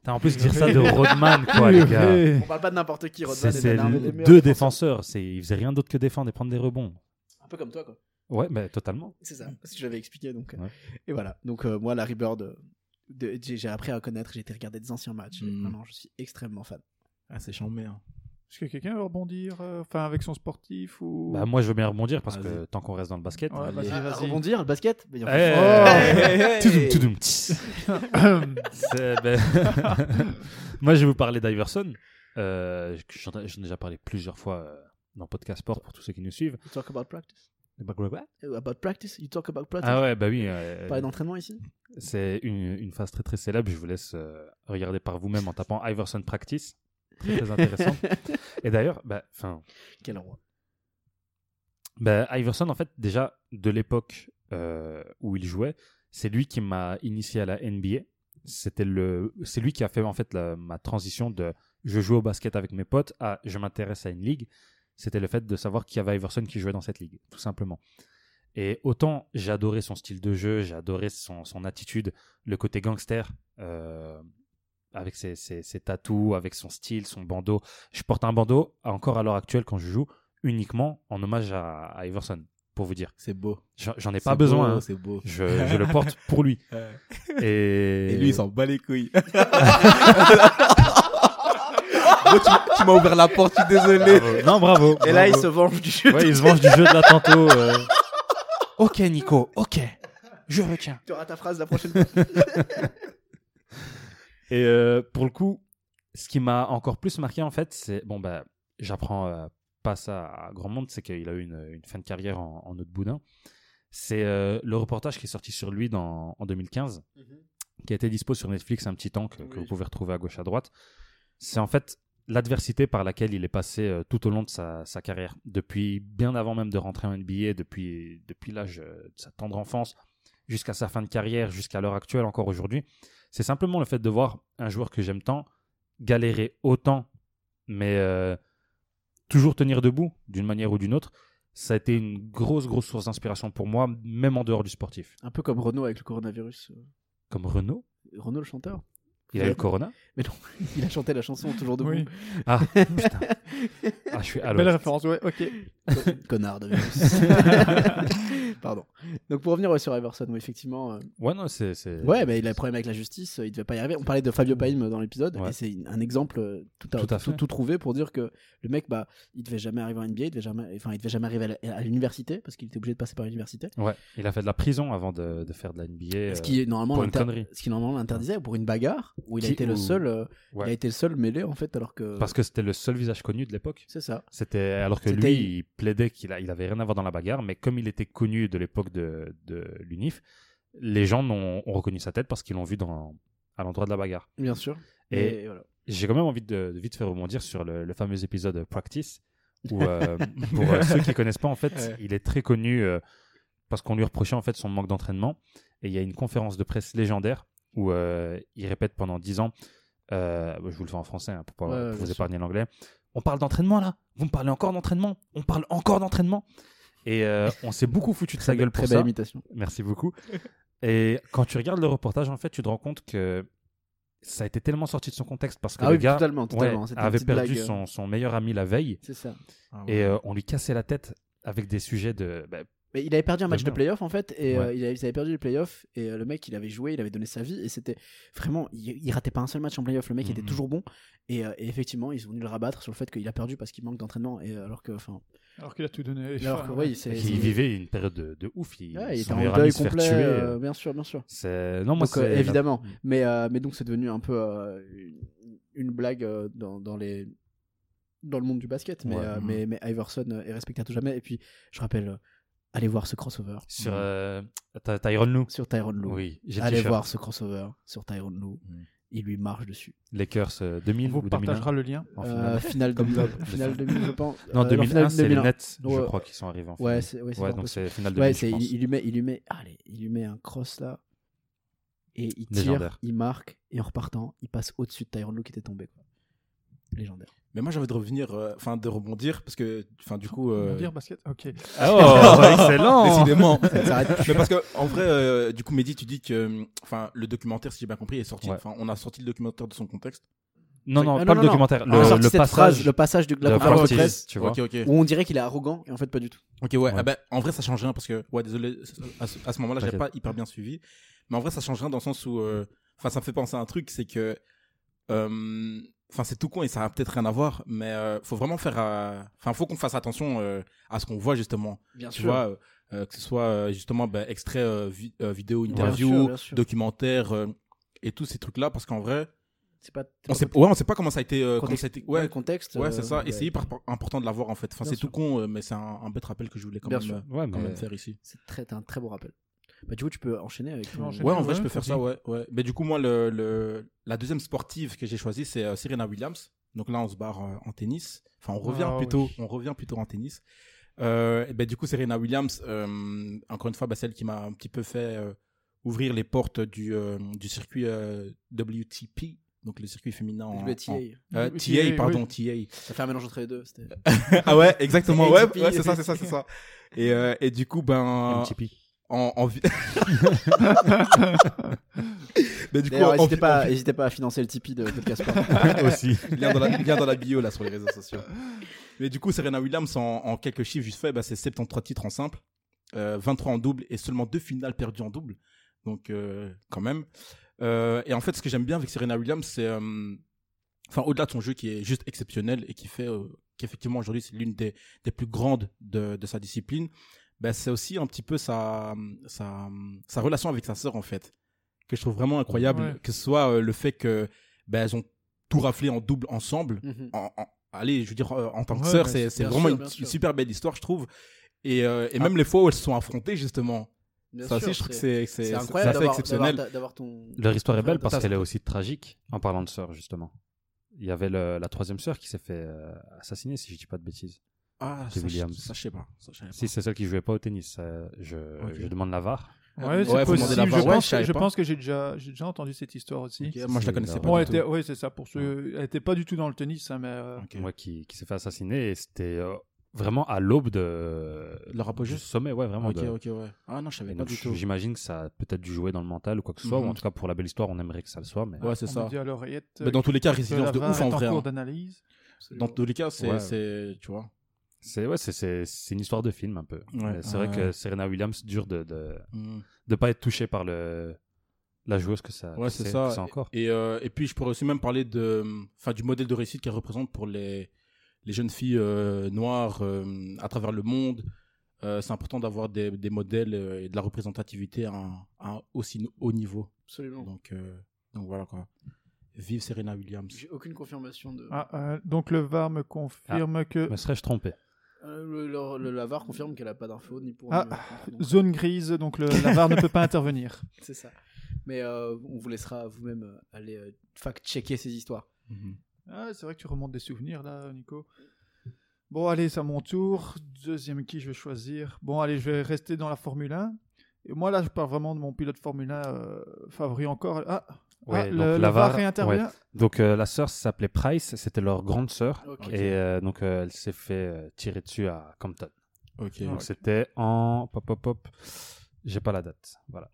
Speaker 5: T'as en plus dire ça de Rodman, quoi, les gars. *laughs*
Speaker 4: Purée.
Speaker 6: On parle pas de n'importe qui, Rodman
Speaker 5: C'est
Speaker 6: est
Speaker 5: c'est
Speaker 6: un des meilleurs
Speaker 5: deux
Speaker 6: défenseurs.
Speaker 5: défenseurs. c'est- Ils faisaient rien d'autre que défendre et prendre des rebonds.
Speaker 6: Un peu comme toi, quoi.
Speaker 5: Ouais, mais totalement.
Speaker 6: C'est ça, parce que je l'avais expliqué. Donc, euh,
Speaker 5: Ouais.
Speaker 6: Et voilà. Donc, euh, moi, Larry Bird, euh, de- j'ai j'ai appris à connaître, j'ai été regarder des anciens matchs. et
Speaker 7: Mm.
Speaker 6: Vraiment, je suis extrêmement fan.
Speaker 7: Ah, c'est chambé. hein.
Speaker 4: Est-ce que quelqu'un veut rebondir euh, Enfin, avec son sportif ou...
Speaker 5: Bah, moi, je veux bien rebondir parce que
Speaker 7: Vas-y.
Speaker 5: tant qu'on reste dans le basket.
Speaker 4: Ouais, vas-y,
Speaker 6: Ah,
Speaker 4: vas-y. Oh.
Speaker 6: rebondir, le basket mais il y en a-
Speaker 5: Eh, toudoum, toudoum, tss. C'est- ben, *laughs* Moi, je vais vous parler d'Iverson. Euh, que J'en ai j'en ai déjà parlé plusieurs fois euh, dans Podcast Sport pour tous ceux qui nous suivent.
Speaker 6: You talk about practice. Euh, About practice, you talk about practice.
Speaker 5: Ah ouais, bah oui. euh,
Speaker 6: Parler d'entraînement ici
Speaker 5: C'est une, une phase très très célèbre. Je vous laisse euh, regarder par vous-même en tapant Iverson Practice. Très, très intéressant. Et d'ailleurs, bah, 'fin,
Speaker 6: Quel roi.
Speaker 5: bah, Iverson, en fait, déjà de l'époque euh, où il jouait, c'est lui qui m'a initié à la NBA. C'était le, c'est lui qui a fait en fait la- ma transition de je joue au basket avec mes potes à je m'intéresse à une ligue. C'était le fait de savoir qu'il y avait Iverson qui jouait dans cette ligue, tout simplement. Et autant j'ai adoré son style de jeu, j'ai adoré son, son attitude, le côté gangster, euh, avec ses, ses, ses tatous, avec son style, son bandeau. Je porte un bandeau encore à l'heure actuelle quand je joue uniquement en hommage à, à Iverson, pour vous dire.
Speaker 7: C'est beau.
Speaker 5: J'en j'en ai
Speaker 7: C'est
Speaker 5: pas besoin.
Speaker 7: beau,
Speaker 5: hein.
Speaker 7: C'est beau.
Speaker 5: Je, je le porte pour lui.
Speaker 7: Ouais.
Speaker 5: Et,
Speaker 7: Et lui, il s'en bat les couilles. Gros, tu m'as- tu m'as ouvert la porte, je suis désolé.
Speaker 5: Bravo. Non, bravo.
Speaker 6: Et là, il se venge du jeu.
Speaker 5: Ouais, il se venge du jeu de la tantôt. euh. Ok, Nico, ok. Je retiens.
Speaker 6: *laughs* Tu auras ta phrase la prochaine fois.
Speaker 5: Et euh, pour le coup, ce qui m'a encore plus marqué, en fait, c'est. Bon, bah, j'apprends euh, pas ça à grand monde, c'est qu'il a eu une, une fin de carrière en, en eau de boudin. C'est euh, le reportage qui est sorti sur lui dans, en 2015. qui a été dispo sur Netflix un petit temps que, que
Speaker 6: Oui.
Speaker 5: vous pouvez retrouver à gauche à droite. C'est en fait l'adversité par laquelle il est passé euh, tout au long de sa, sa carrière, depuis bien avant même de rentrer en NBA, depuis, depuis l'âge euh, de sa tendre enfance jusqu'à sa fin de carrière, jusqu'à l'heure actuelle encore aujourd'hui. C'est simplement le fait de voir un joueur que j'aime tant galérer autant, mais euh, toujours tenir debout d'une manière ou d'une autre. Ça a été une grosse, grosse source d'inspiration pour moi, même en dehors du sportif.
Speaker 6: Un peu comme Renault avec le coronavirus. Euh,
Speaker 5: Comme Renault,
Speaker 6: Renault, le chanteur.
Speaker 5: il a eu le corona.
Speaker 6: Mais non, il a chanté la chanson Toujours debout.
Speaker 4: Oui.
Speaker 5: Ah, putain. Ah, je suis à
Speaker 4: *coughs* *laughs* Belle
Speaker 5: l'ouest.
Speaker 4: référence, ouais, ok.
Speaker 6: Connard *laughs* de virus. *laughs* Pardon. Donc pour revenir ouais, sur Iverson, oui, effectivement. euh,
Speaker 5: Ouais, non, c'est. Euh, c'est- Mm.
Speaker 6: ouais, mais il a un problème avec la justice, euh, il devait pas y arriver. On parlait de Fabio Paim euh, dans l'épisode,
Speaker 5: Ouais.
Speaker 6: et c'est une- un exemple euh, tout, à,
Speaker 5: Tout à
Speaker 6: tout,
Speaker 5: fait.
Speaker 6: tout trouvé pour dire que le mec, bah, il devait jamais arriver en NBA, il devait jamais, enfin, il devait jamais arriver à la- à l'université parce qu'il était obligé de passer par l'université.
Speaker 5: Ouais, il a fait de la prison avant de, de faire de la NBA.
Speaker 6: Ce
Speaker 5: euh,
Speaker 6: qui bah. est normalement
Speaker 5: pour une
Speaker 6: l'inter-
Speaker 5: connerie.
Speaker 6: ce qui normalement l'interdisait pour une bagarre où il a
Speaker 5: Qui-
Speaker 6: été le
Speaker 5: où-
Speaker 6: seul, euh,
Speaker 5: ouais.
Speaker 6: il a été le seul mêlé en fait, alors que
Speaker 5: Parce que c'était le seul visage connu de l'époque.
Speaker 6: c'est ça.
Speaker 5: C'était alors que
Speaker 6: C'était-
Speaker 5: lui, il plaidait qu'il a- il avait rien à voir dans la bagarre, mais comme il était connu de l'époque de, de l'UNIF, les gens n'ont- ont, reconnu sa tête parce qu'ils l'ont vu dans, à l'endroit de la bagarre.
Speaker 6: Bien sûr.
Speaker 5: Et-
Speaker 6: Et voilà.
Speaker 5: J'ai quand même envie de, de vite faire rebondir sur le, le fameux épisode Practice, où
Speaker 6: *laughs*
Speaker 5: euh, pour euh, ceux qui connaissent pas, en fait,
Speaker 7: Ouais.
Speaker 5: il est très connu euh, parce qu'on lui reprochait en fait son manque d'entraînement. Et il y a une conférence de presse légendaire où euh, il répète pendant 10 ans, euh, je vous le fais en français hein, pour, pas-
Speaker 6: Ouais,
Speaker 5: pour
Speaker 6: bien
Speaker 5: vous
Speaker 6: sûr.
Speaker 5: épargner l'anglais, on parle d'entraînement là, vous me parlez encore d'entraînement, on parle encore d'entraînement. Et euh, on s'est beaucoup foutu de sa gueule
Speaker 6: Très
Speaker 5: pour
Speaker 6: belle
Speaker 5: ça.
Speaker 6: imitation.
Speaker 5: Merci beaucoup. Et quand tu regardes le reportage, en fait, tu te rends compte que ça a été tellement sorti de son contexte parce que
Speaker 6: Ah
Speaker 5: le
Speaker 6: oui,
Speaker 5: gars
Speaker 6: totalement, totalement.
Speaker 5: ouais,
Speaker 6: C'était une
Speaker 5: avait
Speaker 6: petite
Speaker 5: perdu
Speaker 6: blague, Ah euh,
Speaker 5: son, son meilleur ami la veille
Speaker 6: C'est ça.
Speaker 5: et euh, on lui cassait la tête avec des sujets de bah,
Speaker 6: Mais il avait perdu un match de
Speaker 5: merde.
Speaker 6: playoff en fait, et euh,
Speaker 5: Ouais.
Speaker 6: il avait, ils avaient perdu les playoffs, et euh, le mec il avait joué, il avait donné sa vie, et c'était vraiment, il, il ratait pas un seul match en playoff, le mec était
Speaker 5: Mhm.
Speaker 6: toujours bon, et, euh, et effectivement ils sont venus le rabattre sur le fait qu'il a perdu parce qu'il manque d'entraînement, et euh, alors que, enfin,
Speaker 4: Alors qu'il a tout donné.
Speaker 6: alors que,
Speaker 4: Enfin,
Speaker 6: oui, c'est.
Speaker 5: Il
Speaker 6: c'est-
Speaker 5: vivait une période de, de ouf. Il,
Speaker 6: ouais, il était
Speaker 5: son
Speaker 6: en
Speaker 5: meilleur
Speaker 6: deuil
Speaker 5: ami se faire
Speaker 6: complet,
Speaker 5: tuer.
Speaker 6: euh, bien sûr, bien sûr.
Speaker 5: C'est non moi
Speaker 6: Donc, euh,
Speaker 5: c'est la- Mm.
Speaker 6: évidemment. Mais, euh, mais donc c'est devenu un peu euh, une- une blague euh, dans, dans les dans le monde du basket. Mais,
Speaker 5: Ouais. Mm.
Speaker 6: euh, mais, mais Iverson euh, est respecté à tout jamais. Et puis je rappelle, euh, allez voir ce crossover
Speaker 5: Sur euh, Ty- Tyronn Lue.
Speaker 6: sur Tyronn Lue.
Speaker 5: Oui, j'ai le
Speaker 6: Mm. allez
Speaker 5: t-shirt.
Speaker 6: voir ce crossover sur Tyronn Lue.
Speaker 7: Mm.
Speaker 6: Il lui marche dessus.
Speaker 5: Lakers euh,
Speaker 4: On
Speaker 5: 2000
Speaker 4: vous
Speaker 5: ou 2001.
Speaker 4: partagera le lien.
Speaker 5: en
Speaker 6: Euh,
Speaker 5: finale.
Speaker 6: finale
Speaker 5: Comme
Speaker 6: 2000,
Speaker 5: d'hab.
Speaker 6: finale 2000, je pense.
Speaker 5: non
Speaker 6: Euh,
Speaker 5: 2001
Speaker 6: finale
Speaker 5: c'est les
Speaker 6: 2001.
Speaker 5: Nets je
Speaker 6: Ouais.
Speaker 5: crois qu'ils sont arrivés en finale.
Speaker 6: Ouais, c'est ouais, c'est
Speaker 5: Ouais,
Speaker 6: fort
Speaker 5: donc
Speaker 6: possible.
Speaker 5: c'est finale 2000
Speaker 6: Ouais,
Speaker 5: je
Speaker 6: c'est-
Speaker 5: pense.
Speaker 6: il, il lui met, il lui met, allez, il lui met un cross là. Et il tire,
Speaker 5: Légendaire.
Speaker 6: il marque, et en repartant, il passe au-dessus de Tyronn Lue qui était tombé. quoi. Légendaire.
Speaker 7: Mais moi, j'ai envie de revenir, euh, enfin, de rebondir, parce que, enfin, du coup. euh,
Speaker 4: On va Dire basket. Ok.
Speaker 5: *laughs* Oh,
Speaker 6: *laughs*
Speaker 5: excellent *laughs*
Speaker 7: Décidément.
Speaker 6: Ça s'arrête plus.
Speaker 7: Mais parce que en vrai, euh, du coup, Mehdi, tu dis que, euh, enfin, le documentaire, si j'ai bien compris, est sorti.
Speaker 5: Ouais.
Speaker 7: Enfin, on a sorti le documentaire de son contexte.
Speaker 5: Non,
Speaker 6: Ah,
Speaker 5: non, pas
Speaker 6: non, non,
Speaker 5: le
Speaker 6: non.
Speaker 5: documentaire,
Speaker 6: On a
Speaker 5: le,
Speaker 6: sorti
Speaker 5: le
Speaker 6: cette phrase,
Speaker 5: passage
Speaker 6: le passage de la
Speaker 5: de
Speaker 6: conférence de
Speaker 5: Francis,
Speaker 6: presse
Speaker 5: tu vois.
Speaker 7: Ok, ok.
Speaker 6: où on dirait qu'il est arrogant et en fait pas du tout.
Speaker 7: Ok, ouais.
Speaker 5: Ouais.
Speaker 7: Ah bah, en vrai, ça change rien parce que, ouais, désolé, à ce, à ce moment-là, j'ai
Speaker 5: T'inquiète.
Speaker 7: pas hyper bien suivi. Mais en vrai, ça change rien dans le sens où, euh, enfin, ça me fait penser à un truc, c'est que, euh, enfin, c'est tout con et ça a peut-être rien à voir, mais euh, faut vraiment faire, euh, enfin, faut qu'on fasse attention euh, à ce qu'on voit justement.
Speaker 6: Bien
Speaker 7: Tu vois, euh, euh, que ce soit euh, justement bah, extrait euh, vi- euh, vidéo, interview,
Speaker 6: sûr, bien sûr.
Speaker 7: documentaire euh, et tous ces trucs-là, parce qu'en vrai,
Speaker 6: c'est pas
Speaker 7: on sait, ouais, on sait pas comment ça a été. euh, comment ça a été-
Speaker 6: ouais,
Speaker 7: ouais,
Speaker 6: contexte.
Speaker 7: ouais, c'est
Speaker 6: euh,
Speaker 7: ça.
Speaker 6: ouais.
Speaker 7: Et c'est hyper important de l'avoir en fait. Enfin,
Speaker 6: Bien
Speaker 7: c'est tout
Speaker 6: sûr.
Speaker 7: con, euh, mais c'est un, un bête rappel que je voulais quand
Speaker 6: Bien
Speaker 7: même,
Speaker 6: sûr.
Speaker 7: euh,
Speaker 5: Ouais,
Speaker 7: quand
Speaker 5: mais
Speaker 7: même faire ici.
Speaker 6: C'est très un très beau rappel. Bah du coup, tu peux enchaîner avec
Speaker 4: peux
Speaker 6: ton-
Speaker 4: enchaîner.
Speaker 7: Ouais, en vrai, je peux
Speaker 4: ouais,
Speaker 7: faire
Speaker 4: vas-y.
Speaker 7: ça, ouais, ouais. Mais du coup, moi, le, le- la deuxième sportive que j'ai choisie, c'est euh, Serena Williams. Donc là, on se barre euh, en tennis. Enfin, on revient
Speaker 4: Ah,
Speaker 7: plutôt,
Speaker 4: oui.
Speaker 7: on revient plutôt en tennis. Euh, et ben, du coup, Serena Williams, euh, encore une fois, bah, celle qui m'a un petit peu fait euh, ouvrir les portes du, euh, du circuit euh, WTP, donc le circuit féminin en,
Speaker 6: WTA.
Speaker 7: en- euh,
Speaker 4: Oui,
Speaker 7: TA,
Speaker 4: oui.
Speaker 7: pardon, TA.
Speaker 4: *laughs*
Speaker 6: Ça fait un mélange entre les deux. c'était-
Speaker 7: Ah ouais, exactement.
Speaker 6: C'est
Speaker 7: Ouais,
Speaker 6: ATP.
Speaker 7: ouais, c'est ça, c'est ça, c'est ça. Et, euh, et du coup, ben,
Speaker 5: MTP.
Speaker 7: en, en vi- *laughs* Mais du coup,
Speaker 6: D'ailleurs,
Speaker 7: en, en
Speaker 6: n'hésitez
Speaker 7: vi-
Speaker 6: pas, n'hésitez pas à financer le Tipeee
Speaker 7: *laughs*
Speaker 6: de Podcast Sport.
Speaker 5: aussi.
Speaker 7: lien dans la, lien dans la bio là sur les réseaux sociaux. Mais du coup, Serena Williams en, en quelques chiffres juste fait, bah, c'est 73 titres en simple, euh, 23 en double et seulement deux finales perdues en double. Donc euh, quand même. Euh, et en fait, ce que j'aime bien avec Serena Williams, c'est euh, enfin au-delà de son jeu qui est juste exceptionnel et qui fait euh, qu'effectivement aujourd'hui c'est l'une des, des plus grandes de, de sa discipline, bah, c'est aussi un petit peu sa, sa, sa relation avec sa sœur en fait que je trouve vraiment incroyable,
Speaker 4: Ouais.
Speaker 7: que ce soit euh, le fait que bah, elles ont tout raflé en double ensemble.
Speaker 6: Mhm.
Speaker 7: En, en- allez, je veux dire, euh, en tant que
Speaker 4: Ouais,
Speaker 7: sœur,
Speaker 4: bien
Speaker 7: c'est
Speaker 4: sûr,
Speaker 7: c'est
Speaker 6: bien
Speaker 7: vraiment
Speaker 6: sûr,
Speaker 7: une,
Speaker 6: bien sûr.
Speaker 7: une super belle histoire, je trouve. Et, euh,
Speaker 5: Ah.
Speaker 7: et même les fois où elles se sont affrontées, justement.
Speaker 6: Bien
Speaker 7: ça
Speaker 6: sûr,
Speaker 7: aussi, je trouve que c'est c'est-
Speaker 6: c'est
Speaker 7: c'est
Speaker 6: incroyable d'avoir-
Speaker 7: assez
Speaker 6: d'avoir
Speaker 7: exceptionnel.
Speaker 6: ta- d'avoir ton.
Speaker 5: Leur histoire est
Speaker 6: Enfin,
Speaker 5: belle parce
Speaker 6: t'as-
Speaker 5: qu'elle est aussi tragique en parlant de sœur, justement. Il y avait le- la troisième sœur qui s'est fait euh, assassiner, si je dis pas de bêtises.
Speaker 7: Ah,
Speaker 5: de
Speaker 7: ça, je-
Speaker 5: Williams.
Speaker 7: ça, je sais pas. Ça, je sais pas.
Speaker 5: Si c'est celle qui jouait pas au tennis, euh, je,
Speaker 7: Ok.
Speaker 5: je demande la VAR.
Speaker 4: Ouais,
Speaker 7: Ouais,
Speaker 4: c'est
Speaker 7: faut demander la
Speaker 4: possible. Je
Speaker 7: VAR, ouais,
Speaker 4: pense,
Speaker 7: je savais
Speaker 4: je
Speaker 7: pas.
Speaker 4: pense que j'ai déjà, j'ai déjà entendu cette histoire aussi.
Speaker 7: Ok, moi, je la
Speaker 5: C'est
Speaker 7: connaissais
Speaker 5: la-
Speaker 7: pas.
Speaker 4: Bon,
Speaker 7: du
Speaker 4: elle était,
Speaker 7: tout.
Speaker 4: oui, c'est ça. Pour ceux, elle était pas du tout dans le tennis, hein, mais euh,
Speaker 7: Ok.
Speaker 5: Moi qui, qui s'est fait assassiner et c'était euh, vraiment à l'aube de
Speaker 7: Leur apogée
Speaker 5: du sommet, ouais, vraiment.
Speaker 7: Ok,
Speaker 5: de-
Speaker 7: ok, ouais. Ah non, je savais
Speaker 5: Et
Speaker 7: pas
Speaker 5: donc,
Speaker 7: du
Speaker 5: euh, je-
Speaker 7: tout.
Speaker 5: J'imagine que ça a peut-être dû jouer dans le mental ou quoi que ce soit,
Speaker 7: Mhm.
Speaker 5: ou en tout cas pour la belle histoire, on aimerait que ça le soit, mais
Speaker 7: Ouais, c'est
Speaker 4: on
Speaker 7: ça.
Speaker 4: me dit à l'oreillette. euh,
Speaker 7: Mais dans tous les cas,
Speaker 4: que la
Speaker 7: résilience de
Speaker 4: VAR
Speaker 7: ouf en
Speaker 4: est
Speaker 7: vrai.
Speaker 4: cours
Speaker 7: hein.
Speaker 4: d'analyse.
Speaker 7: Dans tous les cas, c'est,
Speaker 5: Ouais.
Speaker 7: c'est- tu vois.
Speaker 5: c'est ouais, c'est- c'est c'est une histoire de film un peu.
Speaker 7: Ouais.
Speaker 5: Euh, C'est
Speaker 7: Ah,
Speaker 5: vrai que
Speaker 7: ouais.
Speaker 5: Serena Williams dure de, de
Speaker 7: Mm.
Speaker 5: de pas être touchée par le la joueuse que ça
Speaker 7: Ouais,
Speaker 5: que
Speaker 7: c'est
Speaker 5: c'est-
Speaker 7: ça.
Speaker 5: que c'est encore.
Speaker 7: Et, euh, et puis, je pourrais aussi même parler de, enfin, du modèle de réussite qu'elle représente pour les, les jeunes filles euh, noires euh, à travers le monde. Euh, c'est important d'avoir des, des modèles euh, et de la représentativité à un, à un aussi haut niveau.
Speaker 6: Absolument.
Speaker 7: Donc, euh, donc voilà quoi. Vive Serena Williams.
Speaker 6: J'ai aucune confirmation de.
Speaker 4: Ah, euh, donc le VAR me confirme
Speaker 7: Ah.
Speaker 4: que
Speaker 7: Bah,
Speaker 5: Me serais-je trompé
Speaker 6: Euh, le, le- le- la VAR confirme qu'elle a pas d'infos ni pour.
Speaker 4: Ah.
Speaker 6: ni contre, donc,
Speaker 4: zone grise, donc le, la VAR ne
Speaker 7: *laughs*
Speaker 4: peut pas intervenir.
Speaker 6: C'est ça. Mais euh, on vous laissera vous-même euh, aller euh, fact-checker ces histoires.
Speaker 7: Mm-hmm.
Speaker 4: Ah, c'est vrai que tu remontes des souvenirs là, Nico. Bon, allez, c'est à mon tour. Deuxième qui je vais choisir. Bon, allez, je vais rester dans la Formule 1. Et moi, là, je parle vraiment de mon pilote Formule 1 euh, favori encore. Ah,
Speaker 5: Ouais,
Speaker 4: ah,
Speaker 5: donc
Speaker 4: le,
Speaker 5: la
Speaker 4: le VAR
Speaker 5: VAR,
Speaker 4: réintervient.
Speaker 5: Donc euh, la sœur s'appelait Price, c'était leur grande sœur,
Speaker 6: Ok.
Speaker 5: et euh, donc euh, elle s'est fait euh, tirer dessus à Compton.
Speaker 7: Ok.
Speaker 5: Donc c'était en pop pop pop, j'ai pas la date, voilà.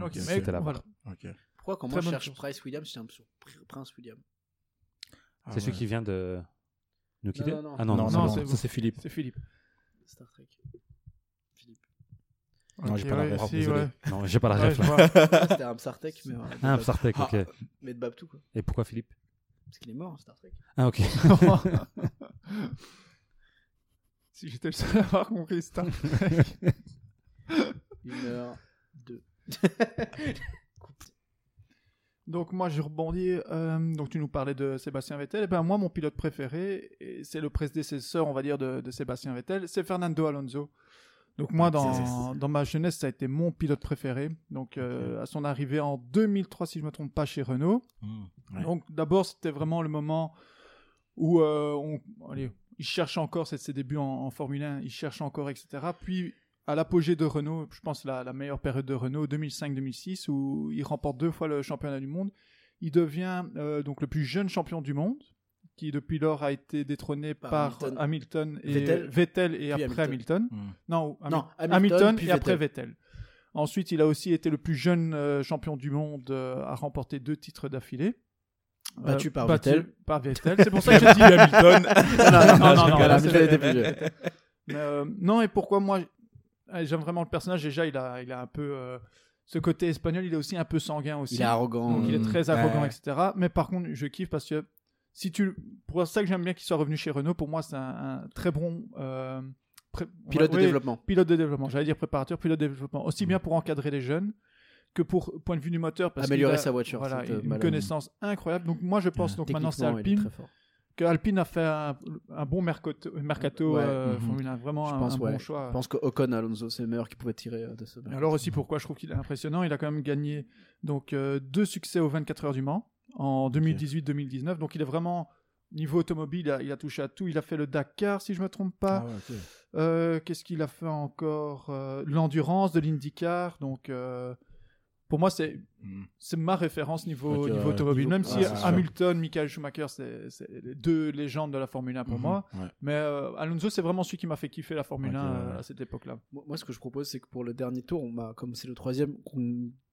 Speaker 4: Ok,
Speaker 5: C'était
Speaker 4: mec,
Speaker 5: la VAR.
Speaker 4: voilà.
Speaker 7: Ok.
Speaker 6: Pourquoi quand
Speaker 4: Très
Speaker 6: moi je
Speaker 4: bonne
Speaker 6: cherche
Speaker 4: chose.
Speaker 6: Price Williams, j'étais un peu sur Pr- Prince William
Speaker 7: Ah
Speaker 5: C'est
Speaker 7: ouais.
Speaker 5: celui qui vient de nous quitter
Speaker 6: non, non.
Speaker 5: Ah
Speaker 7: Non,
Speaker 5: non,
Speaker 7: non,
Speaker 5: c'est
Speaker 7: non,
Speaker 5: bon.
Speaker 7: ça,
Speaker 4: c'est vous.
Speaker 7: c'est Philippe.
Speaker 4: C'est Philippe.
Speaker 6: Star Trek. Philippe.
Speaker 5: Non, j'ai
Speaker 4: Ok,
Speaker 5: pas la
Speaker 4: ouais,
Speaker 5: ref,
Speaker 4: si,
Speaker 5: désolé.
Speaker 4: ouais.
Speaker 5: Non, j'ai pas la
Speaker 4: Ouais,
Speaker 5: ref
Speaker 4: je
Speaker 5: là.
Speaker 4: vois.
Speaker 6: C'était un Psartek, mais. euh, de
Speaker 5: Ah,
Speaker 6: Babtou.
Speaker 5: Psartek, ok.
Speaker 6: Mais de Babtou, quoi.
Speaker 5: Et pourquoi Philippe
Speaker 6: Parce qu'il est mort, Star Trek.
Speaker 5: Ah, ok.
Speaker 4: *laughs* si j'étais le seul à avoir compris Star Trek.
Speaker 5: *laughs*
Speaker 6: Une heure, deux.
Speaker 4: Donc moi je rebondis, euh, donc tu nous parlais de Sébastien Vettel, et ben moi mon pilote préféré, et c'est le prédécesseur on va dire de, de Sébastien Vettel, c'est Fernando Alonso. Donc moi
Speaker 6: C'est-
Speaker 4: dans,
Speaker 6: c'est-
Speaker 4: dans ma jeunesse ça a été mon pilote préféré, donc euh, à son arrivée en 2003 si je me trompe pas chez Renault.
Speaker 7: Ouais.
Speaker 4: Donc d'abord c'était vraiment le moment où euh, on, allez, il cherche encore, c'est ses débuts en, en Formule 1, il cherche encore etc. Puis à l'apogée de Renault, je pense la, la meilleure période de Renault, 2005-2006, où il remporte deux fois le championnat du monde. Il devient euh, donc le plus jeune champion du monde, qui depuis lors a été détrôné
Speaker 6: Par
Speaker 4: par,
Speaker 6: Hamilton.
Speaker 4: Hamilton. et
Speaker 6: Vettel.
Speaker 4: Vettel et après
Speaker 6: Hamilton.
Speaker 4: Hamilton.
Speaker 7: Hmm.
Speaker 4: Non, Hamil-
Speaker 6: Non, Hamilton,
Speaker 4: Hamilton,
Speaker 6: puis
Speaker 4: et après Vettel. Ensuite, il a aussi été le plus jeune euh, champion du monde euh, à remporter deux titres d'affilée. Euh,
Speaker 6: Battu par Vettel.
Speaker 4: Par Vettel. C'est pour ça que j'ai dit
Speaker 6: *laughs*
Speaker 4: Hamilton. *laughs* non, non, non,
Speaker 6: je rigole,
Speaker 4: là,
Speaker 6: Hamilton
Speaker 4: c'est-
Speaker 6: était plus vieux.
Speaker 4: *laughs* mais, euh, non, et pourquoi moi euh, j'aime vraiment le personnage Déjà, il a, il a un peu euh, ce côté espagnol, il est aussi un peu sanguin aussi.
Speaker 6: Il est arrogant.
Speaker 4: Donc il est
Speaker 6: euh,
Speaker 4: très arrogant,
Speaker 7: Ouais.
Speaker 4: etc. Mais par contre, je kiffe parce que si tu, pour ça que j'aime bien qu'il soit revenu chez Renault, pour moi c'est un, un très bon euh, pré-
Speaker 6: Pilote de
Speaker 4: ouais,
Speaker 6: développement.
Speaker 4: Pilote de développement, j'allais dire préparateur, pilote de développement, aussi
Speaker 6: Mm.
Speaker 4: bien pour encadrer les jeunes que pour point de vue du moteur, parce qu'il
Speaker 6: Améliorer
Speaker 4: a-
Speaker 6: sa voiture,
Speaker 4: voilà,
Speaker 6: cette, euh,
Speaker 4: une
Speaker 6: malade.
Speaker 4: connaissance incroyable. Donc moi je pense donc maintenant c'est
Speaker 6: Techniquement, il est
Speaker 4: Alpine
Speaker 6: très fort.
Speaker 4: que Alpine a fait un, un bon mercato, mercato
Speaker 6: Ouais. mm-hmm.
Speaker 4: euh,
Speaker 7: Mhm.
Speaker 4: Formule 1, vraiment
Speaker 6: Je
Speaker 4: un,
Speaker 6: pense,
Speaker 4: un
Speaker 6: ouais.
Speaker 4: bon choix.
Speaker 6: Je pense que Ocon Alonso, c'est le meilleur qui pouvait tirer euh, de ce
Speaker 4: Et Alors aussi pourquoi je trouve qu'il est impressionnant, il a quand même gagné donc euh, deux succès aux 24 heures du Mans en 2018-2019, donc il est vraiment niveau automobile, il a, il a touché à tout, il a fait le Dakar si je me trompe pas.
Speaker 7: Ah ouais, ok.
Speaker 4: Euh, Qu'est-ce qu'il a fait encore Euh, L'endurance de l'IndyCar, donc euh, pour moi c'est
Speaker 7: Hmm.
Speaker 4: c'est ma référence niveau,
Speaker 7: Ok,
Speaker 4: niveau
Speaker 7: ouais.
Speaker 4: automobile, même
Speaker 6: Ouais, Ah,
Speaker 4: si
Speaker 6: c'est sûr.
Speaker 4: Hamilton, Michael Schumacher, c'est c'est les deux légendes de la Formule 1 pour
Speaker 7: Mhm.
Speaker 4: moi.
Speaker 7: Ouais.
Speaker 4: Mais euh, Alonso, c'est vraiment celui qui m'a fait kiffer la Formule
Speaker 7: Ok,
Speaker 4: 1 euh,
Speaker 7: ouais.
Speaker 4: à cette époque-là.
Speaker 6: Moi, moi, ce que je propose, c'est que pour le dernier tour, on va, comme c'est le troisième, qu'on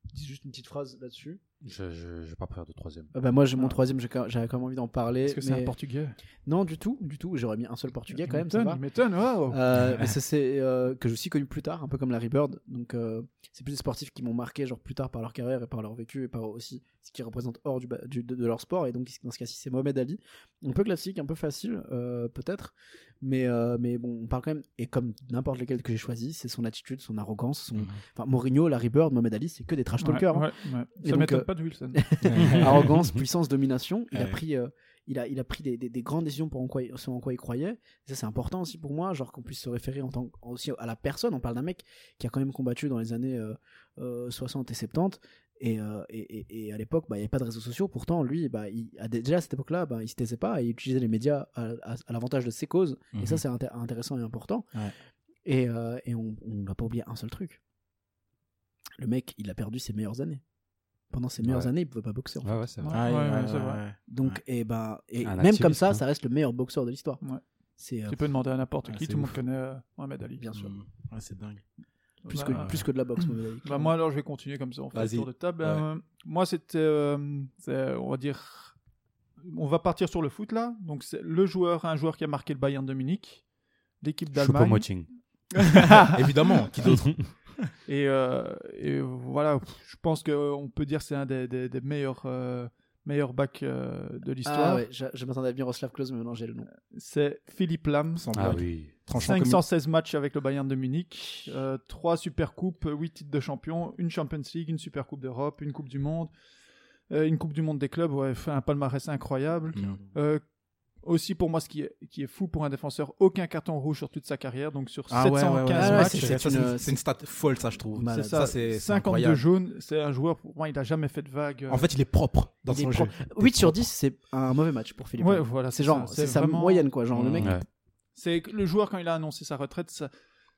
Speaker 6: dise juste une petite phrase là-dessus.
Speaker 5: Je, je, je vais pas peur de troisième.
Speaker 6: Ah bah, moi, j'ai mon
Speaker 4: Ah.
Speaker 6: troisième, j'ai quand- j'avais quand même envie d'en parler.
Speaker 4: Est-ce que c'est
Speaker 6: mais-
Speaker 4: un portugais
Speaker 6: Non, du tout, du tout. J'aurais mis un seul portugais quand même, ça
Speaker 4: m'étonne,
Speaker 6: va.
Speaker 4: Il m'étonne, waouh *laughs*
Speaker 6: Euh, mais ça, c'est euh, que j'ai aussi connu plus tard, un peu comme Larry Bird. Donc, euh, c'est plus des sportifs qui m'ont marqué, genre plus tard par leur carrière et par leur vécu et par aussi ce qu'ils représentent hors du, ba- du- de, de leur sport. Et donc, dans ce cas-ci, c'est Mohamed Ali. Un peu classique, un peu facile, euh, peut-être. Mais, euh, mais bon, on parle quand même, et comme n'importe lequel que j'ai choisi, c'est son attitude, son arrogance. Son...
Speaker 7: Mhm.
Speaker 6: Enfin, Mourinho, Larry Bird, Mohamed Ali, c'est que des trash
Speaker 4: Mm. Ouais,
Speaker 6: talkers. hein.
Speaker 4: ouais, ouais.
Speaker 6: Et
Speaker 4: Ça
Speaker 6: donc,
Speaker 4: m'étonne
Speaker 6: euh,
Speaker 4: pas de
Speaker 6: *laughs*
Speaker 4: Wilson.
Speaker 7: *laughs*
Speaker 6: arrogance, puissance, domination. Il a
Speaker 7: Ouais.
Speaker 6: pris, euh, il a, il a pris des, des- des grandes décisions pour en quoi, ce en quoi il croyait. Et ça, c'est important aussi pour moi, genre qu'on puisse se référer en tant, aussi à la personne. On parle d'un mec qui a quand même combattu dans les années euh, euh, 60 et 70. Et, euh, et, et- et à l'époque, bah, il n'y avait pas de réseaux sociaux. Pourtant, lui, bah, il, à- déjà à cette époque-là, bah, il se taisait pas et il utilisait les médias à, à- à l'avantage de ses causes.
Speaker 7: Mm-hmm.
Speaker 6: Et ça, c'est inté- intéressant et important.
Speaker 7: Mhm. Ouais.
Speaker 6: Et, euh, et on ne va pas oublier un seul truc. Le mec, il a perdu ses meilleures années. Pendant ses meilleures
Speaker 5: Ouais.
Speaker 6: années, il ne pouvait pas boxer. en fait.
Speaker 5: Ouais, ouais, c'est vrai.
Speaker 7: Ah,
Speaker 4: Ouais,
Speaker 7: ouais,
Speaker 4: ouais,
Speaker 7: ouais,
Speaker 4: c'est vrai.
Speaker 7: ouais. Ah,
Speaker 6: Donc, et ben, et
Speaker 5: Un
Speaker 6: même comme
Speaker 5: activiste,
Speaker 6: ça,
Speaker 5: hein.
Speaker 6: ça reste le meilleur boxeur de l'histoire.
Speaker 4: Ouais.
Speaker 6: C'est euh,
Speaker 4: tu peux demander à n'importe
Speaker 7: Ah,
Speaker 4: qui,
Speaker 7: c'est
Speaker 4: tout le
Speaker 7: ouf.
Speaker 4: monde connaît euh, Mohamed Ali.
Speaker 6: bien sûr.
Speaker 7: Hmm. Ouais, c'est dingue.
Speaker 6: Plus,
Speaker 4: Bah,
Speaker 6: que,
Speaker 4: euh,
Speaker 6: plus que de la boxe, Mohamed Ali.
Speaker 4: bah, moi, alors, je vais continuer comme ça. On fait le
Speaker 7: Vas-y.
Speaker 4: tour de table.
Speaker 7: Ouais.
Speaker 4: Euh, moi, c'était. euh, c'est, on va dire. On va partir sur le foot, là. Donc, c'est le joueur, un joueur qui a marqué le Bayern de Munich, l'équipe d'Allemagne.
Speaker 5: Choupo-Moting.
Speaker 6: Ah.
Speaker 7: Évidemment,
Speaker 6: *laughs*
Speaker 7: qui d'autre
Speaker 4: Et, euh, et voilà, pff, je pense qu'on peut dire que c'est un des, des- des meilleurs, euh, meilleurs bacs euh, de l'histoire. Euh,
Speaker 6: Ah ouais, je, je m'attendais à Miroslav Klose, mais maintenant j'ai le nom.
Speaker 4: C'est Philippe Lam.
Speaker 7: Sans
Speaker 5: Ah
Speaker 7: blague.
Speaker 5: oui.
Speaker 7: Tranchant comme une-
Speaker 4: 516 matchs avec le Bayern de Munich, 3 supercoupes, 8 titres de champion, une Champions League, une supercoupe d'Europe, une Coupe du Monde, euh, une Coupe du Monde des clubs, ouais, fait un palmarès incroyable.
Speaker 7: Non.
Speaker 4: Euh, aussi pour moi, ce qui est, qui est fou pour un défenseur, aucun carton rouge sur toute sa carrière, donc sur
Speaker 7: Ah ouais, ouais,
Speaker 4: 715
Speaker 7: ouais, ouais,
Speaker 6: ouais,
Speaker 4: matchs,
Speaker 6: c'est-
Speaker 7: c'est
Speaker 6: c'est
Speaker 7: ça, c'est
Speaker 6: une-
Speaker 7: une, c'est une stat folle, ça, je trouve.
Speaker 6: Malade.
Speaker 4: c'est ça,
Speaker 7: c'est
Speaker 4: 52
Speaker 7: incroyable.
Speaker 4: jaunes, c'est un joueur, pour moi, il n'a jamais fait de vague. euh,
Speaker 7: En fait, il est propre dans
Speaker 6: Il est
Speaker 7: son jeu.
Speaker 6: propre. 8 sur 10, c'est un mauvais match pour Philippe.
Speaker 4: ouais,
Speaker 6: Lam.
Speaker 4: voilà,
Speaker 6: c'est genre,
Speaker 4: ça,
Speaker 6: c'est sa
Speaker 4: vraiment-
Speaker 6: moyenne, quoi. Genre, le
Speaker 7: Mmh.
Speaker 6: mec.
Speaker 5: Ouais.
Speaker 4: C'est que le joueur, quand il a annoncé sa retraite, ça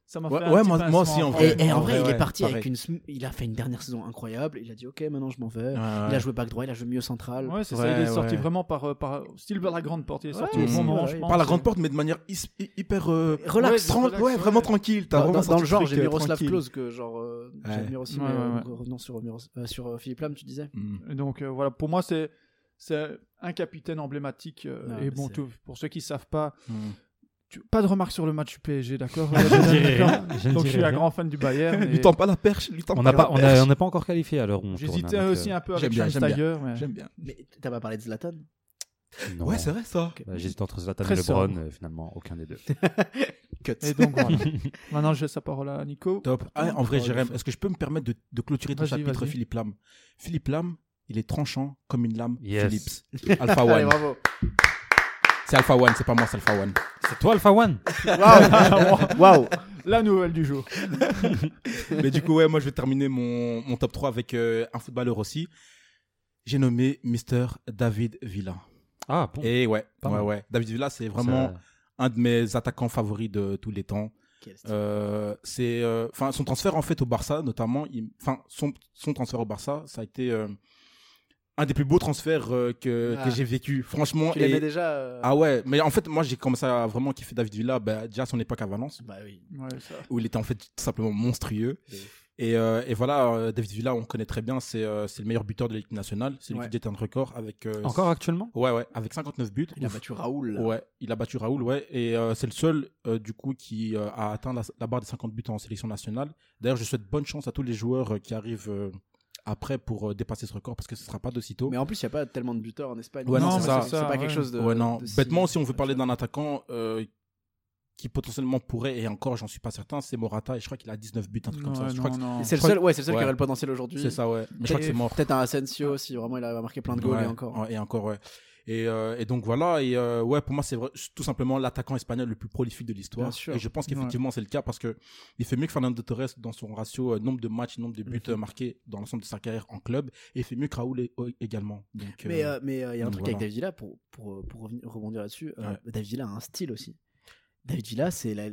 Speaker 4: ça m'a
Speaker 7: Ouais,
Speaker 4: fait un
Speaker 7: ouais,
Speaker 4: petit
Speaker 7: moi- moi
Speaker 4: pincement
Speaker 7: aussi, en
Speaker 4: au
Speaker 7: vrai.
Speaker 6: Et,
Speaker 4: cœur.
Speaker 6: et en
Speaker 7: Ouais,
Speaker 6: vrai, il
Speaker 7: ouais,
Speaker 6: est parti avec
Speaker 7: pareil.
Speaker 6: une. sm- Il a fait une dernière saison incroyable. Il a dit, ok, maintenant je m'en vais.
Speaker 7: Ouais,
Speaker 6: Euh, Il a
Speaker 7: ouais.
Speaker 6: joué back droit, il a joué milieu central.
Speaker 4: Ouais, c'est
Speaker 7: Ouais,
Speaker 4: ça. Il est sorti
Speaker 7: ouais.
Speaker 4: vraiment par, euh, par style vers la grande porte. Il est sorti
Speaker 6: Ouais,
Speaker 4: au bon
Speaker 7: c'est
Speaker 4: moment,
Speaker 6: vrai.
Speaker 4: je pense.
Speaker 7: Par la grande porte, mais de manière is- hy- hyper. euh,
Speaker 6: Relax.
Speaker 4: Ouais,
Speaker 7: tran-
Speaker 4: relax,
Speaker 7: ouais,
Speaker 4: ouais.
Speaker 7: vraiment tranquille. T'as
Speaker 6: Dans,
Speaker 7: vraiment
Speaker 6: dans- dans
Speaker 7: sorti
Speaker 6: le genre,
Speaker 7: truc,
Speaker 6: j'ai
Speaker 7: euh,
Speaker 6: Miroslav
Speaker 7: tranquille.
Speaker 6: Klose, que genre. euh,
Speaker 7: Ouais.
Speaker 6: J'admire aussi,
Speaker 4: Ouais,
Speaker 6: mais
Speaker 4: ouais,
Speaker 6: euh,
Speaker 4: ouais.
Speaker 6: donc, revenons sur, Miros- euh, sur euh, Philippe Lam, tu disais.
Speaker 7: Hmm.
Speaker 4: Et Donc euh, voilà, pour moi, c'est c'est un capitaine emblématique. euh,
Speaker 6: Non, mais
Speaker 4: et bon,
Speaker 6: c'est- Mm.
Speaker 4: tout- pour ceux qui savent pas,
Speaker 7: Hmm.
Speaker 4: tu- Pas de remarques sur le match du PSG,
Speaker 6: *laughs*
Speaker 4: d'accord
Speaker 5: Je ne dirai
Speaker 4: D'accord.
Speaker 5: rien. Je ne
Speaker 4: Donc je
Speaker 5: dirai
Speaker 4: suis un
Speaker 5: rien.
Speaker 4: grand fan du
Speaker 7: *laughs*
Speaker 4: Bayern. et
Speaker 7: Lui tend pas la perche, lui tend
Speaker 5: On
Speaker 7: pas
Speaker 5: n'a
Speaker 7: la
Speaker 5: pas, on
Speaker 7: perche.
Speaker 5: a- on n'est pas encore qualifié à l'heure où on
Speaker 4: J'hésitais
Speaker 5: tourne, hein, donc,
Speaker 4: aussi un peu avec
Speaker 7: j'aime bien, j'aime bien.
Speaker 4: Schweinsteiger. mais-
Speaker 7: J'aime bien.
Speaker 6: Mais t'as pas parlé de Zlatan
Speaker 5: euh, non.
Speaker 7: Ouais, c'est vrai ça.
Speaker 6: Ok.
Speaker 5: Bah, J'hésite entre Zlatan
Speaker 4: Très
Speaker 5: et LeBron,
Speaker 4: sobre.
Speaker 5: euh, finalement, aucun des
Speaker 6: *laughs*
Speaker 5: deux.
Speaker 6: Cut.
Speaker 4: Et donc
Speaker 6: *laughs*
Speaker 4: voilà. Maintenant, je laisse la parole à Nico. *laughs*
Speaker 7: Top. Ah, en vrai,
Speaker 4: Oh,
Speaker 7: Jérém,
Speaker 4: il fait-
Speaker 7: est-ce que je peux me permettre de, de clôturer ton
Speaker 4: Vas-y,
Speaker 7: chapitre
Speaker 4: vas-y.
Speaker 7: Philippe Lam Philippe Lam, il est tranchant comme une lame.
Speaker 5: Yes.
Speaker 6: *laughs*
Speaker 7: Philips. Alpha
Speaker 6: Allez,
Speaker 7: One.
Speaker 6: Ah, bravo.
Speaker 7: C'est Alpha One, c'est pas moi, c'est Alpha One.
Speaker 5: C'est toi, Alpha One
Speaker 6: Waouh. *laughs* Waouh.
Speaker 4: La nouvelle du jour.
Speaker 7: Mais du coup, ouais, moi, je vais terminer mon, mon top 3 avec euh, un footballeur aussi. J'ai nommé Mr. David Villa.
Speaker 5: Ah, bon.
Speaker 7: Et ouais,
Speaker 5: Pas
Speaker 7: ouais,
Speaker 5: mal.
Speaker 7: ouais. David Villa, c'est
Speaker 5: Ça-
Speaker 7: vraiment un de mes attaquants favoris de tous les temps.
Speaker 6: Quel style.
Speaker 7: Euh, c'est euh, enfin son transfert en fait au Barça notamment il- enfin son son transfert au Barça ça a été euh, un des plus beaux transferts euh, que,
Speaker 6: Ah.
Speaker 7: que j'ai vécu franchement
Speaker 6: Tu
Speaker 7: et-
Speaker 6: l'aimais déjà euh,
Speaker 7: ah ouais mais en fait moi j'ai commencé à vraiment kiffer David Villa bah, déjà à son époque à Valence
Speaker 6: Bah oui.
Speaker 4: Ouais, ça.
Speaker 7: où il était en fait tout simplement monstrueux
Speaker 6: De ouf.
Speaker 7: et, euh, et voilà euh, David Villa on connaît très bien c'est euh, c'est le meilleur buteur de l'équipe nationale c'est lui
Speaker 6: Ouais.
Speaker 7: qui détient le record avec euh,
Speaker 5: Encore actuellement
Speaker 7: ouais ouais avec 59 buts
Speaker 6: Il a
Speaker 7: Ouf.
Speaker 6: battu Raoul. là.
Speaker 7: Ouais, il a battu Raoul, ouais. Et euh, c'est le seul, euh, du coup, qui euh, a atteint la, la barre des 50 buts en sélection nationale. D'ailleurs, je souhaite bonne chance à tous les joueurs euh, qui arrivent euh, après pour euh, dépasser ce record parce que ce sera pas de sitôt.
Speaker 6: Mais en plus, il n'y a pas tellement de buteurs en Espagne.
Speaker 7: Ouais, non, c'est ça.
Speaker 6: C'est pas
Speaker 4: Ouais.
Speaker 6: quelque chose de.
Speaker 7: ouais, non.
Speaker 6: de si-
Speaker 7: Bêtement, si on veut parler d'un attaquant euh, qui potentiellement pourrait, et encore, j'en suis pas certain, c'est Morata. Et je crois qu'il a 19 buts, un truc comme ça.
Speaker 4: Ouais,
Speaker 7: Je
Speaker 4: non,
Speaker 7: crois que
Speaker 4: non.
Speaker 6: C'est le
Speaker 7: Je crois
Speaker 6: seul, ouais, c'est le seul
Speaker 7: Ouais.
Speaker 6: qui aurait le potentiel aujourd'hui.
Speaker 7: c'est ça, ouais. Mais je crois que c'est mort.
Speaker 6: Peut-être un Asensio si vraiment il a marqué plein de goals
Speaker 7: Ouais,
Speaker 6: et encore.
Speaker 7: ouais, Et encore, ouais. Et, euh, et donc voilà, et euh, ouais, pour moi, c'est vrai- c'est tout simplement l'attaquant espagnol le plus prolifique de l'histoire.
Speaker 6: Bien sûr.
Speaker 7: Et je pense qu'effectivement, c'est le cas parce que il fait mieux que Fernando Torres dans son ratio euh, nombre de matchs, nombre de buts
Speaker 6: Mhm.
Speaker 7: euh, marqués dans l'ensemble de sa carrière en club. Et il fait mieux que Raoul et- euh, également. Donc,
Speaker 6: Mais
Speaker 7: euh,
Speaker 6: euh, mais euh, il y a un
Speaker 7: donc
Speaker 6: truc
Speaker 7: voilà.
Speaker 6: avec David Villa pour pour euh, pour revenir- rebondir là-dessus. euh,
Speaker 7: Ouais.
Speaker 6: David Villa a un style aussi. David Villa c'est la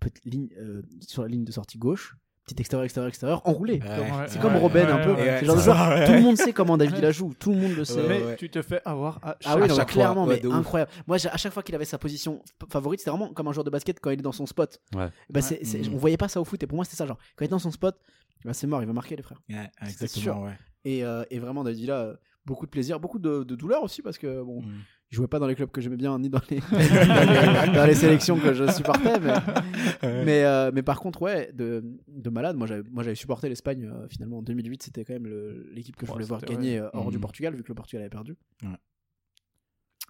Speaker 6: petite ligne euh, sur la ligne de sortie gauche, petit extérieur extérieur extérieur enroulé.
Speaker 4: Ouais.
Speaker 6: C'est comme
Speaker 4: Ouais,
Speaker 6: Robben
Speaker 4: ouais,
Speaker 6: un peu.
Speaker 4: ouais,
Speaker 6: C'est le genre de joueur. Tout le monde sait comment David Villa joue. Tout le monde le sait.
Speaker 4: Mais
Speaker 7: ouais.
Speaker 4: tu te fais avoir à
Speaker 6: Ah
Speaker 4: chaque-
Speaker 6: oui,
Speaker 7: à
Speaker 6: non, mais
Speaker 7: chaque fois.
Speaker 6: clairement,
Speaker 7: Ouais,
Speaker 6: mais
Speaker 7: de ouf.
Speaker 6: incroyable. Moi, j'ai- à chaque fois qu'il avait sa position f- favorite, c'était vraiment comme un joueur de basket quand il est dans son spot.
Speaker 5: Ouais.
Speaker 6: Bah, c'est- c'est-
Speaker 7: Mhm.
Speaker 6: On voyait pas ça au foot, et pour moi, c'était ça. Genre, quand il est dans son spot, bah, c'est mort, il va marquer, les frères.
Speaker 7: ouais,
Speaker 6: c'est sûr.
Speaker 7: exactement, ouais.
Speaker 6: Et, euh, et vraiment, David Villa, euh, beaucoup de plaisir, beaucoup de, de douleur aussi, parce que bon,
Speaker 7: Mm.
Speaker 6: il jouait pas dans les clubs que j'aimais bien, ni dans les, *laughs* dans les- dans les sélections que je supportais. Mais, mais, euh, mais par contre, ouais, de, de malade, moi j'avais moi, j'avais supporté l'Espagne euh, finalement en 2008, c'était quand même le- l'équipe que je
Speaker 4: Ouais,
Speaker 6: voulais voir
Speaker 4: c'était-
Speaker 6: gagner euh, hors
Speaker 7: Mhm.
Speaker 6: du Portugal, vu que le Portugal avait perdu.
Speaker 7: Ouais.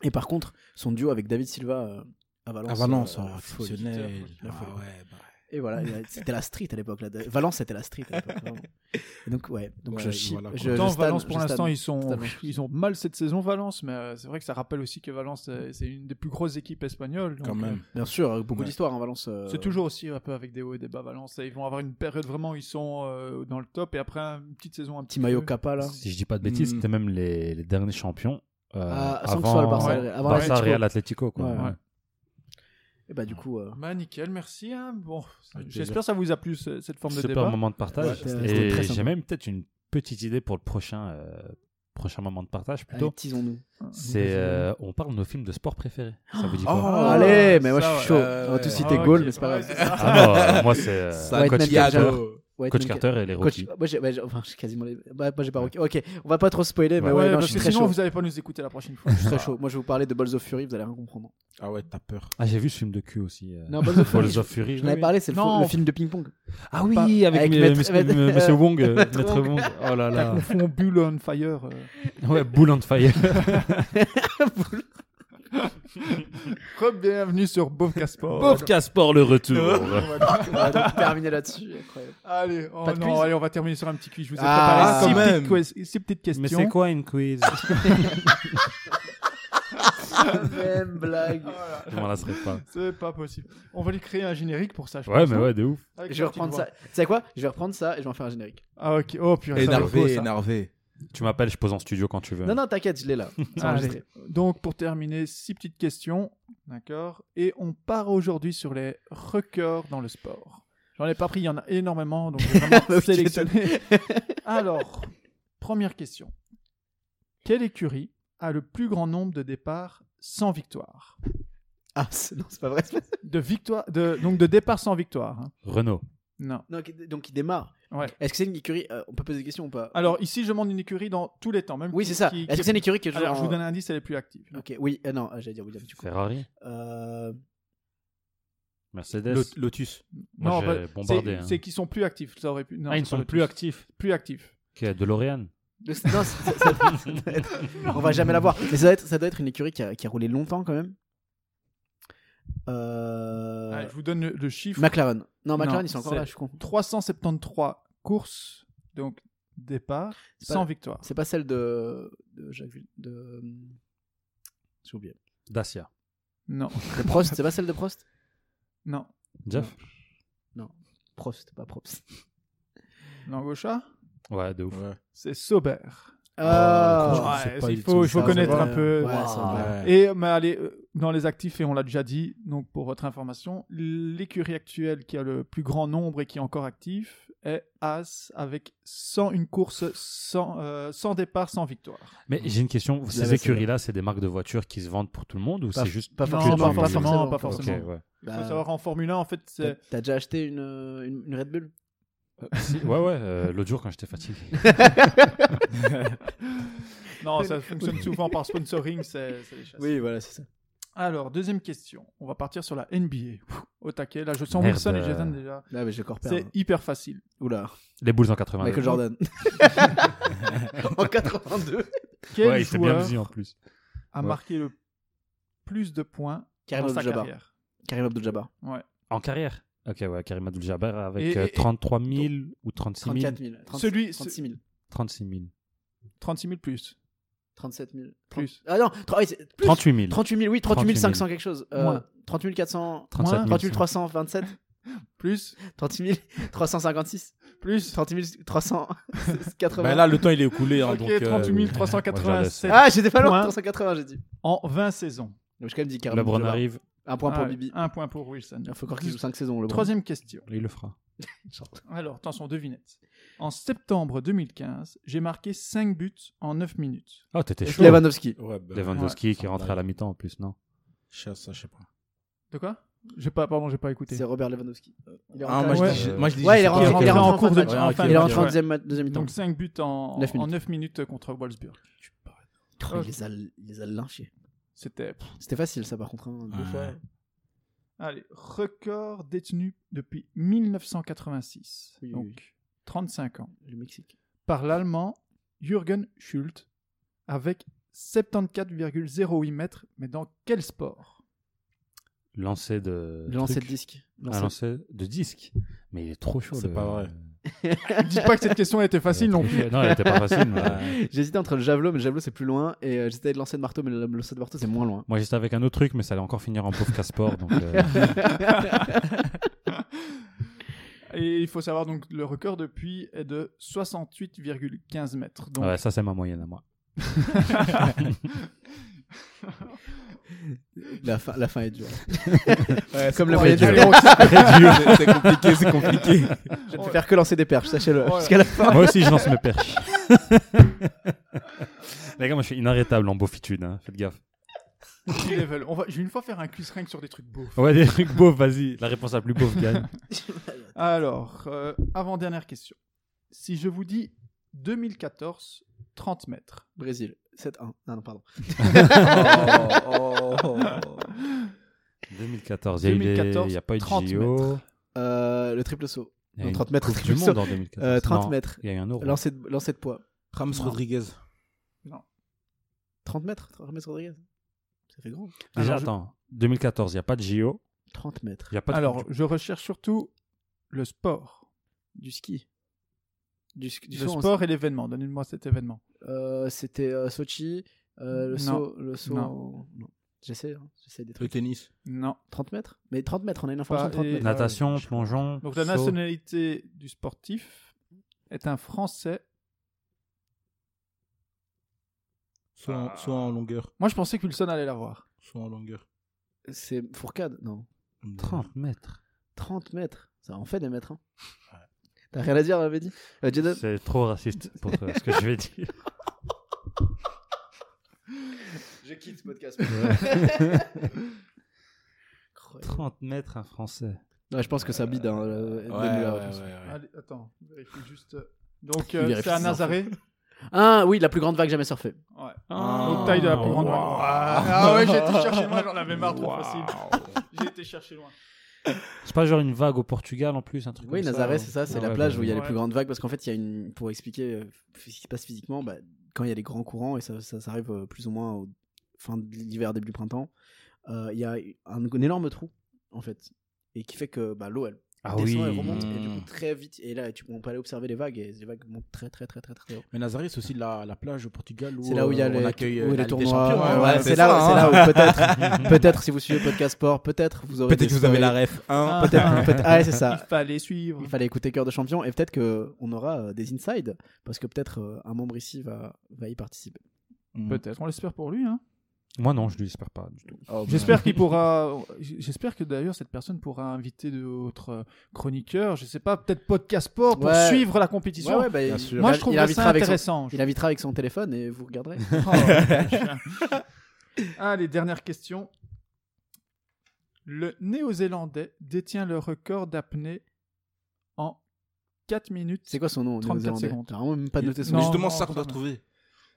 Speaker 6: Et par contre, son duo avec David Silva euh, à Valence.
Speaker 7: À Valence,
Speaker 6: euh,
Speaker 7: oh,
Speaker 6: folie.
Speaker 7: exceptionnel.
Speaker 6: La folie.
Speaker 7: Ah ouais, bah.
Speaker 6: Et voilà, et, euh, c'était la street à l'époque. là. Valence, c'était la street à l'époque. vraiment. Et donc, ouais, donc
Speaker 7: Ouais,
Speaker 6: je chie.
Speaker 7: voilà, quoi.
Speaker 6: je, je
Speaker 4: Pourtant,
Speaker 6: stan-
Speaker 4: Valence,
Speaker 6: je
Speaker 4: pour
Speaker 6: stan.
Speaker 4: l'instant, ils, sont,
Speaker 6: Stan.
Speaker 4: ils ont mal cette saison, Valence, mais euh, c'est vrai que ça rappelle aussi que Valence, euh, c'est une des plus grosses équipes espagnoles. donc,
Speaker 7: Quand même.
Speaker 6: Bien sûr, euh, beaucoup
Speaker 7: Ouais.
Speaker 6: d'histoires en Valence. euh,
Speaker 4: euh, C'est toujours aussi un peu avec des hauts et des bas Valence. et Ils vont avoir une période vraiment où ils sont euh, dans le top et après une petite saison un
Speaker 6: Petit
Speaker 4: petit
Speaker 6: maillot
Speaker 4: peu-
Speaker 6: kappa là.
Speaker 5: Si je dis pas de bêtises,
Speaker 7: Hmm.
Speaker 5: c'était même les, les derniers champions. euh,
Speaker 6: Ah, sans que ce
Speaker 5: avant
Speaker 6: soit le Barça,
Speaker 5: ouais,
Speaker 6: avant
Speaker 5: Barça,
Speaker 6: l'Atlético.
Speaker 5: Real Atlético. Quoi.
Speaker 6: Ouais.
Speaker 5: Ouais.
Speaker 6: Et bah, du coup. euh,
Speaker 4: Bah, nickel, merci. hein. Bon, ça-
Speaker 7: Avec
Speaker 4: j'espère que ça vous a plu ce- cette forme de
Speaker 5: Super
Speaker 4: débat.
Speaker 5: moment de partage.
Speaker 6: Ouais, c'était- c'était très
Speaker 5: et
Speaker 6: sympa.
Speaker 5: j'ai même peut-être une petite idée pour le prochain, euh, prochain moment de partage
Speaker 6: allez,
Speaker 5: plutôt.
Speaker 6: Tisons-nous.
Speaker 5: C'est euh, on parle de nos films de sport préférés. Ça vous dit
Speaker 7: Oh,
Speaker 5: quoi
Speaker 4: Ah,
Speaker 6: allez, mais moi
Speaker 4: ça,
Speaker 6: je
Speaker 4: ouais.
Speaker 6: suis chaud.
Speaker 7: Euh,
Speaker 6: On va tous
Speaker 7: ouais.
Speaker 6: citer
Speaker 4: Ah,
Speaker 6: Gaulle,
Speaker 4: ok,
Speaker 6: mais c'est pas
Speaker 4: ouais,
Speaker 6: grave.
Speaker 4: c'est ça.
Speaker 5: Ah non, euh, moi c'est euh,
Speaker 7: Ça,
Speaker 6: White
Speaker 5: Coach,
Speaker 6: Man
Speaker 5: Carter,
Speaker 6: Carter. Ouais,
Speaker 5: Coach
Speaker 6: donc,
Speaker 5: Carter et les
Speaker 6: Coach,
Speaker 5: rookies.
Speaker 6: moi j'ai ouais, j'ai- enfin, j'ai quasiment les. Bah, moi j'ai pas ok. Ok, on va pas trop spoiler,
Speaker 4: Ouais,
Speaker 6: mais ouais, non, je
Speaker 4: parce
Speaker 6: suis
Speaker 4: que
Speaker 6: très
Speaker 4: sinon,
Speaker 6: chaud.
Speaker 4: vous allez pas nous écouter la prochaine fois.
Speaker 6: Je
Speaker 4: *laughs*
Speaker 6: suis très chaud. Moi je vais vous parler de Balls of Fury, vous allez rien comprendre.
Speaker 7: Ah ouais, t'as peur.
Speaker 5: Ah j'ai vu ce film de cul aussi. euh,
Speaker 6: Non, Balls of Fury.
Speaker 5: Balls of Fury.
Speaker 6: Je
Speaker 5: oui,
Speaker 6: l'avais
Speaker 5: oui.
Speaker 6: parlé, c'est le,
Speaker 4: Non.
Speaker 6: fo- le film de ping-pong.
Speaker 5: Ah
Speaker 6: Pas-
Speaker 5: oui, avec,
Speaker 6: avec
Speaker 5: mes-
Speaker 6: Maître-
Speaker 5: mes-
Speaker 6: Maître-
Speaker 5: Monsieur Wong, euh,
Speaker 6: Maître
Speaker 5: Maître
Speaker 6: Wong.
Speaker 5: Wong. Oh
Speaker 4: T'as
Speaker 5: là
Speaker 6: *laughs*
Speaker 5: là.
Speaker 4: confond Bull on Fire. euh.
Speaker 6: Ah.
Speaker 5: Ouais, Bull on Fire.
Speaker 4: Bienvenue sur Bovcast Sport.
Speaker 5: *laughs* Pauvre Casport le retour.
Speaker 6: *laughs* on va donc terminer là-dessus. Incroyable.
Speaker 4: Allez, oh
Speaker 6: Pas de
Speaker 4: non,
Speaker 6: quiz
Speaker 4: allez, on va terminer sur un petit quiz. Je vous ai
Speaker 6: Ah,
Speaker 4: préparé
Speaker 7: quand
Speaker 4: six
Speaker 7: même.
Speaker 4: petites, quiz- six petites questions.
Speaker 5: Mais c'est quoi une
Speaker 6: *laughs*
Speaker 5: quiz
Speaker 6: Même blague.
Speaker 5: Je m'en lasserai pas.
Speaker 4: Ah, C'est pas possible. On va lui créer un générique pour ça. Je
Speaker 5: Ouais,
Speaker 4: pense,
Speaker 5: mais
Speaker 4: non
Speaker 5: ouais, de ouf.
Speaker 4: Avec
Speaker 6: Je vais
Speaker 4: la petite
Speaker 6: reprendre
Speaker 4: voix.
Speaker 6: ça. Tu sais quoi Je vais reprendre ça et je vais en faire un générique.
Speaker 4: Ah, ok. Oh, purée. ça va être beau,
Speaker 7: Énervé,
Speaker 4: ça.
Speaker 7: énervé.
Speaker 5: Tu m'appelles, je pose en studio quand tu veux.
Speaker 6: Non, non, t'inquiète, je l'ai là. C'est
Speaker 4: Allez.
Speaker 6: enregistré.
Speaker 4: Donc, pour terminer, six petites questions. D'accord. Et on part aujourd'hui sur les records dans le sport. J'en ai pas pris, il y en a énormément, donc j'ai vraiment
Speaker 6: Ok,
Speaker 4: sélectionné. Alors, première question. Quelle écurie a le plus grand nombre de départs sans victoire
Speaker 6: Ah, c'est- non, c'est pas vrai.
Speaker 4: de victoire de, Donc, de départs sans victoire. hein.
Speaker 5: Renault.
Speaker 4: Non.
Speaker 6: Non, qui- donc il démarre.
Speaker 4: Ouais.
Speaker 6: Est-ce que c'est une écurie euh, On peut poser des questions ou pas
Speaker 4: Alors, ici, je demande une écurie dans tous les temps. Même
Speaker 6: Oui,
Speaker 4: qui-
Speaker 6: c'est ça.
Speaker 4: qui-
Speaker 6: Est-ce
Speaker 4: qui-
Speaker 6: que c'est une écurie qui est toujours
Speaker 4: Alors, je
Speaker 6: en-
Speaker 4: Ah. vous donne un indice, elle est plus active.
Speaker 6: Ok, oui, euh, non, euh, j'allais dire William, du coup.
Speaker 5: Ferrari.
Speaker 6: Euh,
Speaker 5: Mercedes.
Speaker 7: Lot- Lotus.
Speaker 5: Moi,
Speaker 4: Non,
Speaker 5: j'ai
Speaker 4: bah,
Speaker 5: bombardé,
Speaker 4: c'est-
Speaker 5: hein.
Speaker 4: C'est qu'ils sont plus actifs. Ça aurait pu. non,
Speaker 5: Ah, ils ne
Speaker 4: c'est pas
Speaker 5: sont
Speaker 4: le
Speaker 5: plus
Speaker 4: tout.
Speaker 5: actifs.
Speaker 4: Plus actifs.
Speaker 5: Ok, DeLorean.
Speaker 6: Non, c'est- *laughs* ça- ça- on va jamais l'avoir. Mais ça doit, être, ça doit être une écurie qui a, qui a roulé longtemps quand même. Euh,
Speaker 4: Allez, Ah, je vous donne le, le chiffre.
Speaker 6: McLaren. Non,
Speaker 4: Non,
Speaker 6: McLaren, ils sont encore
Speaker 4: c'est-
Speaker 6: là, je suis con.
Speaker 4: 373 courses, donc départ,
Speaker 6: C'est pas-
Speaker 4: sans victoire.
Speaker 6: C'est pas celle de. de Jacques Vil- de... J'ai oublié.
Speaker 5: Dacia.
Speaker 4: Non,
Speaker 6: De Prost, c'est pas celle de Prost
Speaker 4: non.
Speaker 5: Jeff
Speaker 6: Prost, pas Prost.
Speaker 4: Langocha,
Speaker 5: Ouais, de ouf.
Speaker 7: Ouais.
Speaker 4: ah, c'est Sauber.
Speaker 6: Ah,
Speaker 7: Ah, je sais
Speaker 4: Ouais,
Speaker 7: pas
Speaker 4: il
Speaker 7: du
Speaker 4: faut,
Speaker 7: tout,
Speaker 4: il faut
Speaker 7: ça,
Speaker 4: connaître
Speaker 7: c'est
Speaker 4: un
Speaker 6: vrai.
Speaker 4: peu.
Speaker 6: Ouais, c'est vrai.
Speaker 7: Ouais.
Speaker 4: Et mais allez, euh, dans les actifs, et on l'a déjà dit, donc pour votre information, l'écurie actuelle qui a le plus grand nombre et qui est encore actif est As avec 101 courses, 100, euh, 100 départs, 100 victoires.
Speaker 5: Mais j'ai une question.
Speaker 6: La
Speaker 5: Ces
Speaker 6: Dacia.
Speaker 5: écuries-là, c'est des marques de voitures qui se vendent pour tout le monde ou
Speaker 6: Pas-
Speaker 5: c'est juste.
Speaker 6: Pas
Speaker 4: Non,
Speaker 6: forcément.
Speaker 5: pas
Speaker 6: pas
Speaker 5: forcément,
Speaker 6: forcément.
Speaker 4: pas
Speaker 5: Ok,
Speaker 4: forcément.
Speaker 5: ouais.
Speaker 4: Il
Speaker 6: Bah,
Speaker 4: faut savoir, en Formule 1, en fait,
Speaker 6: t'as-
Speaker 5: *laughs*
Speaker 4: c'est.
Speaker 6: T'as déjà acheté une, euh, une, une Red Bull
Speaker 5: Si, ouais, ouais. euh, L'autre jour, quand j'étais fatigué.
Speaker 4: Non, ça fonctionne souvent par sponsoring, c'est c'est les chasses.
Speaker 6: voilà, c'est ça.
Speaker 4: Alors, deuxième question. On va partir sur la NBA. Ouh, Au taquet, là, je sens
Speaker 5: Merde,
Speaker 4: Wilson et
Speaker 5: euh,
Speaker 4: Jason déjà.
Speaker 6: Là, Ah, mais j'ai encore perdu.
Speaker 4: C'est hyper facile.
Speaker 6: Oula,
Speaker 5: Les Bulls en 80.
Speaker 6: Michael Jordan.
Speaker 4: *laughs*
Speaker 6: en 82.
Speaker 4: Quel
Speaker 5: ouais, il s'est bien
Speaker 4: joueur
Speaker 5: mis en plus.
Speaker 4: a
Speaker 5: Ouais.
Speaker 4: marqué le plus de points
Speaker 6: Karim
Speaker 4: dans sa
Speaker 6: Abdul-Jabbar.
Speaker 4: carrière
Speaker 6: Karim Abdul-Jabbar.
Speaker 5: En carrière Ok, ouais, Karim Abdul-Jabbar avec
Speaker 4: Et-
Speaker 5: euh,
Speaker 4: et-
Speaker 5: 33 000 ou 36 000
Speaker 6: 34 000. 30
Speaker 4: Celui-
Speaker 6: 36 000.
Speaker 5: 36 000.
Speaker 4: 36 000 plus.
Speaker 6: 37 000.
Speaker 4: Plus.
Speaker 6: Ah non, tra- ouais, c'est plus.
Speaker 5: 38 000.
Speaker 6: 38 000, oui, 38
Speaker 5: 38 000.
Speaker 6: 500 quelque chose. Euh,
Speaker 4: Moins.
Speaker 6: 38 400.
Speaker 5: 37 000.
Speaker 6: 38 327.
Speaker 4: Plus
Speaker 6: 38 *laughs* 356.
Speaker 4: Plus
Speaker 6: 38
Speaker 4: *laughs*
Speaker 6: 380.
Speaker 7: Ben là, le temps il est écoulé. Hein,
Speaker 4: Ok,
Speaker 7: donc, euh,
Speaker 4: 38
Speaker 5: Moi, je la laisse.
Speaker 4: 387
Speaker 6: ah, j'étais pas loin.
Speaker 4: Point.
Speaker 6: 380, j'ai dit.
Speaker 4: en 20 saisons.
Speaker 6: Donc, j'ai quand même dit Karim
Speaker 5: LeBron
Speaker 6: Abdul-Jabbar.
Speaker 5: arrive,
Speaker 6: Un point pour
Speaker 4: Ah,
Speaker 6: Bibi.
Speaker 4: Un point pour Wilson.
Speaker 6: Il faut encore qu'il joue 5 saisons, LeBron.
Speaker 4: Troisième question.
Speaker 5: il le fera.
Speaker 4: Alors, attention, devinette. En septembre 2015, j'ai marqué 5 buts en 9 minutes.
Speaker 5: Oh, t'étais
Speaker 6: Est-ce
Speaker 5: chaud.
Speaker 6: Lewandowski.
Speaker 7: Ouais, ben,
Speaker 5: Lewandowski qui
Speaker 7: Ouais.
Speaker 5: rentrait à la mi-temps en plus, non
Speaker 7: je- ça, je sais pas.
Speaker 4: De quoi J'ai pas, pardon, j'ai pas écouté.
Speaker 6: C'est Robert Lewandowski. Euh, Il est
Speaker 7: Ah,
Speaker 6: rentré
Speaker 7: moi,
Speaker 6: à
Speaker 7: je
Speaker 6: la
Speaker 4: Ouais.
Speaker 7: dis-
Speaker 6: mi-temps.
Speaker 7: je- moi, je dis.
Speaker 6: Ouais, il est
Speaker 7: je sais
Speaker 6: rentré
Speaker 7: pas.
Speaker 4: Il est
Speaker 6: rentré
Speaker 4: en cours de
Speaker 6: fin
Speaker 7: de
Speaker 4: en
Speaker 7: match.
Speaker 4: fin
Speaker 6: Il
Speaker 4: de
Speaker 6: est
Speaker 4: match,
Speaker 6: rentré en
Speaker 4: ouais.
Speaker 6: deuxième, deuxième mi-temps.
Speaker 4: Donc 5 buts en 9
Speaker 6: Neuf minutes.
Speaker 4: minutes, minutes contre Wolfsburg.
Speaker 6: Oh, il, les a, il les a lynchés.
Speaker 4: C'était. pff,
Speaker 6: C'était facile, ça, par contre. hein, deux
Speaker 7: Ouais.
Speaker 6: fois.
Speaker 4: Allez, record détenu depuis 1986.
Speaker 6: Oui, oui,
Speaker 4: donc
Speaker 6: oui.
Speaker 4: 35 ans.
Speaker 6: Le Mexique.
Speaker 4: Par l'allemand Jürgen Schulte avec 74,08 mètres. Mais dans quel sport
Speaker 5: Lancé de.
Speaker 6: Le lancer de
Speaker 5: truc.
Speaker 6: disque.
Speaker 5: Un
Speaker 6: Lancer-
Speaker 5: lancer de disque. Mais il est trop chaud.
Speaker 7: C'est
Speaker 5: le-
Speaker 7: pas vrai.
Speaker 4: Ne dites pas que cette question était facile non plus.
Speaker 5: Non, elle était pas facile.
Speaker 6: *laughs*
Speaker 5: mais-
Speaker 6: J'hésitais entre le javelot, mais le javelot c'est plus loin, et euh, j'hésitais avec le lancer de marteau, mais le le lancer de marteau c'est moins loin.
Speaker 5: Moi, j'étais avec un autre truc, mais ça allait encore finir en pauvre Casport. Donc, euh,
Speaker 4: Et il faut savoir donc le record depuis est de 68,15 mètres. Donc
Speaker 5: ouais, ça, c'est ma moyenne à moi.
Speaker 6: *laughs* La fin, la fin est dure. *laughs*
Speaker 7: Ouais,
Speaker 6: Comme
Speaker 7: c'est
Speaker 6: la
Speaker 7: très
Speaker 6: moyenne
Speaker 7: dur.
Speaker 6: de
Speaker 7: Très dur. C'est compliqué, c'est compliqué.
Speaker 6: Je ne peux faire que lancer des perches, sachez-le.
Speaker 4: Voilà.
Speaker 6: Jusqu'à la fin.
Speaker 5: moi aussi, je lance mes perches. Les gars, moi, je suis inarrêtable en beaufitude. Hein. Faites gaffe.
Speaker 4: level. On va, je vais une fois faire un quiz ring sur des trucs beaux.
Speaker 5: Ouais, des trucs beaufs, vas-y. La réponse la plus beauf gagne. *laughs*
Speaker 4: Alors, euh, avant-dernière question. Si je vous dis 2014, 30 mètres.
Speaker 6: Brésil, 7-1. Non, non, pardon.
Speaker 7: Oh.
Speaker 6: Oh.
Speaker 5: 2014. Il n'y a, eu les-
Speaker 4: 2014,
Speaker 5: il y a pas eu de
Speaker 4: 30
Speaker 5: JO.
Speaker 4: mètres.
Speaker 6: Euh, le triple saut.
Speaker 5: Il y a
Speaker 6: Non,
Speaker 5: eu
Speaker 6: 30
Speaker 5: une
Speaker 6: mètres,
Speaker 5: Coupe
Speaker 6: triple
Speaker 5: du monde en 2014.
Speaker 6: Euh, 30
Speaker 5: Non,
Speaker 6: mètres.
Speaker 5: Il y a eu un euro.
Speaker 6: Lancer de, lancer de poids.
Speaker 7: Rams Rodriguez.
Speaker 6: 30 mètres 30 mètres Rodriguez Ça fait grand.
Speaker 5: Déjà,
Speaker 4: Alors, je-
Speaker 5: attends. 2014, il n'y a pas de JO.
Speaker 6: 30 mètres.
Speaker 5: Il y a pas de
Speaker 4: Alors,
Speaker 5: Coupe
Speaker 4: je recherche surtout le sport.
Speaker 6: Du ski. Du, sk- du
Speaker 4: le
Speaker 6: saut en-
Speaker 4: sport et l'événement. Donnez-moi cet événement.
Speaker 6: Euh, C'était euh, Sochi. euh, le
Speaker 4: Non.
Speaker 6: saut. Le saut
Speaker 4: Non.
Speaker 6: en- non. J'essaie, hein, j'essaie des
Speaker 7: Le
Speaker 6: trucs.
Speaker 7: tennis.
Speaker 4: Non.
Speaker 6: 30 mètres Mais 30 mètres, on a une information
Speaker 4: Pas-
Speaker 6: de 30
Speaker 4: et-
Speaker 5: du-
Speaker 6: mètres.
Speaker 5: Natation, plongeon.
Speaker 4: euh, Donc, la
Speaker 5: saut.
Speaker 4: nationalité du sportif est un Français.
Speaker 7: Soit en, soit
Speaker 6: Ah.
Speaker 7: en longueur.
Speaker 4: Moi, je pensais que Wilson allait l'avoir.
Speaker 7: Soit en longueur.
Speaker 6: C'est Fourcade Non.
Speaker 5: 30 mètres.
Speaker 6: 30 mètres. Ça en fait des mètres. Hein. T'as rien à dire, avait dit euh, Jadon
Speaker 5: C'est trop raciste pour euh, ce que je vais dire.
Speaker 6: Je quitte ce podcast.
Speaker 5: 30 mètres, un français.
Speaker 6: Ouais, je pense que ça bide. Hein, le- donne-lui
Speaker 7: Ouais,
Speaker 6: la
Speaker 7: ouais,
Speaker 6: réponse.
Speaker 7: ouais, ouais.
Speaker 4: Allez, attends. Vérifie juste. Donc, euh,
Speaker 6: vérifie
Speaker 4: c'est à
Speaker 6: ses
Speaker 4: Nazaré.
Speaker 6: Ah oui, la plus grande vague jamais surfée.
Speaker 4: Ouais.
Speaker 5: Ah.
Speaker 4: Donc, taille de la plus grande
Speaker 5: Wow.
Speaker 4: vague. Ah ouais, j'ai été chercher loin, j'en avais marre trop facile. J'ai été chercher loin.
Speaker 5: C'est pas genre une vague au Portugal en plus, un truc
Speaker 6: Oui,
Speaker 5: comme ça,
Speaker 6: Nazaré,
Speaker 5: euh.
Speaker 6: c'est ça, hein. c'est
Speaker 5: Ah
Speaker 6: la
Speaker 5: ouais,
Speaker 6: plage
Speaker 5: bah,
Speaker 6: où il y a les
Speaker 4: ouais.
Speaker 6: plus grandes vagues. Parce qu'en fait, il y a une. Pour expliquer euh, ce qui se passe physiquement, bah, quand il y a des grands courants, et ça, ça, ça arrive euh, plus ou moins au fin de l'hiver, début du printemps, euh, il y a un, un énorme trou, en fait. Et qui fait que bah, l'eau, elle
Speaker 5: Ah
Speaker 6: descend,
Speaker 5: oui.
Speaker 6: elle remonte, et du
Speaker 5: Mmh.
Speaker 6: coup, très vite. Et là, tu, on peut aller observer les vagues, et les vagues montent très, très, très, très, très haut.
Speaker 7: Mais Nazaré, c'est aussi la, la plage au Portugal où
Speaker 6: C'est là où il y a
Speaker 7: euh, on
Speaker 6: les,
Speaker 7: accueille
Speaker 6: où
Speaker 7: euh,
Speaker 6: les
Speaker 7: la Ligue des
Speaker 6: tournois.
Speaker 7: Champions, hein.
Speaker 6: ouais,
Speaker 7: Ouais,
Speaker 6: c'est là,
Speaker 7: ça,
Speaker 6: c'est
Speaker 7: hein.
Speaker 6: là où *laughs* peut-être, peut-être si vous suivez Podcast Sport, peut-être vous aurez.
Speaker 7: Peut-être
Speaker 6: des
Speaker 7: que vous avez la
Speaker 6: stories.
Speaker 7: ref. hein.
Speaker 4: Ah,
Speaker 6: Peut-être,
Speaker 4: ah,
Speaker 6: peut-être- ah ouais, c'est ça.
Speaker 4: *laughs* Il fallait suivre.
Speaker 6: Il fallait écouter Cœur de Champion et peut-être qu'on aura euh, des insides parce que peut-être euh, un membre ici va, va y participer.
Speaker 4: Peut-être, on l'espère pour lui. Hein.
Speaker 5: Moi non, je l'espère pas du tout.
Speaker 7: Mm.
Speaker 4: J'espère qu'il pourra. J'espère que d'ailleurs cette personne pourra inviter d'autres euh, chroniqueurs. Je sais pas, peut-être podcast sport pour
Speaker 6: Ouais.
Speaker 4: suivre la compétition.
Speaker 6: Ouais, ouais, bah,
Speaker 7: Bien
Speaker 6: il-
Speaker 7: sûr.
Speaker 4: Moi,
Speaker 6: il-
Speaker 4: je trouve
Speaker 6: il
Speaker 4: ça
Speaker 6: invitera avec son-
Speaker 4: intéressant.
Speaker 6: Il invitera avec son téléphone et
Speaker 4: *laughs*
Speaker 6: vous regarderez.
Speaker 4: Oh, le chien. Allez, dernière question. Le Néo-Zélandais détient le record d'apnée en 4 minutes.
Speaker 6: C'est quoi son nom
Speaker 4: 34
Speaker 6: néo-zélandais
Speaker 4: secondes.
Speaker 6: T'as vraiment même pas noté son
Speaker 4: Non,
Speaker 6: nom.
Speaker 7: Mm. Justement,
Speaker 4: non,
Speaker 7: c'est ça qu'on doit
Speaker 4: non.
Speaker 7: trouver.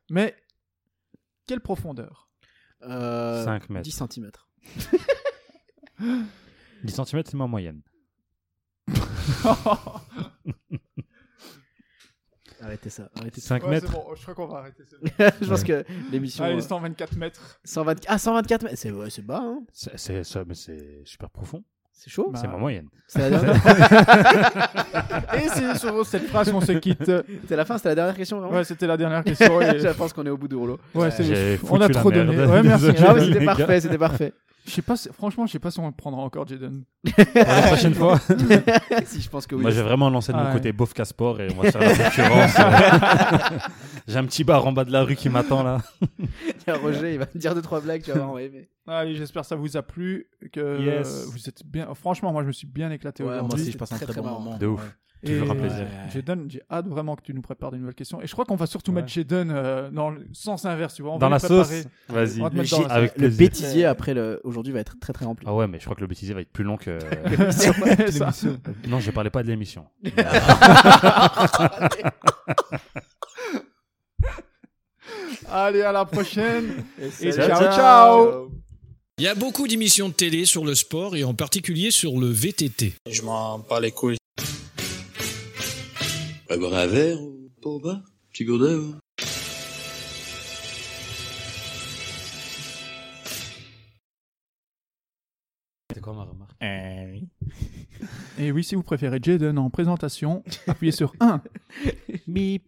Speaker 4: Mais quelle profondeur
Speaker 6: Euh,
Speaker 5: 5 mètres.
Speaker 6: 10 cm.
Speaker 5: 10 cm, c'est ma moyenne.
Speaker 6: Arrêtez ça. Arrêtez ça.
Speaker 5: 5 mètres.
Speaker 4: je crois qu'on va arrêter.
Speaker 6: *laughs* Je pense que l'émission. euh,
Speaker 4: Allez, 124 mètres.
Speaker 6: 124 Ah, 124 mètres C'est ouais, c'est bas, hein.
Speaker 5: C'est- C'est ça, mais c'est super profond.
Speaker 6: C'est chaud.
Speaker 4: Bah,
Speaker 5: C'est ma
Speaker 6: *laughs*
Speaker 5: moyenne.
Speaker 6: C'est
Speaker 4: *laughs*
Speaker 6: la, dernière-
Speaker 4: Et c'est sur cette phrase qu'on se quitte.
Speaker 6: c'est la fin, c'était la dernière question vraiment.
Speaker 4: Ouais, c'était la dernière question.
Speaker 5: *laughs*
Speaker 6: *laughs*
Speaker 4: et-
Speaker 6: Je pense qu'on est au bout du rouleau.
Speaker 4: Ouais, c'est
Speaker 5: J'ai
Speaker 4: On a
Speaker 5: foutu la
Speaker 4: trop donné.
Speaker 5: merde.
Speaker 4: Ouais,
Speaker 5: *laughs*
Speaker 4: merci.
Speaker 5: Désolé.
Speaker 6: Ah
Speaker 4: Ah
Speaker 6: ouais,
Speaker 4: oui,
Speaker 6: c'était
Speaker 5: les gars.
Speaker 6: parfait,
Speaker 5: *laughs*
Speaker 6: c'était parfait.
Speaker 4: je sais pas, si- franchement, je sais pas si on le prendra encore, Jaden.
Speaker 5: Pour la prochaine fois.
Speaker 6: si je pense que oui.
Speaker 5: Moi, j'ai vraiment lancé de
Speaker 4: Ah
Speaker 5: mon
Speaker 4: ouais.
Speaker 5: côté beauf Casport et on va se faire la *laughs* concurrence. j'ai un petit bar en bas de la rue qui m'attend là.
Speaker 6: Il y a Roger, il va te dire deux trois blagues, tu vas voir, on va aimer.
Speaker 4: Allez, Ah j'espère que ça vous a plu, que
Speaker 5: Yes.
Speaker 4: vous êtes bien. Franchement, moi, je me suis bien éclaté
Speaker 6: Ouais,
Speaker 7: Moi
Speaker 4: aujourd'hui.
Speaker 7: aussi, je passe un
Speaker 6: Très,
Speaker 7: très
Speaker 6: très
Speaker 7: bon
Speaker 6: marrant.
Speaker 7: moment.
Speaker 5: De ouf.
Speaker 7: Ouais.
Speaker 5: Toujours un
Speaker 4: Et
Speaker 5: plaisir.
Speaker 4: Jaden, j'ai hâte vraiment que tu nous prépares des nouvelles questions. Et je crois qu'on va surtout
Speaker 5: Ouais.
Speaker 4: mettre Jaden euh, dans le sens inverse, tu vois. On
Speaker 5: Dans
Speaker 4: va
Speaker 5: la
Speaker 4: lui préparer.
Speaker 5: sauce.
Speaker 4: *laughs*
Speaker 5: Vas-y.
Speaker 4: On va te mettre dans
Speaker 6: J'ai-
Speaker 4: la sauce.
Speaker 5: Avec
Speaker 6: Le
Speaker 5: plaisir.
Speaker 6: bêtisier après le... aujourd'hui va être très très rempli.
Speaker 5: Ah ouais, mais je crois que le bêtisier va être plus long *laughs* que.
Speaker 4: Ça.
Speaker 5: non, je parlais pas de l'émission.
Speaker 4: Allez, à la prochaine. Et
Speaker 6: salut.
Speaker 4: ciao. ciao.
Speaker 1: Il y a beaucoup d'émissions de télé sur le sport et en particulier sur le VTT.
Speaker 2: Je m'en bats les couilles.
Speaker 3: Eh ben, un verre, Pogba Petit gourdin, hein.
Speaker 5: C'est quoi ma remarque
Speaker 4: Et oui, si vous préférez Jaden en présentation, appuyez sur 1.
Speaker 5: Bip.